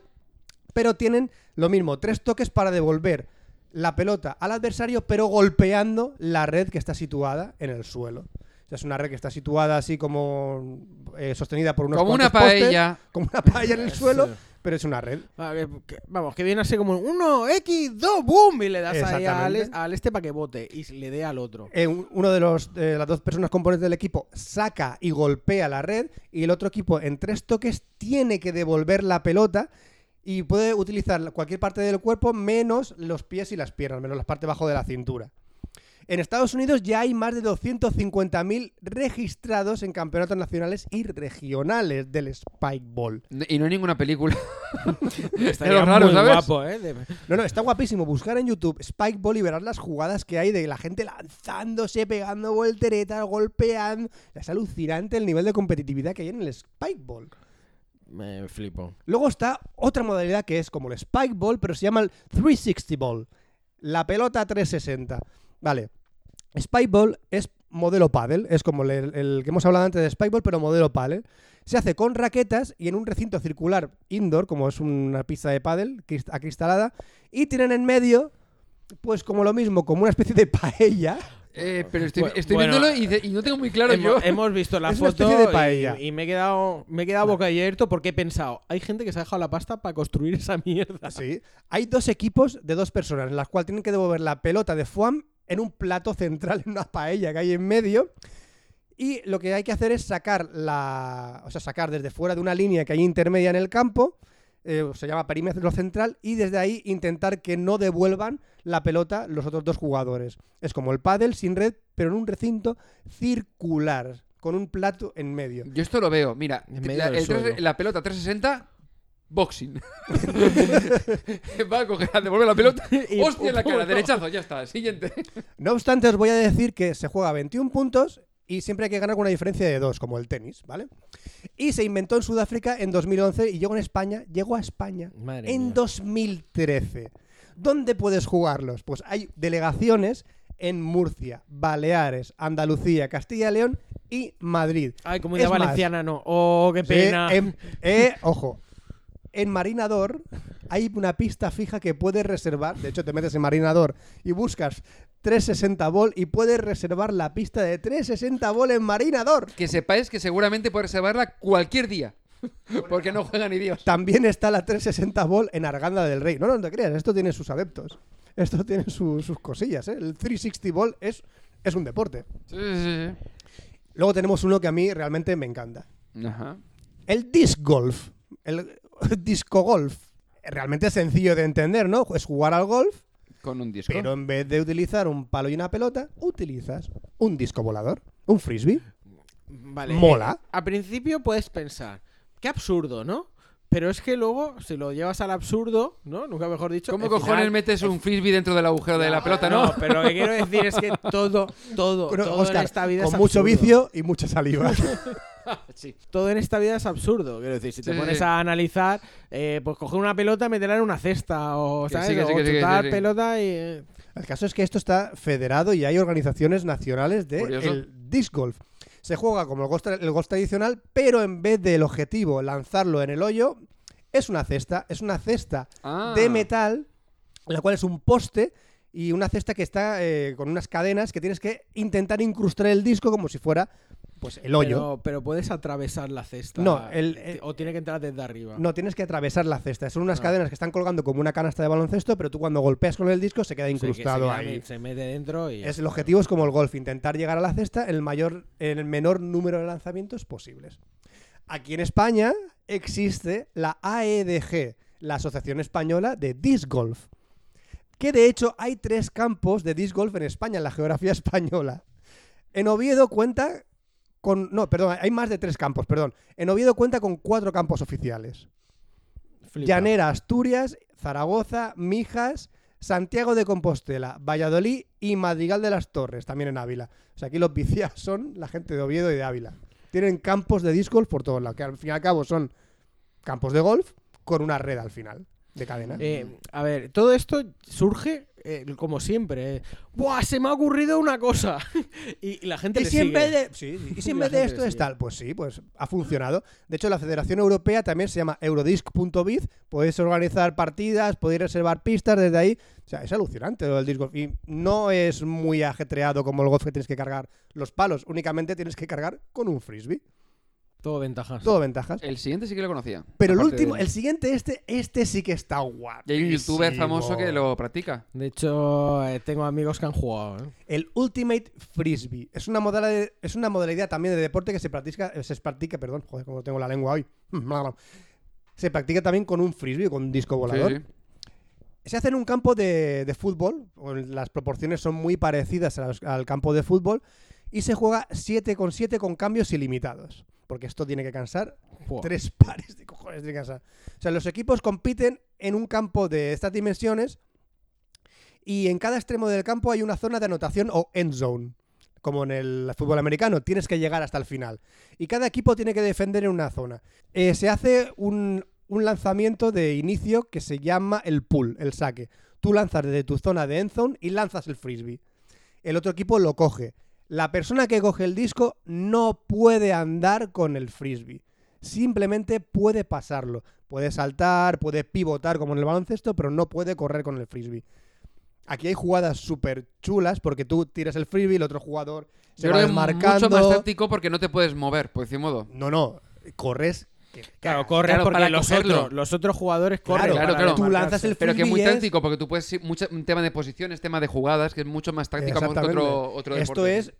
[SPEAKER 6] pero tienen lo mismo, tres toques para devolver la pelota al adversario, pero golpeando la red que está situada en el suelo. O sea, es una red que está situada así como eh, sostenida por unos
[SPEAKER 2] Como una
[SPEAKER 6] cuantos postes,
[SPEAKER 2] paella.
[SPEAKER 6] como una
[SPEAKER 2] [LAUGHS]
[SPEAKER 6] paella en el suelo, pero es una red.
[SPEAKER 3] Ah, que- que- Vamos, que viene así como un 1x2, boom, y le das ahí al,
[SPEAKER 6] Exactamente.
[SPEAKER 3] es- al este para que bote y le dé al otro.
[SPEAKER 6] eh, un- uno de los de las dos personas componentes del equipo saca y golpea la red y el otro equipo en tres toques tiene que devolver la pelota y puede utilizar cualquier parte del cuerpo menos los pies y las piernas, menos la parte bajo de la cintura. En Estados Unidos ya hay más de 250.000 registrados en campeonatos nacionales y regionales del Spikeball.
[SPEAKER 2] Y no hay ninguna película. [LAUGHS]
[SPEAKER 3] Estaría
[SPEAKER 2] raro,
[SPEAKER 3] muy
[SPEAKER 2] ¿sabes?
[SPEAKER 3] guapo, ¿eh? De-
[SPEAKER 6] No, no, está guapísimo. Buscar en YouTube Spikeball y verás las jugadas que hay de la gente lanzándose, pegando volteretas, golpeando. Es alucinante el nivel de competitividad que hay en el Spikeball.
[SPEAKER 3] Me flipo.
[SPEAKER 6] Luego está otra modalidad que es como el Spikeball, pero se llama el 360 Ball. La pelota 360. Vale. Spikeball es modelo paddle, es como el, el que hemos hablado antes de Spikeball, pero modelo paddle. Se hace con raquetas y en un recinto circular indoor, como es una pista de paddle crist- acristalada, y tienen en medio, pues como lo mismo, como una especie de [LAUGHS] paella.
[SPEAKER 2] Eh, pero estoy,
[SPEAKER 3] Bueno,
[SPEAKER 2] estoy
[SPEAKER 3] bueno,
[SPEAKER 2] viéndolo y, de- y no tengo muy claro yo.
[SPEAKER 3] hemos, hemos visto la
[SPEAKER 6] [LAUGHS] Es una especie de
[SPEAKER 3] foto
[SPEAKER 6] paella.
[SPEAKER 3] y, y me he quedado me he quedado boca abierto porque he pensado, hay gente que se ha dejado la pasta para construir esa mierda.
[SPEAKER 6] Sí. Hay dos equipos de dos personas, en las cuales tienen que devolver la pelota de Fuam en un plato central, [LAUGHS] en una paella que hay en medio. Y lo que hay que hacer es sacar la. O sea, sacar desde fuera de una línea que hay intermedia en el campo. eh, se llama perímetro central. Y desde ahí intentar que no devuelvan la pelota los otros dos jugadores. Es como el pádel sin red, pero en un recinto circular. Con un plato en medio.
[SPEAKER 2] Yo esto lo veo. Mira,
[SPEAKER 3] En medio
[SPEAKER 2] la,
[SPEAKER 3] del
[SPEAKER 2] el tres-
[SPEAKER 3] suelo.
[SPEAKER 2] la pelota 360, boxing. [LAUGHS] Va a coger, [LAUGHS] a devolver la
[SPEAKER 6] [LAUGHS]
[SPEAKER 2] pelota.
[SPEAKER 3] Y
[SPEAKER 2] Hostia en la cara,
[SPEAKER 3] punto.
[SPEAKER 2] derechazo, ya está. Siguiente.
[SPEAKER 6] No obstante, os voy a decir que se juega a 21 puntos y siempre hay que ganar con una diferencia de 2, como el tenis, ¿vale? Y se inventó en Sudáfrica en 2011 y llegó en España, llegó a España
[SPEAKER 3] Madre
[SPEAKER 6] en
[SPEAKER 3] mía.
[SPEAKER 6] 2013. ¿Dónde puedes jugarlos? Pues hay delegaciones en Murcia, Baleares, Andalucía, Castilla y León y Madrid.
[SPEAKER 3] Ay, comunidad
[SPEAKER 6] Es más,
[SPEAKER 3] valenciana no. Oh, qué
[SPEAKER 6] Sí,
[SPEAKER 3] pena. [LAUGHS]
[SPEAKER 6] en- eh, ojo. En Marinador hay una pista fija que puedes reservar. De hecho, te metes en Marinador y buscas 360 Ball y puedes reservar la pista de 360 Ball en Marinador.
[SPEAKER 2] Que sepáis que seguramente puedes reservarla cualquier día. Porque no juega ni Dios.
[SPEAKER 6] También está la 360 Ball en Arganda del Rey. No, no, no te creas, esto tiene sus adeptos. Esto tiene su- sus cosillas, ¿eh? El 360 Ball es, es un deporte.
[SPEAKER 2] Sí, sí, sí.
[SPEAKER 6] Luego tenemos uno que a mí realmente me encanta.
[SPEAKER 2] Ajá.
[SPEAKER 6] El disc golf. El [LAUGHS] disco golf. Realmente es sencillo de entender, ¿no? Es jugar al golf,
[SPEAKER 2] Con un disco.
[SPEAKER 6] pero en vez de utilizar un palo y una pelota, utilizas un disco volador, un frisbee.
[SPEAKER 3] Vale.
[SPEAKER 6] Mola.
[SPEAKER 3] A principio puedes pensar, qué absurdo, ¿no? Pero es que luego, si lo llevas al absurdo, ¿no? Nunca mejor dicho.
[SPEAKER 2] ¿Cómo
[SPEAKER 3] al
[SPEAKER 2] cojones
[SPEAKER 3] final-
[SPEAKER 2] metes un frisbee dentro del agujero de la pelota, no?
[SPEAKER 3] pero lo que quiero decir es que todo, todo,
[SPEAKER 6] Bueno,
[SPEAKER 3] todo en
[SPEAKER 6] Oscar,
[SPEAKER 3] esta vida
[SPEAKER 6] con
[SPEAKER 3] es
[SPEAKER 6] mucho
[SPEAKER 3] absurdo.
[SPEAKER 6] vicio y
[SPEAKER 3] [LAUGHS]
[SPEAKER 6] mucha saliva.
[SPEAKER 2] Sí.
[SPEAKER 3] Todo en esta vida es absurdo. Quiero decir, si te
[SPEAKER 2] Sí,
[SPEAKER 3] pones
[SPEAKER 2] sí.
[SPEAKER 3] a analizar, eh, pues coger una pelota, meterla en una cesta, o,
[SPEAKER 2] Que
[SPEAKER 3] ¿sabes?
[SPEAKER 2] sí, que sí,
[SPEAKER 3] O
[SPEAKER 2] que sí, que
[SPEAKER 3] chutar
[SPEAKER 2] sí, sí.
[SPEAKER 3] pelota y.
[SPEAKER 6] El caso es que esto está federado y hay organizaciones nacionales de
[SPEAKER 2] Curioso.
[SPEAKER 6] el disc golf. Se juega como el golf, tra- el golf tradicional, pero en vez del objetivo lanzarlo en el hoyo, es una cesta, es una cesta
[SPEAKER 2] Ah.
[SPEAKER 6] de metal, la cual es un poste y una cesta que está eh, con unas cadenas que tienes que intentar incrustar el disco como si fuera pues el hoyo.
[SPEAKER 3] eh, Pero, pero puedes atravesar la cesta. eh,
[SPEAKER 6] No, el- el-
[SPEAKER 3] o tiene que entrar desde arriba.
[SPEAKER 6] No, tienes que atravesar la cesta. Son unas
[SPEAKER 3] Ah.
[SPEAKER 6] cadenas que están colgando como una canasta de baloncesto, pero tú cuando golpeas con el disco se queda
[SPEAKER 3] Se- que se
[SPEAKER 6] incrustado
[SPEAKER 3] queda-
[SPEAKER 6] ahí.
[SPEAKER 3] Se mete dentro y.
[SPEAKER 6] Es, el objetivo es como el golf, intentar llegar a la cesta en el, mayor, en el menor número de lanzamientos posibles. Aquí en España existe la AEDG, la Asociación Española de Disc Golf, que de hecho hay tres campos de disc golf en España, en la geografía [LAUGHS] española. En Oviedo cuenta con... No, perdón, hay más de tres campos, perdón. En Oviedo cuenta con cuatro campos oficiales.
[SPEAKER 3] Flipa.
[SPEAKER 6] Llanera, Asturias, Zaragoza, Mijas, Santiago de Compostela, Valladolid y Madrigal de las Torres, también en Ávila. O sea, aquí los viciados son la gente de Oviedo y de Ávila. Tienen campos de disc golf por todos lados, que al fin y al cabo son campos de golf con una red al final de cadena.
[SPEAKER 3] Eh, a ver, todo esto surge eh, como siempre. eh, Buah, se me ha ocurrido una cosa. [LAUGHS] y, y la gente
[SPEAKER 6] y
[SPEAKER 3] le
[SPEAKER 6] si en
[SPEAKER 3] sigue.
[SPEAKER 6] vez de, sí, sí, y si en
[SPEAKER 3] La
[SPEAKER 6] vez de
[SPEAKER 3] gente
[SPEAKER 6] esto
[SPEAKER 3] le
[SPEAKER 6] es
[SPEAKER 3] sigue.
[SPEAKER 6] tal, pues sí, pues ha funcionado. De hecho, la Federación Europea también se llama Eurodisc.biz. Podéis organizar partidas, podéis reservar pistas desde ahí. O sea, es alucinante lo del disc golf. Y no es muy ajetreado como el golf que tienes que cargar los palos. Únicamente tienes que cargar con un frisbee.
[SPEAKER 3] Todo ventajas.
[SPEAKER 6] Todo ventajas.
[SPEAKER 2] El siguiente sí que lo conocía.
[SPEAKER 6] Pero el
[SPEAKER 2] Eh, aparte
[SPEAKER 6] último,
[SPEAKER 2] de-
[SPEAKER 6] el siguiente, este, este sí que está guapo.
[SPEAKER 2] Y hay un youtuber famoso que lo practica.
[SPEAKER 3] De hecho, eh, tengo amigos que han jugado. ¿eh?
[SPEAKER 6] El Ultimate Frisbee. Es una, modalidad, es una modalidad también de deporte que se practica, eh, se practica, perdón, joder, como tengo la lengua hoy. [LAUGHS] Se practica también con un frisbee, con un disco volador.
[SPEAKER 2] Sí, sí.
[SPEAKER 6] Se hace en un campo de, de fútbol, o en- las proporciones son muy parecidas a los- al campo de fútbol, y se juega 7 con 7 con cambios ilimitados. Porque esto tiene que cansar
[SPEAKER 3] Buah.
[SPEAKER 6] tres [LAUGHS] pares de cojones de casa. O sea, los equipos compiten en un campo de estas dimensiones y en cada extremo del campo hay una zona de anotación o end zone. Como en el fútbol americano, tienes que llegar hasta el final. Y cada equipo tiene que defender en una zona. Eh, se hace un, un lanzamiento de inicio que se llama el pull, el saque. Tú lanzas desde tu zona de end zone y lanzas el frisbee. El otro equipo lo coge. La persona que coge el disco no puede andar con el frisbee simplemente puede pasarlo. Puede saltar, puede pivotar como en el baloncesto, pero no puede correr con el frisbee. Aquí hay jugadas súper chulas porque tú tiras el frisbee, el otro jugador se
[SPEAKER 2] Yo
[SPEAKER 6] va
[SPEAKER 2] creo que
[SPEAKER 6] desmarcando. Este
[SPEAKER 2] mucho más táctico porque no te puedes mover, por decir modo.
[SPEAKER 6] No, no, corres. que-
[SPEAKER 3] Claro, corre
[SPEAKER 2] Claro,
[SPEAKER 3] porque
[SPEAKER 2] para
[SPEAKER 3] los
[SPEAKER 2] cogerlo.
[SPEAKER 3] otros, los otros jugadores corren.
[SPEAKER 6] Claro,
[SPEAKER 2] claro,
[SPEAKER 3] para
[SPEAKER 2] claro.
[SPEAKER 6] Tú lanzas
[SPEAKER 3] desmarcarse.
[SPEAKER 6] el
[SPEAKER 2] Pero que muy
[SPEAKER 6] frisbee es-
[SPEAKER 2] táctico, porque tú puedes. sí, mucha- un tema de posiciones, tema de jugadas, que es mucho más táctico como
[SPEAKER 6] Exactamente.
[SPEAKER 2] otro, otro
[SPEAKER 6] Esto
[SPEAKER 2] deporte.
[SPEAKER 6] es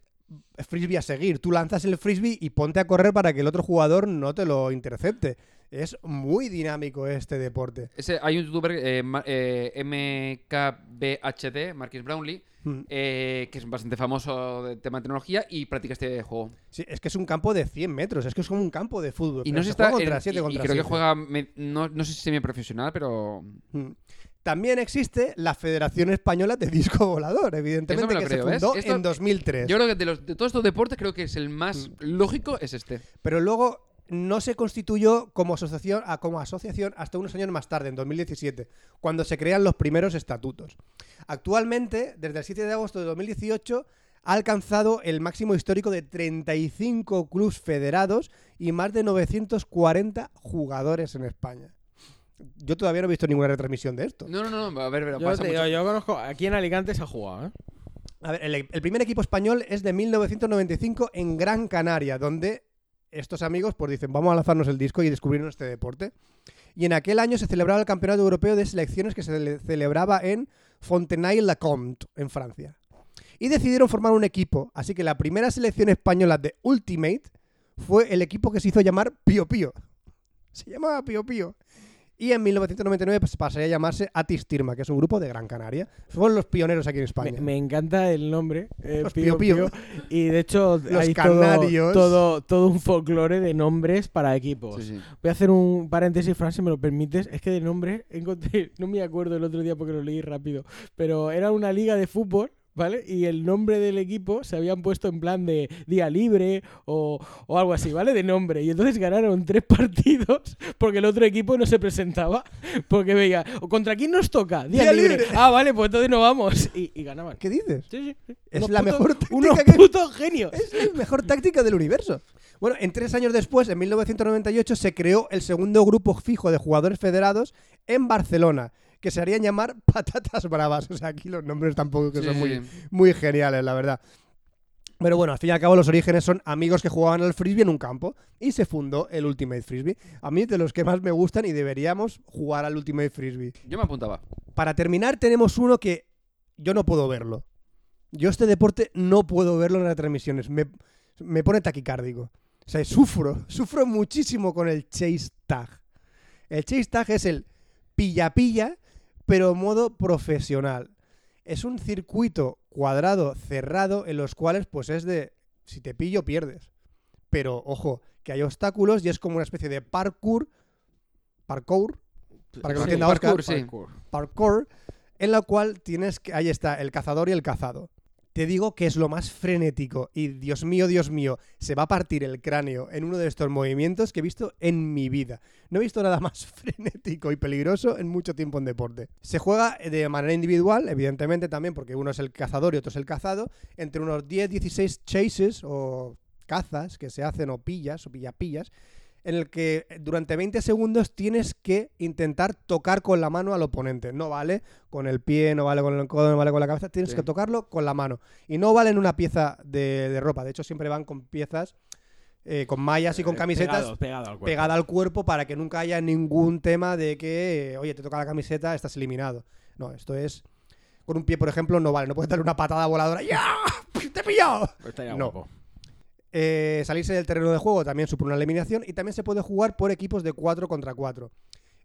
[SPEAKER 6] frisbee a seguir. Tú lanzas el frisbee y ponte a correr para que el otro jugador no te lo intercepte. Es muy dinámico este deporte.
[SPEAKER 2] Ese- hay un youtuber, eh, ma- eh, MKBHD, Marquis Brownlee,
[SPEAKER 6] Mm.
[SPEAKER 2] eh, que es bastante famoso de tema de tecnología y practica este juego.
[SPEAKER 6] Sí, es que es un campo de 100 metros, es que es como un campo de fútbol.
[SPEAKER 2] Y
[SPEAKER 6] pero
[SPEAKER 2] no se
[SPEAKER 6] se
[SPEAKER 2] está.
[SPEAKER 6] juega contra
[SPEAKER 2] en-
[SPEAKER 6] siete
[SPEAKER 2] y- y
[SPEAKER 6] contra
[SPEAKER 2] creo que
[SPEAKER 6] siete.
[SPEAKER 2] juega. me- no, no sé si semiprofesional, pero.
[SPEAKER 6] Mm. También existe la Federación Española de Disco Volador,
[SPEAKER 2] Eso
[SPEAKER 6] evidentemente,
[SPEAKER 2] me lo
[SPEAKER 6] que
[SPEAKER 2] creo,
[SPEAKER 6] se
[SPEAKER 2] ¿ves?
[SPEAKER 6] fundó
[SPEAKER 2] Esto-
[SPEAKER 6] en 2003.
[SPEAKER 2] Yo creo que de, los, de todos estos deportes, creo que es el
[SPEAKER 6] Hmm.
[SPEAKER 2] más lógico, es este.
[SPEAKER 6] Pero luego no se constituyó como asociación, ah, como asociación hasta unos años más tarde, en 2017, cuando se crean los primeros estatutos. Actualmente, desde el 7 de agosto de 2018, ha alcanzado el máximo histórico de 35 clubes federados y más de 940 jugadores en España. Yo todavía no he visto ninguna retransmisión de esto.
[SPEAKER 2] No, no, no, a ver, pero
[SPEAKER 3] Yo,
[SPEAKER 2] pasa
[SPEAKER 3] te
[SPEAKER 2] mucho.
[SPEAKER 3] digo, yo conozco. Aquí en Alicante se ha jugado. ¿eh?
[SPEAKER 6] A ver, el, el primer equipo español es de 1995 en Gran Canaria, donde estos amigos pues dicen, vamos a lanzarnos el disco y descubrirnos este deporte. Y en aquel año se celebraba el Campeonato Europeo de Selecciones que se le- celebraba en Fontenay-la-Comte, en Francia. Y decidieron formar un equipo, así que la primera selección española de Ultimate fue el equipo que se hizo llamar Pío Pío. Se llamaba Pío Pío. Y en 1999 pues, pasaría a llamarse Atis Tirma, que es un grupo de Gran Canaria. Fueron los pioneros aquí en España.
[SPEAKER 3] Me, me encanta el nombre, eh,
[SPEAKER 6] Los
[SPEAKER 3] Pío
[SPEAKER 6] Pío Pío.
[SPEAKER 3] Pío. Y de hecho
[SPEAKER 6] Los
[SPEAKER 3] hay todo-
[SPEAKER 6] canarios.
[SPEAKER 3] Todo, todo un folclore de nombres para equipos.
[SPEAKER 2] Sí, sí.
[SPEAKER 3] Voy a hacer un paréntesis, Fran, si me lo permites. Es que de nombre encontré, [LAUGHS] no me acuerdo el otro día porque lo leí rápido, pero era una liga de fútbol, ¿vale? Y el nombre del equipo se habían puesto en plan de día libre o, o algo así, ¿vale? De nombre. Y entonces ganaron tres [LAUGHS] partidos porque el otro equipo no se presentaba, [LAUGHS] porque veía, ¿contra quién nos toca? Día,
[SPEAKER 6] Día
[SPEAKER 3] libre.
[SPEAKER 6] libre.
[SPEAKER 3] Ah, vale, pues entonces no vamos. Y, y ganaban.
[SPEAKER 6] ¿Qué dices?
[SPEAKER 3] Sí, sí, sí.
[SPEAKER 6] Es
[SPEAKER 3] Unos
[SPEAKER 6] la
[SPEAKER 3] putos- [LAUGHS]
[SPEAKER 6] [LAUGHS] mejor táctica
[SPEAKER 3] Unos
[SPEAKER 6] que-
[SPEAKER 3] putos genios.
[SPEAKER 6] Es la mejor táctica del universo. Bueno, en tres años después, en 1998, se creó el segundo grupo fijo de jugadores federados en Barcelona, que se harían llamar [LAUGHS] Patatas Bravas. O sea, aquí los nombres tampoco que
[SPEAKER 2] Sí,
[SPEAKER 6] son
[SPEAKER 2] sí,
[SPEAKER 6] muy,
[SPEAKER 2] sí.
[SPEAKER 6] muy geniales, la verdad. Pero bueno, al fin y al cabo los orígenes son amigos que jugaban al frisbee en un campo y se fundó el Ultimate Frisbee. A mí es de los que más me gustan y deberíamos jugar al Ultimate Frisbee.
[SPEAKER 2] Yo me apuntaba.
[SPEAKER 6] Para terminar tenemos uno que yo no puedo verlo. Yo este deporte no puedo verlo en las transmisiones. Me, me pone taquicárdico. O sea, sufro, [LAUGHS] sufro muchísimo con el chase tag. El chase tag es el pilla-pilla, pero modo profesional. Es un circuito cuadrado cerrado en los cuales pues es de si te pillo pierdes. Pero ojo, que hay obstáculos y es como una especie de parkour, parkour, Para que lo
[SPEAKER 2] Sí,
[SPEAKER 6] entienda Óscar.
[SPEAKER 2] parkour, sí.
[SPEAKER 6] parkour, en la cual tienes que. Ahí está, el cazador y el cazado. Te digo que es lo más frenético y Dios mío, Dios mío, se va a partir el cráneo en uno de estos movimientos que he visto en mi vida. No he visto nada [LAUGHS] más frenético y peligroso en mucho tiempo en deporte. Se juega de manera individual, evidentemente también, porque uno es el cazador y otro es el cazado, entre unos 10-16 chases o cazas que se hacen o pillas o pillapillas, en el que durante 20 segundos tienes que intentar tocar con la mano al oponente. No vale con el pie, no vale con el codo, no vale con la cabeza, tienes
[SPEAKER 2] Sí.
[SPEAKER 6] que tocarlo con la mano. Y no valen una pieza de, de ropa, de hecho siempre van con piezas, eh, con mallas y con camisetas
[SPEAKER 3] Pegado, pegado al cuerpo.
[SPEAKER 6] pegada al cuerpo para que nunca haya ningún tema de que, eh, oye, te toca la camiseta, estás eliminado. No, esto es. Con un pie, por ejemplo, no vale. No puedes darle una patada voladora. ¡Ya! ¡Te he pillado!
[SPEAKER 3] Estaría
[SPEAKER 6] No.
[SPEAKER 3] guapo.
[SPEAKER 6] Eh, salirse del terreno de juego también supone una eliminación y también se puede jugar por equipos de 4 contra 4.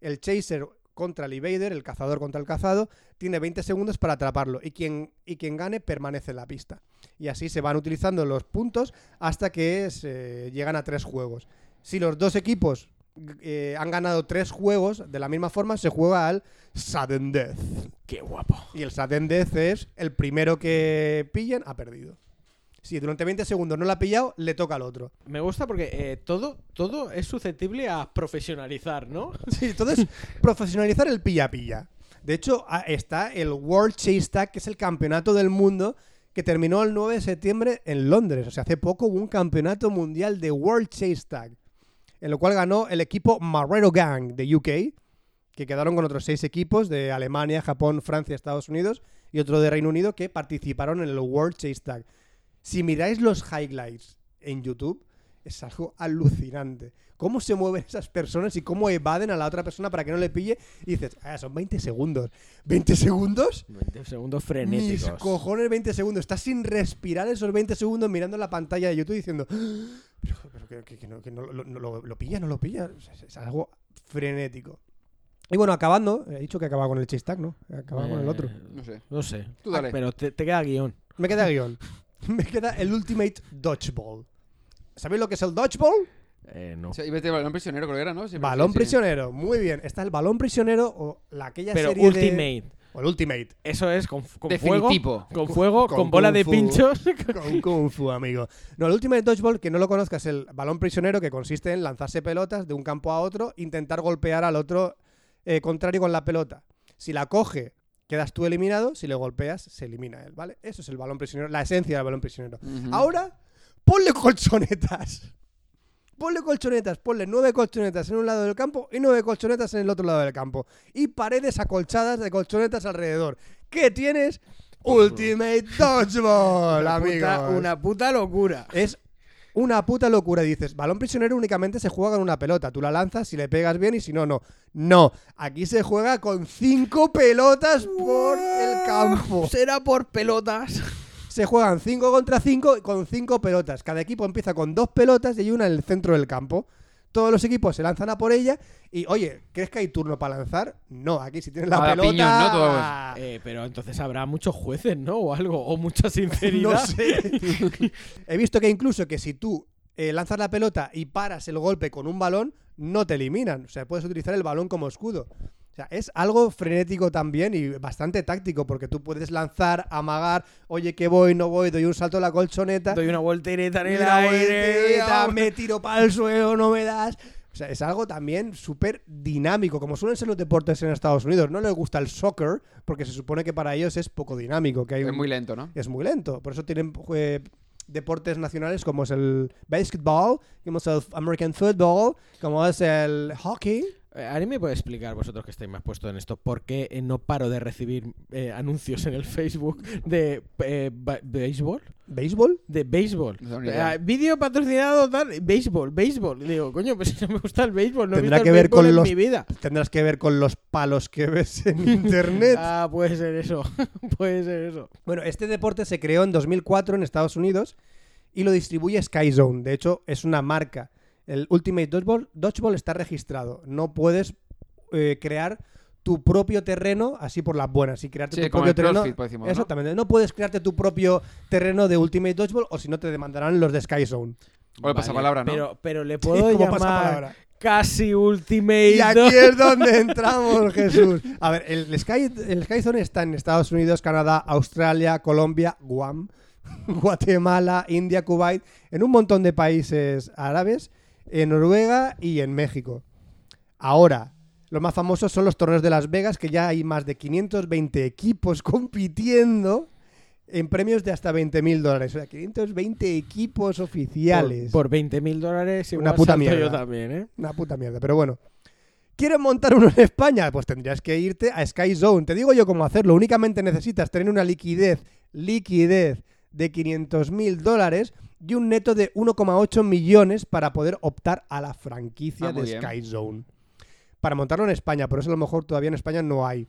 [SPEAKER 6] El chaser contra el evader, el cazador contra el cazado, tiene 20 segundos para atraparlo y quien, y quien gane permanece en la pista. Y así se van utilizando los puntos hasta que se llegan a tres juegos. Si los dos equipos g- eh, han ganado tres juegos, de la misma forma se juega al sudden death.
[SPEAKER 3] Qué guapo.
[SPEAKER 6] Y el sudden death es el primero que pillen ha perdido. Si durante 20 segundos no lo ha pillado, le toca al otro.
[SPEAKER 3] Me gusta porque eh, todo, todo es susceptible a profesionalizar, ¿no?
[SPEAKER 6] [LAUGHS] Sí, entonces, profesionalizar el pilla-pilla. De hecho, a- está el World Chase Tag, que es el campeonato del mundo que terminó el 9 de septiembre en Londres. O sea, hace poco hubo un campeonato mundial de World Chase Tag, en lo cual ganó el equipo Marrero Gang de UK, que quedaron con otros seis equipos de Alemania, Japón, Francia, Estados Unidos y otro de Reino Unido que participaron en el World Chase Tag. Si miráis los highlights en YouTube, es algo alucinante. Cómo se mueven esas personas y cómo evaden a la otra persona para que no le pille. Y dices, "Ah, son 20 segundos. ¿20 segundos?
[SPEAKER 3] 20 segundos
[SPEAKER 6] Mis cojones 20 segundos. Estás sin respirar esos 20 segundos mirando la pantalla de YouTube diciendo, "Ah, pero, pero que, que- que no, que no- lo, no- lo- lo pilla, no lo pilla. O sea, Es, es algo frenético. Y bueno, acabando, he dicho que acababa con el chistag, ¿no? Acababa con el otro.
[SPEAKER 3] Eh,
[SPEAKER 2] No sé.
[SPEAKER 3] No sé. Ah,
[SPEAKER 2] Tú dale.
[SPEAKER 3] Pero te, te queda guión.
[SPEAKER 6] Me queda guión. [LAUGHS] Me queda el Ultimate Dodgeball. ¿Sabéis lo que es el Dodgeball?
[SPEAKER 3] Eh, no.
[SPEAKER 2] Sí, iba a decir balón prisionero, creo que era, ¿no? Siempre-
[SPEAKER 6] Balón
[SPEAKER 2] sí, sí.
[SPEAKER 6] prisionero, muy bien. Está el balón prisionero o la aquella
[SPEAKER 3] Pero
[SPEAKER 6] serie de-
[SPEAKER 3] Ultimate.
[SPEAKER 6] o el Ultimate.
[SPEAKER 3] Eso es con, con fuego.
[SPEAKER 2] Definitivo.
[SPEAKER 3] Con fuego,
[SPEAKER 6] Con
[SPEAKER 3] con, bola
[SPEAKER 6] kung
[SPEAKER 3] de
[SPEAKER 6] fu.
[SPEAKER 3] pinchos.
[SPEAKER 6] Con Kung Fu, amigo. No, el Ultimate Dodgeball, que no lo conozca, es el balón prisionero que consiste en lanzarse pelotas de un campo a otro, intentar golpear al otro eh, contrario con la pelota. Si la coge, quedas tú eliminado. Si le golpeas, se elimina él, ¿vale? Eso es el balón prisionero, la esencia del balón prisionero.
[SPEAKER 2] Ujú.
[SPEAKER 6] Ahora, ponle colchonetas. Ponle colchonetas, ponle nueve colchonetas en un lado del campo y nueve colchonetas en el otro lado del campo. Y paredes acolchadas de colchonetas alrededor. ¿Qué tienes? Ultimate Dodgeball,
[SPEAKER 3] Una
[SPEAKER 6] amigos.
[SPEAKER 3] puta- una puta locura.
[SPEAKER 6] Es una puta locura. Y dices, balón prisionero únicamente se juega con una pelota. Tú la lanzas, si le pegas bien y si no, no. No, aquí se juega con cinco pelotas por el campo.
[SPEAKER 3] Será por pelotas.
[SPEAKER 6] Se juegan 5 contra 5 con 5 pelotas. Cada equipo empieza con dos pelotas y hay una en el centro del campo. Todos los equipos se lanzan a por ella y, oye, ¿crees que hay turno para lanzar? No, aquí si tienes la
[SPEAKER 2] A la
[SPEAKER 6] pelota...
[SPEAKER 2] piñón, ¿no? pues, Todos.
[SPEAKER 3] Eh, pero entonces habrá muchos jueces, ¿no? O algo, o mucha sinceridad.
[SPEAKER 6] No sé. [LAUGHS] He visto que incluso que si tú eh, lanzas la pelota y paras el golpe con un balón, no te eliminan. O sea, puedes utilizar el balón como escudo. O sea, es algo frenético también y bastante táctico, porque tú puedes lanzar, amagar, oye, que voy, no voy, doy un salto a la colchoneta,
[SPEAKER 3] Doy una voltereta en el
[SPEAKER 6] mira,
[SPEAKER 3] aire.
[SPEAKER 6] voltereta, me tiro para el suelo, no me das. O sea, es algo también súper dinámico, como suelen ser los deportes en Estados Unidos. No les gusta el soccer, porque se supone que para ellos es poco dinámico, que hay
[SPEAKER 2] Es
[SPEAKER 6] un-
[SPEAKER 2] muy lento, ¿no?
[SPEAKER 6] es muy lento. Por eso tienen eh, deportes nacionales como es el basketball, como es el American football, como es el hockey.
[SPEAKER 3] Eh, ¿Alguien me puede explicar, vosotros que estáis más puestos en esto, por qué eh, no paro de recibir eh, anuncios en el Facebook de eh, ba- béisbol?
[SPEAKER 6] ¿Béisbol?
[SPEAKER 3] De béisbol.
[SPEAKER 2] No tengo ni idea.
[SPEAKER 3] Eh, Vídeo patrocinado, tal. Béisbol, béisbol. Y digo, coño, pues [LAUGHS] no me gusta el béisbol. No he
[SPEAKER 6] Tendrá
[SPEAKER 3] visto
[SPEAKER 6] que
[SPEAKER 3] el
[SPEAKER 6] ver
[SPEAKER 3] béisbol
[SPEAKER 6] con
[SPEAKER 3] en
[SPEAKER 6] los-
[SPEAKER 3] mi vida.
[SPEAKER 6] Tendrás que ver con los palos que ves en internet.
[SPEAKER 3] Ah, puede ser eso. [LAUGHS] puede ser eso.
[SPEAKER 6] Bueno, este deporte se creó en 2004 en Estados Unidos y lo distribuye Sky Zone. De hecho, es una marca. El Ultimate Dodgeball, Dodgeball está registrado. No puedes eh, crear tu propio terreno así por las buenas y crearte
[SPEAKER 2] Sí,
[SPEAKER 6] tu
[SPEAKER 2] como
[SPEAKER 6] propio
[SPEAKER 2] el
[SPEAKER 6] terreno.
[SPEAKER 2] CrossFit, pues, decimos, ¿no?
[SPEAKER 6] Exactamente. ¿no? puedes crearte tu propio terreno de Ultimate Dodgeball o si no te demandarán los de Sky Zone.
[SPEAKER 2] O le pasa palabra, ¿no?
[SPEAKER 3] Pero, pero le puedo
[SPEAKER 6] como
[SPEAKER 3] llamar
[SPEAKER 6] pasapalabra.
[SPEAKER 3] casi ultimate.
[SPEAKER 6] Y
[SPEAKER 3] Dog-
[SPEAKER 6] aquí es donde [LAUGHS] entramos, Jesús. A ver, el Sky, el Sky Zone está en Estados Unidos, Canadá, Australia, Colombia, Guam, [LAUGHS] Guatemala, India, Kuwait, en un montón de países árabes, en Noruega y en México. Ahora, los más famosos son los torneos de Las Vegas, que ya hay más de 520 equipos [LAUGHS] compitiendo en premios de hasta 20 mil dólares. O sea, 520 equipos oficiales.
[SPEAKER 3] Por, 20 mil dólares,
[SPEAKER 6] Una
[SPEAKER 3] igual
[SPEAKER 6] puta
[SPEAKER 3] salto
[SPEAKER 6] mierda.
[SPEAKER 3] yo también, ¿eh?
[SPEAKER 6] Una puta mierda, pero bueno. ¿Quieres montar uno en España? Pues tendrías que irte a Sky Zone. Te digo yo cómo hacerlo. Únicamente necesitas tener una liquidez, liquidez de 500 mil dólares y un neto de 1,8 millones para poder optar a la franquicia
[SPEAKER 2] Ah,
[SPEAKER 6] de
[SPEAKER 2] muy bien.
[SPEAKER 6] Sky Zone. Para montarlo en España, por eso a lo mejor todavía en España
[SPEAKER 2] [LAUGHS]
[SPEAKER 6] no hay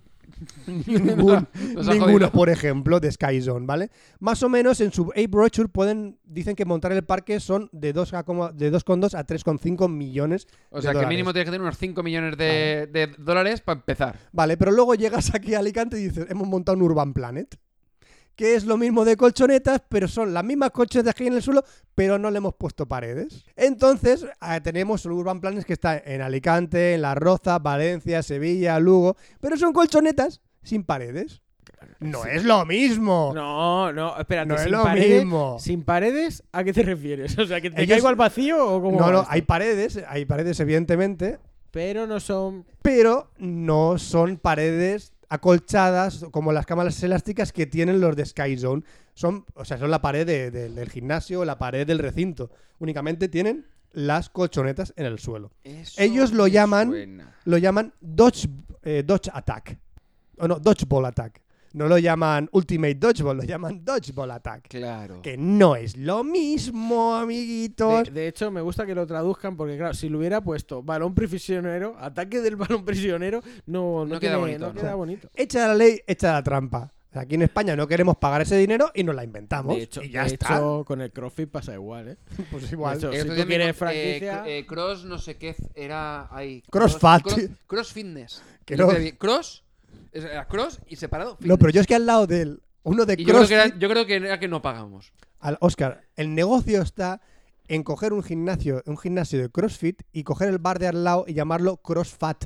[SPEAKER 6] ningún,
[SPEAKER 2] nos ha
[SPEAKER 6] ninguno,
[SPEAKER 2] jodido.
[SPEAKER 6] por ejemplo, de Sky Zone, ¿vale? Más o menos en su Ape brochure pueden, dicen que montar el parque son de 2,2 a, como- de 2,2 a 3,5 millones
[SPEAKER 2] O sea, que
[SPEAKER 6] de dólares.
[SPEAKER 2] mínimo tienes que tener unos 5 millones de, de dólares para empezar.
[SPEAKER 6] Vale, pero luego llegas aquí a Alicante y dices, hemos montado un Urban Planet. Que es lo mismo de colchonetas, pero son las mismas colchonetas que hay en el suelo, pero no le hemos puesto paredes. Entonces, ah, tenemos el Urban Planet que está en Alicante, en La Roza, Valencia, Sevilla, Lugo, pero son colchonetas sin paredes. No es lo mismo.
[SPEAKER 3] No, no, espérate.
[SPEAKER 6] No es
[SPEAKER 3] sin
[SPEAKER 6] lo
[SPEAKER 3] paredes,
[SPEAKER 6] mismo.
[SPEAKER 3] Sin paredes, ¿a qué te refieres? O sea, que te
[SPEAKER 6] Ellos-
[SPEAKER 3] caigo al vacío o cómo.
[SPEAKER 6] no,
[SPEAKER 3] va
[SPEAKER 6] no,
[SPEAKER 3] esto?
[SPEAKER 6] hay paredes, hay paredes evidentemente,
[SPEAKER 3] Pero no son.
[SPEAKER 6] pero no son paredes acolchadas como las cámaras elásticas que tienen los de Sky Zone. Son, o sea, son la pared de- de- del gimnasio, la pared del recinto. Únicamente tienen las colchonetas en el suelo. Ellos lo llaman- Lo llaman Dodge, eh, dodge Attack. O no, Dodgeball Attack. No lo llaman Ultimate Dodgeball, lo llaman Dodgeball Attack.
[SPEAKER 2] Claro.
[SPEAKER 6] Que no es lo mismo, amiguitos.
[SPEAKER 3] De, de hecho, me gusta que lo traduzcan porque, claro, si lo hubiera puesto balón prisionero, ataque del balón prisionero,
[SPEAKER 2] No
[SPEAKER 3] no, no, tiene-
[SPEAKER 2] queda bonito,
[SPEAKER 3] no
[SPEAKER 2] ¿no?
[SPEAKER 3] queda bonito.
[SPEAKER 6] Echa la ley, echa la trampa. O sea, Aquí en España no queremos pagar ese dinero y nos la inventamos.
[SPEAKER 3] De hecho,
[SPEAKER 6] y ya
[SPEAKER 3] de
[SPEAKER 6] está.
[SPEAKER 3] hecho, con el CrossFit pasa igual, ¿eh?
[SPEAKER 6] [LAUGHS] pues igual.
[SPEAKER 3] de hecho,
[SPEAKER 2] El
[SPEAKER 3] si
[SPEAKER 2] otro
[SPEAKER 3] tú
[SPEAKER 2] día me
[SPEAKER 3] quieres
[SPEAKER 2] encont- eh,
[SPEAKER 3] franquicia-
[SPEAKER 2] cr- eh, cross, no sé qué f- era ahí.
[SPEAKER 6] Cross
[SPEAKER 2] Cross-
[SPEAKER 6] fat.
[SPEAKER 2] Cross, cross fitness.
[SPEAKER 6] Que
[SPEAKER 2] Y
[SPEAKER 6] no.
[SPEAKER 2] te di- Cross. es- Era cross y separado.
[SPEAKER 6] No,
[SPEAKER 2] fitness.
[SPEAKER 6] pero yo es que al lado del uno de
[SPEAKER 2] Y yo, creo
[SPEAKER 6] CrossFit,
[SPEAKER 2] que era, yo creo que era que no pagamos.
[SPEAKER 6] al Oscar, el negocio está en coger un gimnasio, un gimnasio de CrossFit y coger el bar de al lado y llamarlo
[SPEAKER 2] [LAUGHS]
[SPEAKER 6] CrossFat.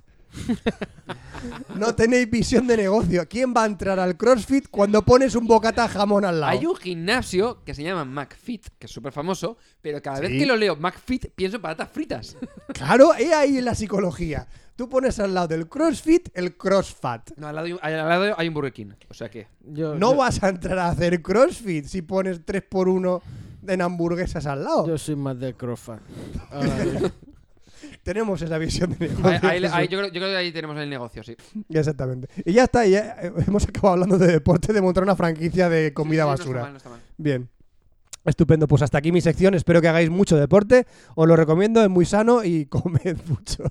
[SPEAKER 6] no tenéis visión de negocio. ¿Quién va a entrar al CrossFit cuando pones un bocata jamón al lado?
[SPEAKER 2] Hay un gimnasio que se llama McFit, que es súper famoso, pero cada
[SPEAKER 6] Sí.
[SPEAKER 2] vez que lo leo McFit pienso en patatas fritas.
[SPEAKER 6] Claro, he ahí la psicología. Tú pones al lado del CrossFit el CrossFat.
[SPEAKER 2] [LAUGHS] No, al lado, hay un- al lado hay un Burger King. O sea
[SPEAKER 6] [LAUGHS]
[SPEAKER 2] que.
[SPEAKER 3] Yo,
[SPEAKER 6] No
[SPEAKER 3] yo-
[SPEAKER 6] vas a entrar a hacer CrossFit si pones 3x1 en hamburguesas al lado.
[SPEAKER 3] Yo soy más de CrossFit. Ah, Ahora mismo.
[SPEAKER 6] Tenemos esa visión de negocio.
[SPEAKER 2] ahí- ahí-
[SPEAKER 6] Jesús.
[SPEAKER 2] ahí- yo, creo, yo creo que ahí tenemos el negocio, sí.
[SPEAKER 6] Exactamente. Y ya está, y ya [LAUGHS] eh, hemos acabado hablando de deporte, de montar una franquicia de comida
[SPEAKER 2] Sí, sí,
[SPEAKER 6] basura.
[SPEAKER 2] No está mal, no está mal.
[SPEAKER 6] Bien. Estupendo, pues hasta aquí mi sección. Espero que hagáis mucho deporte. Os lo recomiendo, es muy sano y [LAUGHS] comed mucho.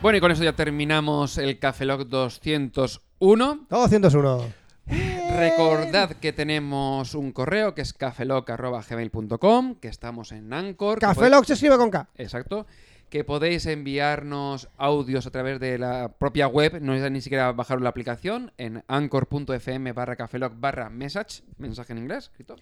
[SPEAKER 2] Bueno, y con eso ya terminamos el Café Lock 201.
[SPEAKER 6] Todo 101.
[SPEAKER 2] Recordad que tenemos un correo que es cafeloc.gmail.com, que estamos en Anchor. que
[SPEAKER 6] Café
[SPEAKER 3] Pues-
[SPEAKER 2] podéis-
[SPEAKER 6] Lock se escribe con K.
[SPEAKER 2] Exacto. Que podéis enviarnos audios a través de la propia web, no necesitáis ni siquiera bajar la aplicación, en anchor.fm barra cafeloc barra message, mensaje en inglés, escrito.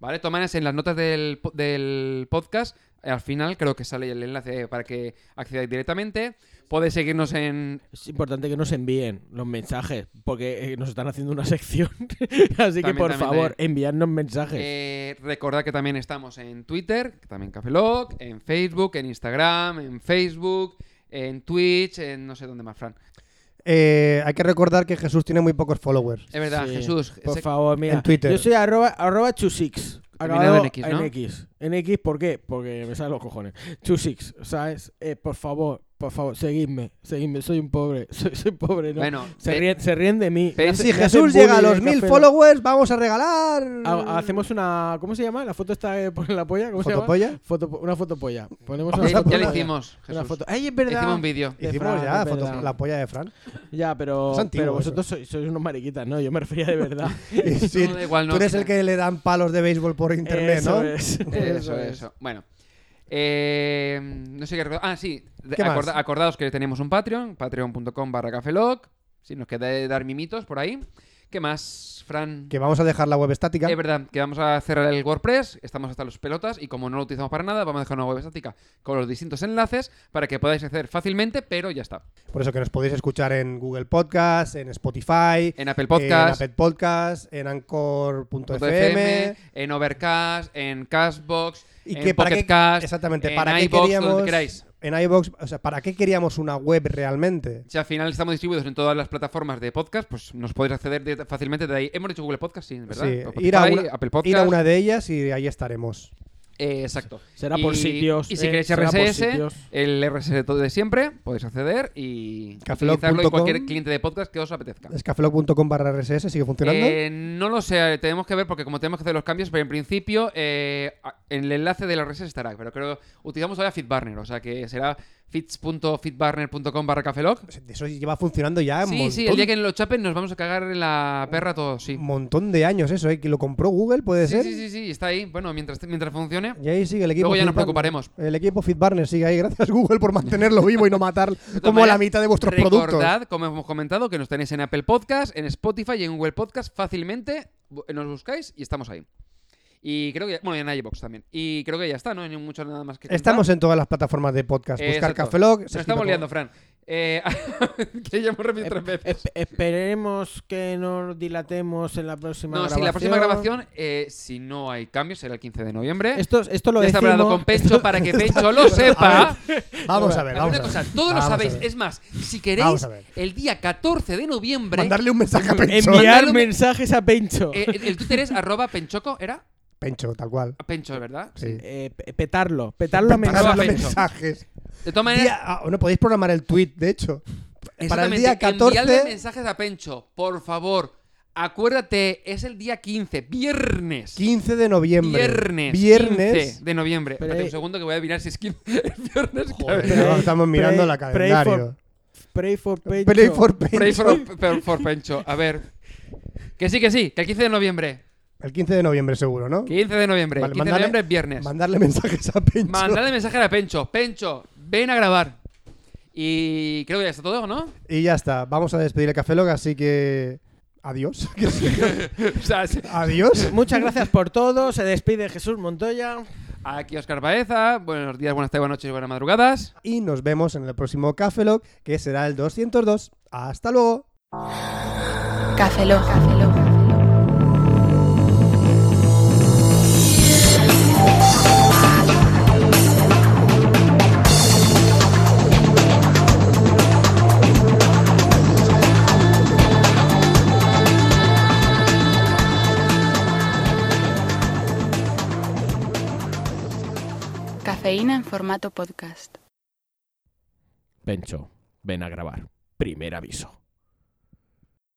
[SPEAKER 2] Vale, tomáis en las notas del, po- del podcast, eh, al final creo que sale el enlace para que accedáis directamente. Podéis seguirnos en...
[SPEAKER 3] Es importante que nos envíen los mensajes, porque eh, nos están haciendo una sección. [LAUGHS] Así que,
[SPEAKER 2] También,
[SPEAKER 3] por
[SPEAKER 2] también,
[SPEAKER 3] favor,
[SPEAKER 2] también.
[SPEAKER 3] enviadnos mensajes.
[SPEAKER 2] eh, recordad que también estamos en Twitter, que también cafeloc, en Facebook, en Instagram, en Facebook, en Twitch, en no sé dónde más, Fran.
[SPEAKER 6] Eh, hay que recordar que Jesús tiene muy pocos followers.
[SPEAKER 2] Es verdad,
[SPEAKER 3] Sí,
[SPEAKER 2] Jesús.
[SPEAKER 3] Por
[SPEAKER 2] sé-
[SPEAKER 3] favor, mira.
[SPEAKER 6] en Twitter.
[SPEAKER 3] Yo soy arroba, arroba chusix.
[SPEAKER 2] Terminado
[SPEAKER 3] Acabado
[SPEAKER 2] en X, ¿no?
[SPEAKER 3] En X. En X, ¿por qué? Porque me salen los cojones. Chusix, ¿sabes? Eh, por favor, por favor, seguidme. Seguidme, soy un pobre. [LAUGHS] Soy, soy pobre, ¿no?
[SPEAKER 2] Bueno,
[SPEAKER 3] se,
[SPEAKER 2] pe-
[SPEAKER 3] ríen, se ríen de mí.
[SPEAKER 2] pe-
[SPEAKER 3] Me hace-
[SPEAKER 6] Si
[SPEAKER 3] me hacen
[SPEAKER 6] Jesús llega a
[SPEAKER 3] bullying
[SPEAKER 6] los
[SPEAKER 3] en
[SPEAKER 6] mil
[SPEAKER 3] Café Lock.
[SPEAKER 6] followers, vamos a regalar.
[SPEAKER 3] Ha- Hacemos una. ¿Cómo se llama? La foto está eh, por la polla. Ah, ¿Cómo se llama?
[SPEAKER 6] ¿Fotopolla?
[SPEAKER 3] Foto- una fotopolla. Ponemos
[SPEAKER 6] Ya-
[SPEAKER 3] una
[SPEAKER 2] Ya, ya
[SPEAKER 6] foto
[SPEAKER 2] le
[SPEAKER 6] polla.
[SPEAKER 2] hicimos, Jesús.
[SPEAKER 3] Una foto. ¡Ay, es
[SPEAKER 2] Hicimos
[SPEAKER 3] verdad!
[SPEAKER 2] un vídeo.
[SPEAKER 3] De
[SPEAKER 6] Hicimos
[SPEAKER 3] Fran,
[SPEAKER 6] ya
[SPEAKER 3] es
[SPEAKER 6] foto-
[SPEAKER 3] verdad.
[SPEAKER 6] la polla de Fran.
[SPEAKER 3] Ya, pero,
[SPEAKER 6] Es antiguo
[SPEAKER 3] pero
[SPEAKER 6] eso.
[SPEAKER 3] vosotros sois, sois unos mariquitas, ¿no? Yo me refería de verdad.
[SPEAKER 6] Y sí,
[SPEAKER 2] No, da igual, no,
[SPEAKER 6] tú eres
[SPEAKER 2] al
[SPEAKER 6] el que le dan palos de béisbol por [LAUGHS] internet,
[SPEAKER 3] Eso
[SPEAKER 6] ¿no?
[SPEAKER 3] es,
[SPEAKER 2] Eso, eso. Bueno. Eh, no sé qué recordar. Ah, sí. De-
[SPEAKER 6] ¿Qué más?
[SPEAKER 2] acorda- acordaos que tenemos un Patreon, patreon.com barra cafeloc. Si nos queda dar mimitos por ahí. ¿Qué más, Fran?
[SPEAKER 6] Que vamos a dejar la web estática.
[SPEAKER 2] Es verdad, que vamos a cerrar el WordPress, estamos hasta los pelotas y como no lo utilizamos para nada, vamos a dejar una web estática con los distintos enlaces para que podáis hacer fácilmente, pero ya está.
[SPEAKER 6] Por eso que nos podéis escuchar en Google Podcast, en Spotify,
[SPEAKER 2] En Apple
[SPEAKER 6] Eh, en
[SPEAKER 2] Podcast,
[SPEAKER 6] Apple Podcast, en Anchor.fm.
[SPEAKER 2] FM, en Overcast, en Castbox,
[SPEAKER 6] ¿Y
[SPEAKER 2] en
[SPEAKER 6] que para
[SPEAKER 2] Pocket
[SPEAKER 6] qué,
[SPEAKER 2] Cast,
[SPEAKER 6] exactamente,
[SPEAKER 2] en
[SPEAKER 6] para qué
[SPEAKER 2] iVoox, donde
[SPEAKER 6] queríamos
[SPEAKER 2] queráis.
[SPEAKER 6] en iVoox, o sea, ¿para qué queríamos una web realmente?
[SPEAKER 2] Si al final estamos distribuidos en todas las plataformas de podcast, pues nos podéis acceder de- fácilmente de ahí. Hemos dicho Google Podcast, sí, ¿verdad? Pues
[SPEAKER 6] Sí,
[SPEAKER 2] Spotify,
[SPEAKER 6] ir, a una,
[SPEAKER 2] Apple Podcast.
[SPEAKER 6] ir a una de ellas y ahí estaremos.
[SPEAKER 2] Eh, exacto.
[SPEAKER 3] Será por
[SPEAKER 2] Y-
[SPEAKER 3] sitios,
[SPEAKER 2] Y si
[SPEAKER 3] eh,
[SPEAKER 2] queréis
[SPEAKER 3] será por
[SPEAKER 2] RSS,
[SPEAKER 3] sitios.
[SPEAKER 2] el RSS de todo de siempre, podéis acceder y
[SPEAKER 6] Cafeloc
[SPEAKER 2] utilizarlo en
[SPEAKER 6] punto com.
[SPEAKER 2] cualquier cliente de podcast que os apetezca.
[SPEAKER 6] Escafelog.com barra RSS, ¿sigue funcionando?
[SPEAKER 2] Eh, no lo sé, tenemos que ver porque como tenemos que hacer los cambios, pero en principio eh, a- en el enlace de la RSS estará, pero creo utilizamos ahora Fitbarner, o sea que será fits.fitbarner.com barra cafeloc.
[SPEAKER 6] Eso lleva funcionando ya un
[SPEAKER 2] Sí,
[SPEAKER 6] montón,
[SPEAKER 2] sí, el día que lo chapen nos vamos a cagar en la perra todos, sí.
[SPEAKER 6] un montón de años eso, ¿eh? Que lo compró Google, puede
[SPEAKER 2] Sí,
[SPEAKER 6] ser.
[SPEAKER 2] sí, sí, sí, está ahí. Bueno, mientras, mientras funcione.
[SPEAKER 6] Y ahí sigue el equipo.
[SPEAKER 2] Luego ya nos
[SPEAKER 6] Fit Barner.
[SPEAKER 2] preocuparemos.
[SPEAKER 6] El equipo FitBarner sigue ahí. Gracias [LAUGHS] Google por mantenerlo vivo y no matar como a la mitad de vuestros
[SPEAKER 2] Recordad,
[SPEAKER 6] productos.
[SPEAKER 2] como hemos comentado, que nos tenéis en Apple Podcast, en Spotify y en Google Podcast fácilmente. Bu- eh, Nos buscáis y estamos ahí. Y creo que. Bueno, y en iBox también. Y creo que ya está, no hay mucho nada más que. contar.
[SPEAKER 6] Estamos en todas las plataformas de podcast.
[SPEAKER 2] Eh,
[SPEAKER 6] Buscar
[SPEAKER 2] exacto.
[SPEAKER 6] Cafelog.
[SPEAKER 2] Nos estamos liando, Fran. Eh, [LAUGHS] que ya hemos repetido tres veces.
[SPEAKER 3] Esp- esperemos que nos dilatemos en la próxima
[SPEAKER 2] No,
[SPEAKER 3] grabación.
[SPEAKER 2] si la próxima grabación, eh, si no hay cambios, será el 15 de noviembre.
[SPEAKER 3] Esto, esto lo
[SPEAKER 2] eh, ya está hablado
[SPEAKER 3] decimos...
[SPEAKER 2] con Pecho para
[SPEAKER 6] [LAUGHS]
[SPEAKER 2] que Pecho lo sepa.
[SPEAKER 6] Vamos a ver,
[SPEAKER 2] Haced una
[SPEAKER 6] vamos a ver.
[SPEAKER 2] cosa, todos lo
[SPEAKER 6] Vamos a
[SPEAKER 2] sabéis.
[SPEAKER 6] ver.
[SPEAKER 2] Es más, si
[SPEAKER 6] Vamos
[SPEAKER 2] queréis,
[SPEAKER 6] a ver.
[SPEAKER 2] el día 14 de noviembre,
[SPEAKER 6] Mandarle un mensaje a Pencho.
[SPEAKER 3] Enviar
[SPEAKER 2] Mandadlo-
[SPEAKER 3] mensajes a Pencho.
[SPEAKER 2] eh, el, el Twitter es arroba penchoco, ¿era?
[SPEAKER 6] Pencho, tal cual.
[SPEAKER 2] Pencho, ¿verdad?
[SPEAKER 6] Sí.
[SPEAKER 3] Eh, pe- petarlo. Petarlo a
[SPEAKER 6] Mandarle
[SPEAKER 2] Arroba
[SPEAKER 3] mensajes.
[SPEAKER 6] los
[SPEAKER 2] Pencho.
[SPEAKER 6] mensajes.
[SPEAKER 2] De todas maneras,
[SPEAKER 6] Día- ah, bueno, podéis programar el tweet, de hecho. Para el
[SPEAKER 2] exactamente,
[SPEAKER 6] día
[SPEAKER 2] enviadle
[SPEAKER 6] 14,
[SPEAKER 2] mensajes a Pencho, por favor. Acuérdate, es el día 15, viernes.
[SPEAKER 6] 15 de noviembre.
[SPEAKER 2] Viernes.
[SPEAKER 6] Viernes.
[SPEAKER 2] 15 de noviembre.
[SPEAKER 3] Pero
[SPEAKER 2] Espérate un
[SPEAKER 3] ahí-
[SPEAKER 2] segundo que voy a mirar si [LAUGHS] es 15 el viernes. que
[SPEAKER 6] Joder,
[SPEAKER 2] había-
[SPEAKER 3] Pray-
[SPEAKER 6] no, estamos mirando
[SPEAKER 3] pray-
[SPEAKER 6] la
[SPEAKER 3] pray
[SPEAKER 6] calendario.
[SPEAKER 3] Pray for Pencho.
[SPEAKER 6] Play for Pencho.
[SPEAKER 2] Pray
[SPEAKER 6] [LAUGHS]
[SPEAKER 2] for, for- for Pencho. A ver. Que sí, que sí, que el 15 de noviembre.
[SPEAKER 6] El 15 de noviembre seguro, ¿no?
[SPEAKER 2] 15 de noviembre.
[SPEAKER 6] Vale,
[SPEAKER 2] 15
[SPEAKER 6] mandale-
[SPEAKER 2] de noviembre es viernes.
[SPEAKER 6] Mandarle mensajes a Pencho.
[SPEAKER 2] Mandale mensaje a Pencho. Pencho, ven a grabar. Y creo que ya está todo, ¿no?
[SPEAKER 6] Y ya está. Vamos a despedir el Café Log, así que... Adiós.
[SPEAKER 2] [LAUGHS] O sea, sí.
[SPEAKER 6] Adiós.
[SPEAKER 3] Muchas gracias por todo. Se despide Jesús Montoya.
[SPEAKER 2] aquí Oscar Baeza. Buenos días, buenas tardes, buenas noches y buenas madrugadas.
[SPEAKER 6] [LAUGHS] Y nos vemos en el próximo Café Log, que será el 202. Hasta luego.
[SPEAKER 4] Café Lock. Café Lock. Cafeína en formato podcast.
[SPEAKER 3] Pencho, ven a grabar. Primer aviso.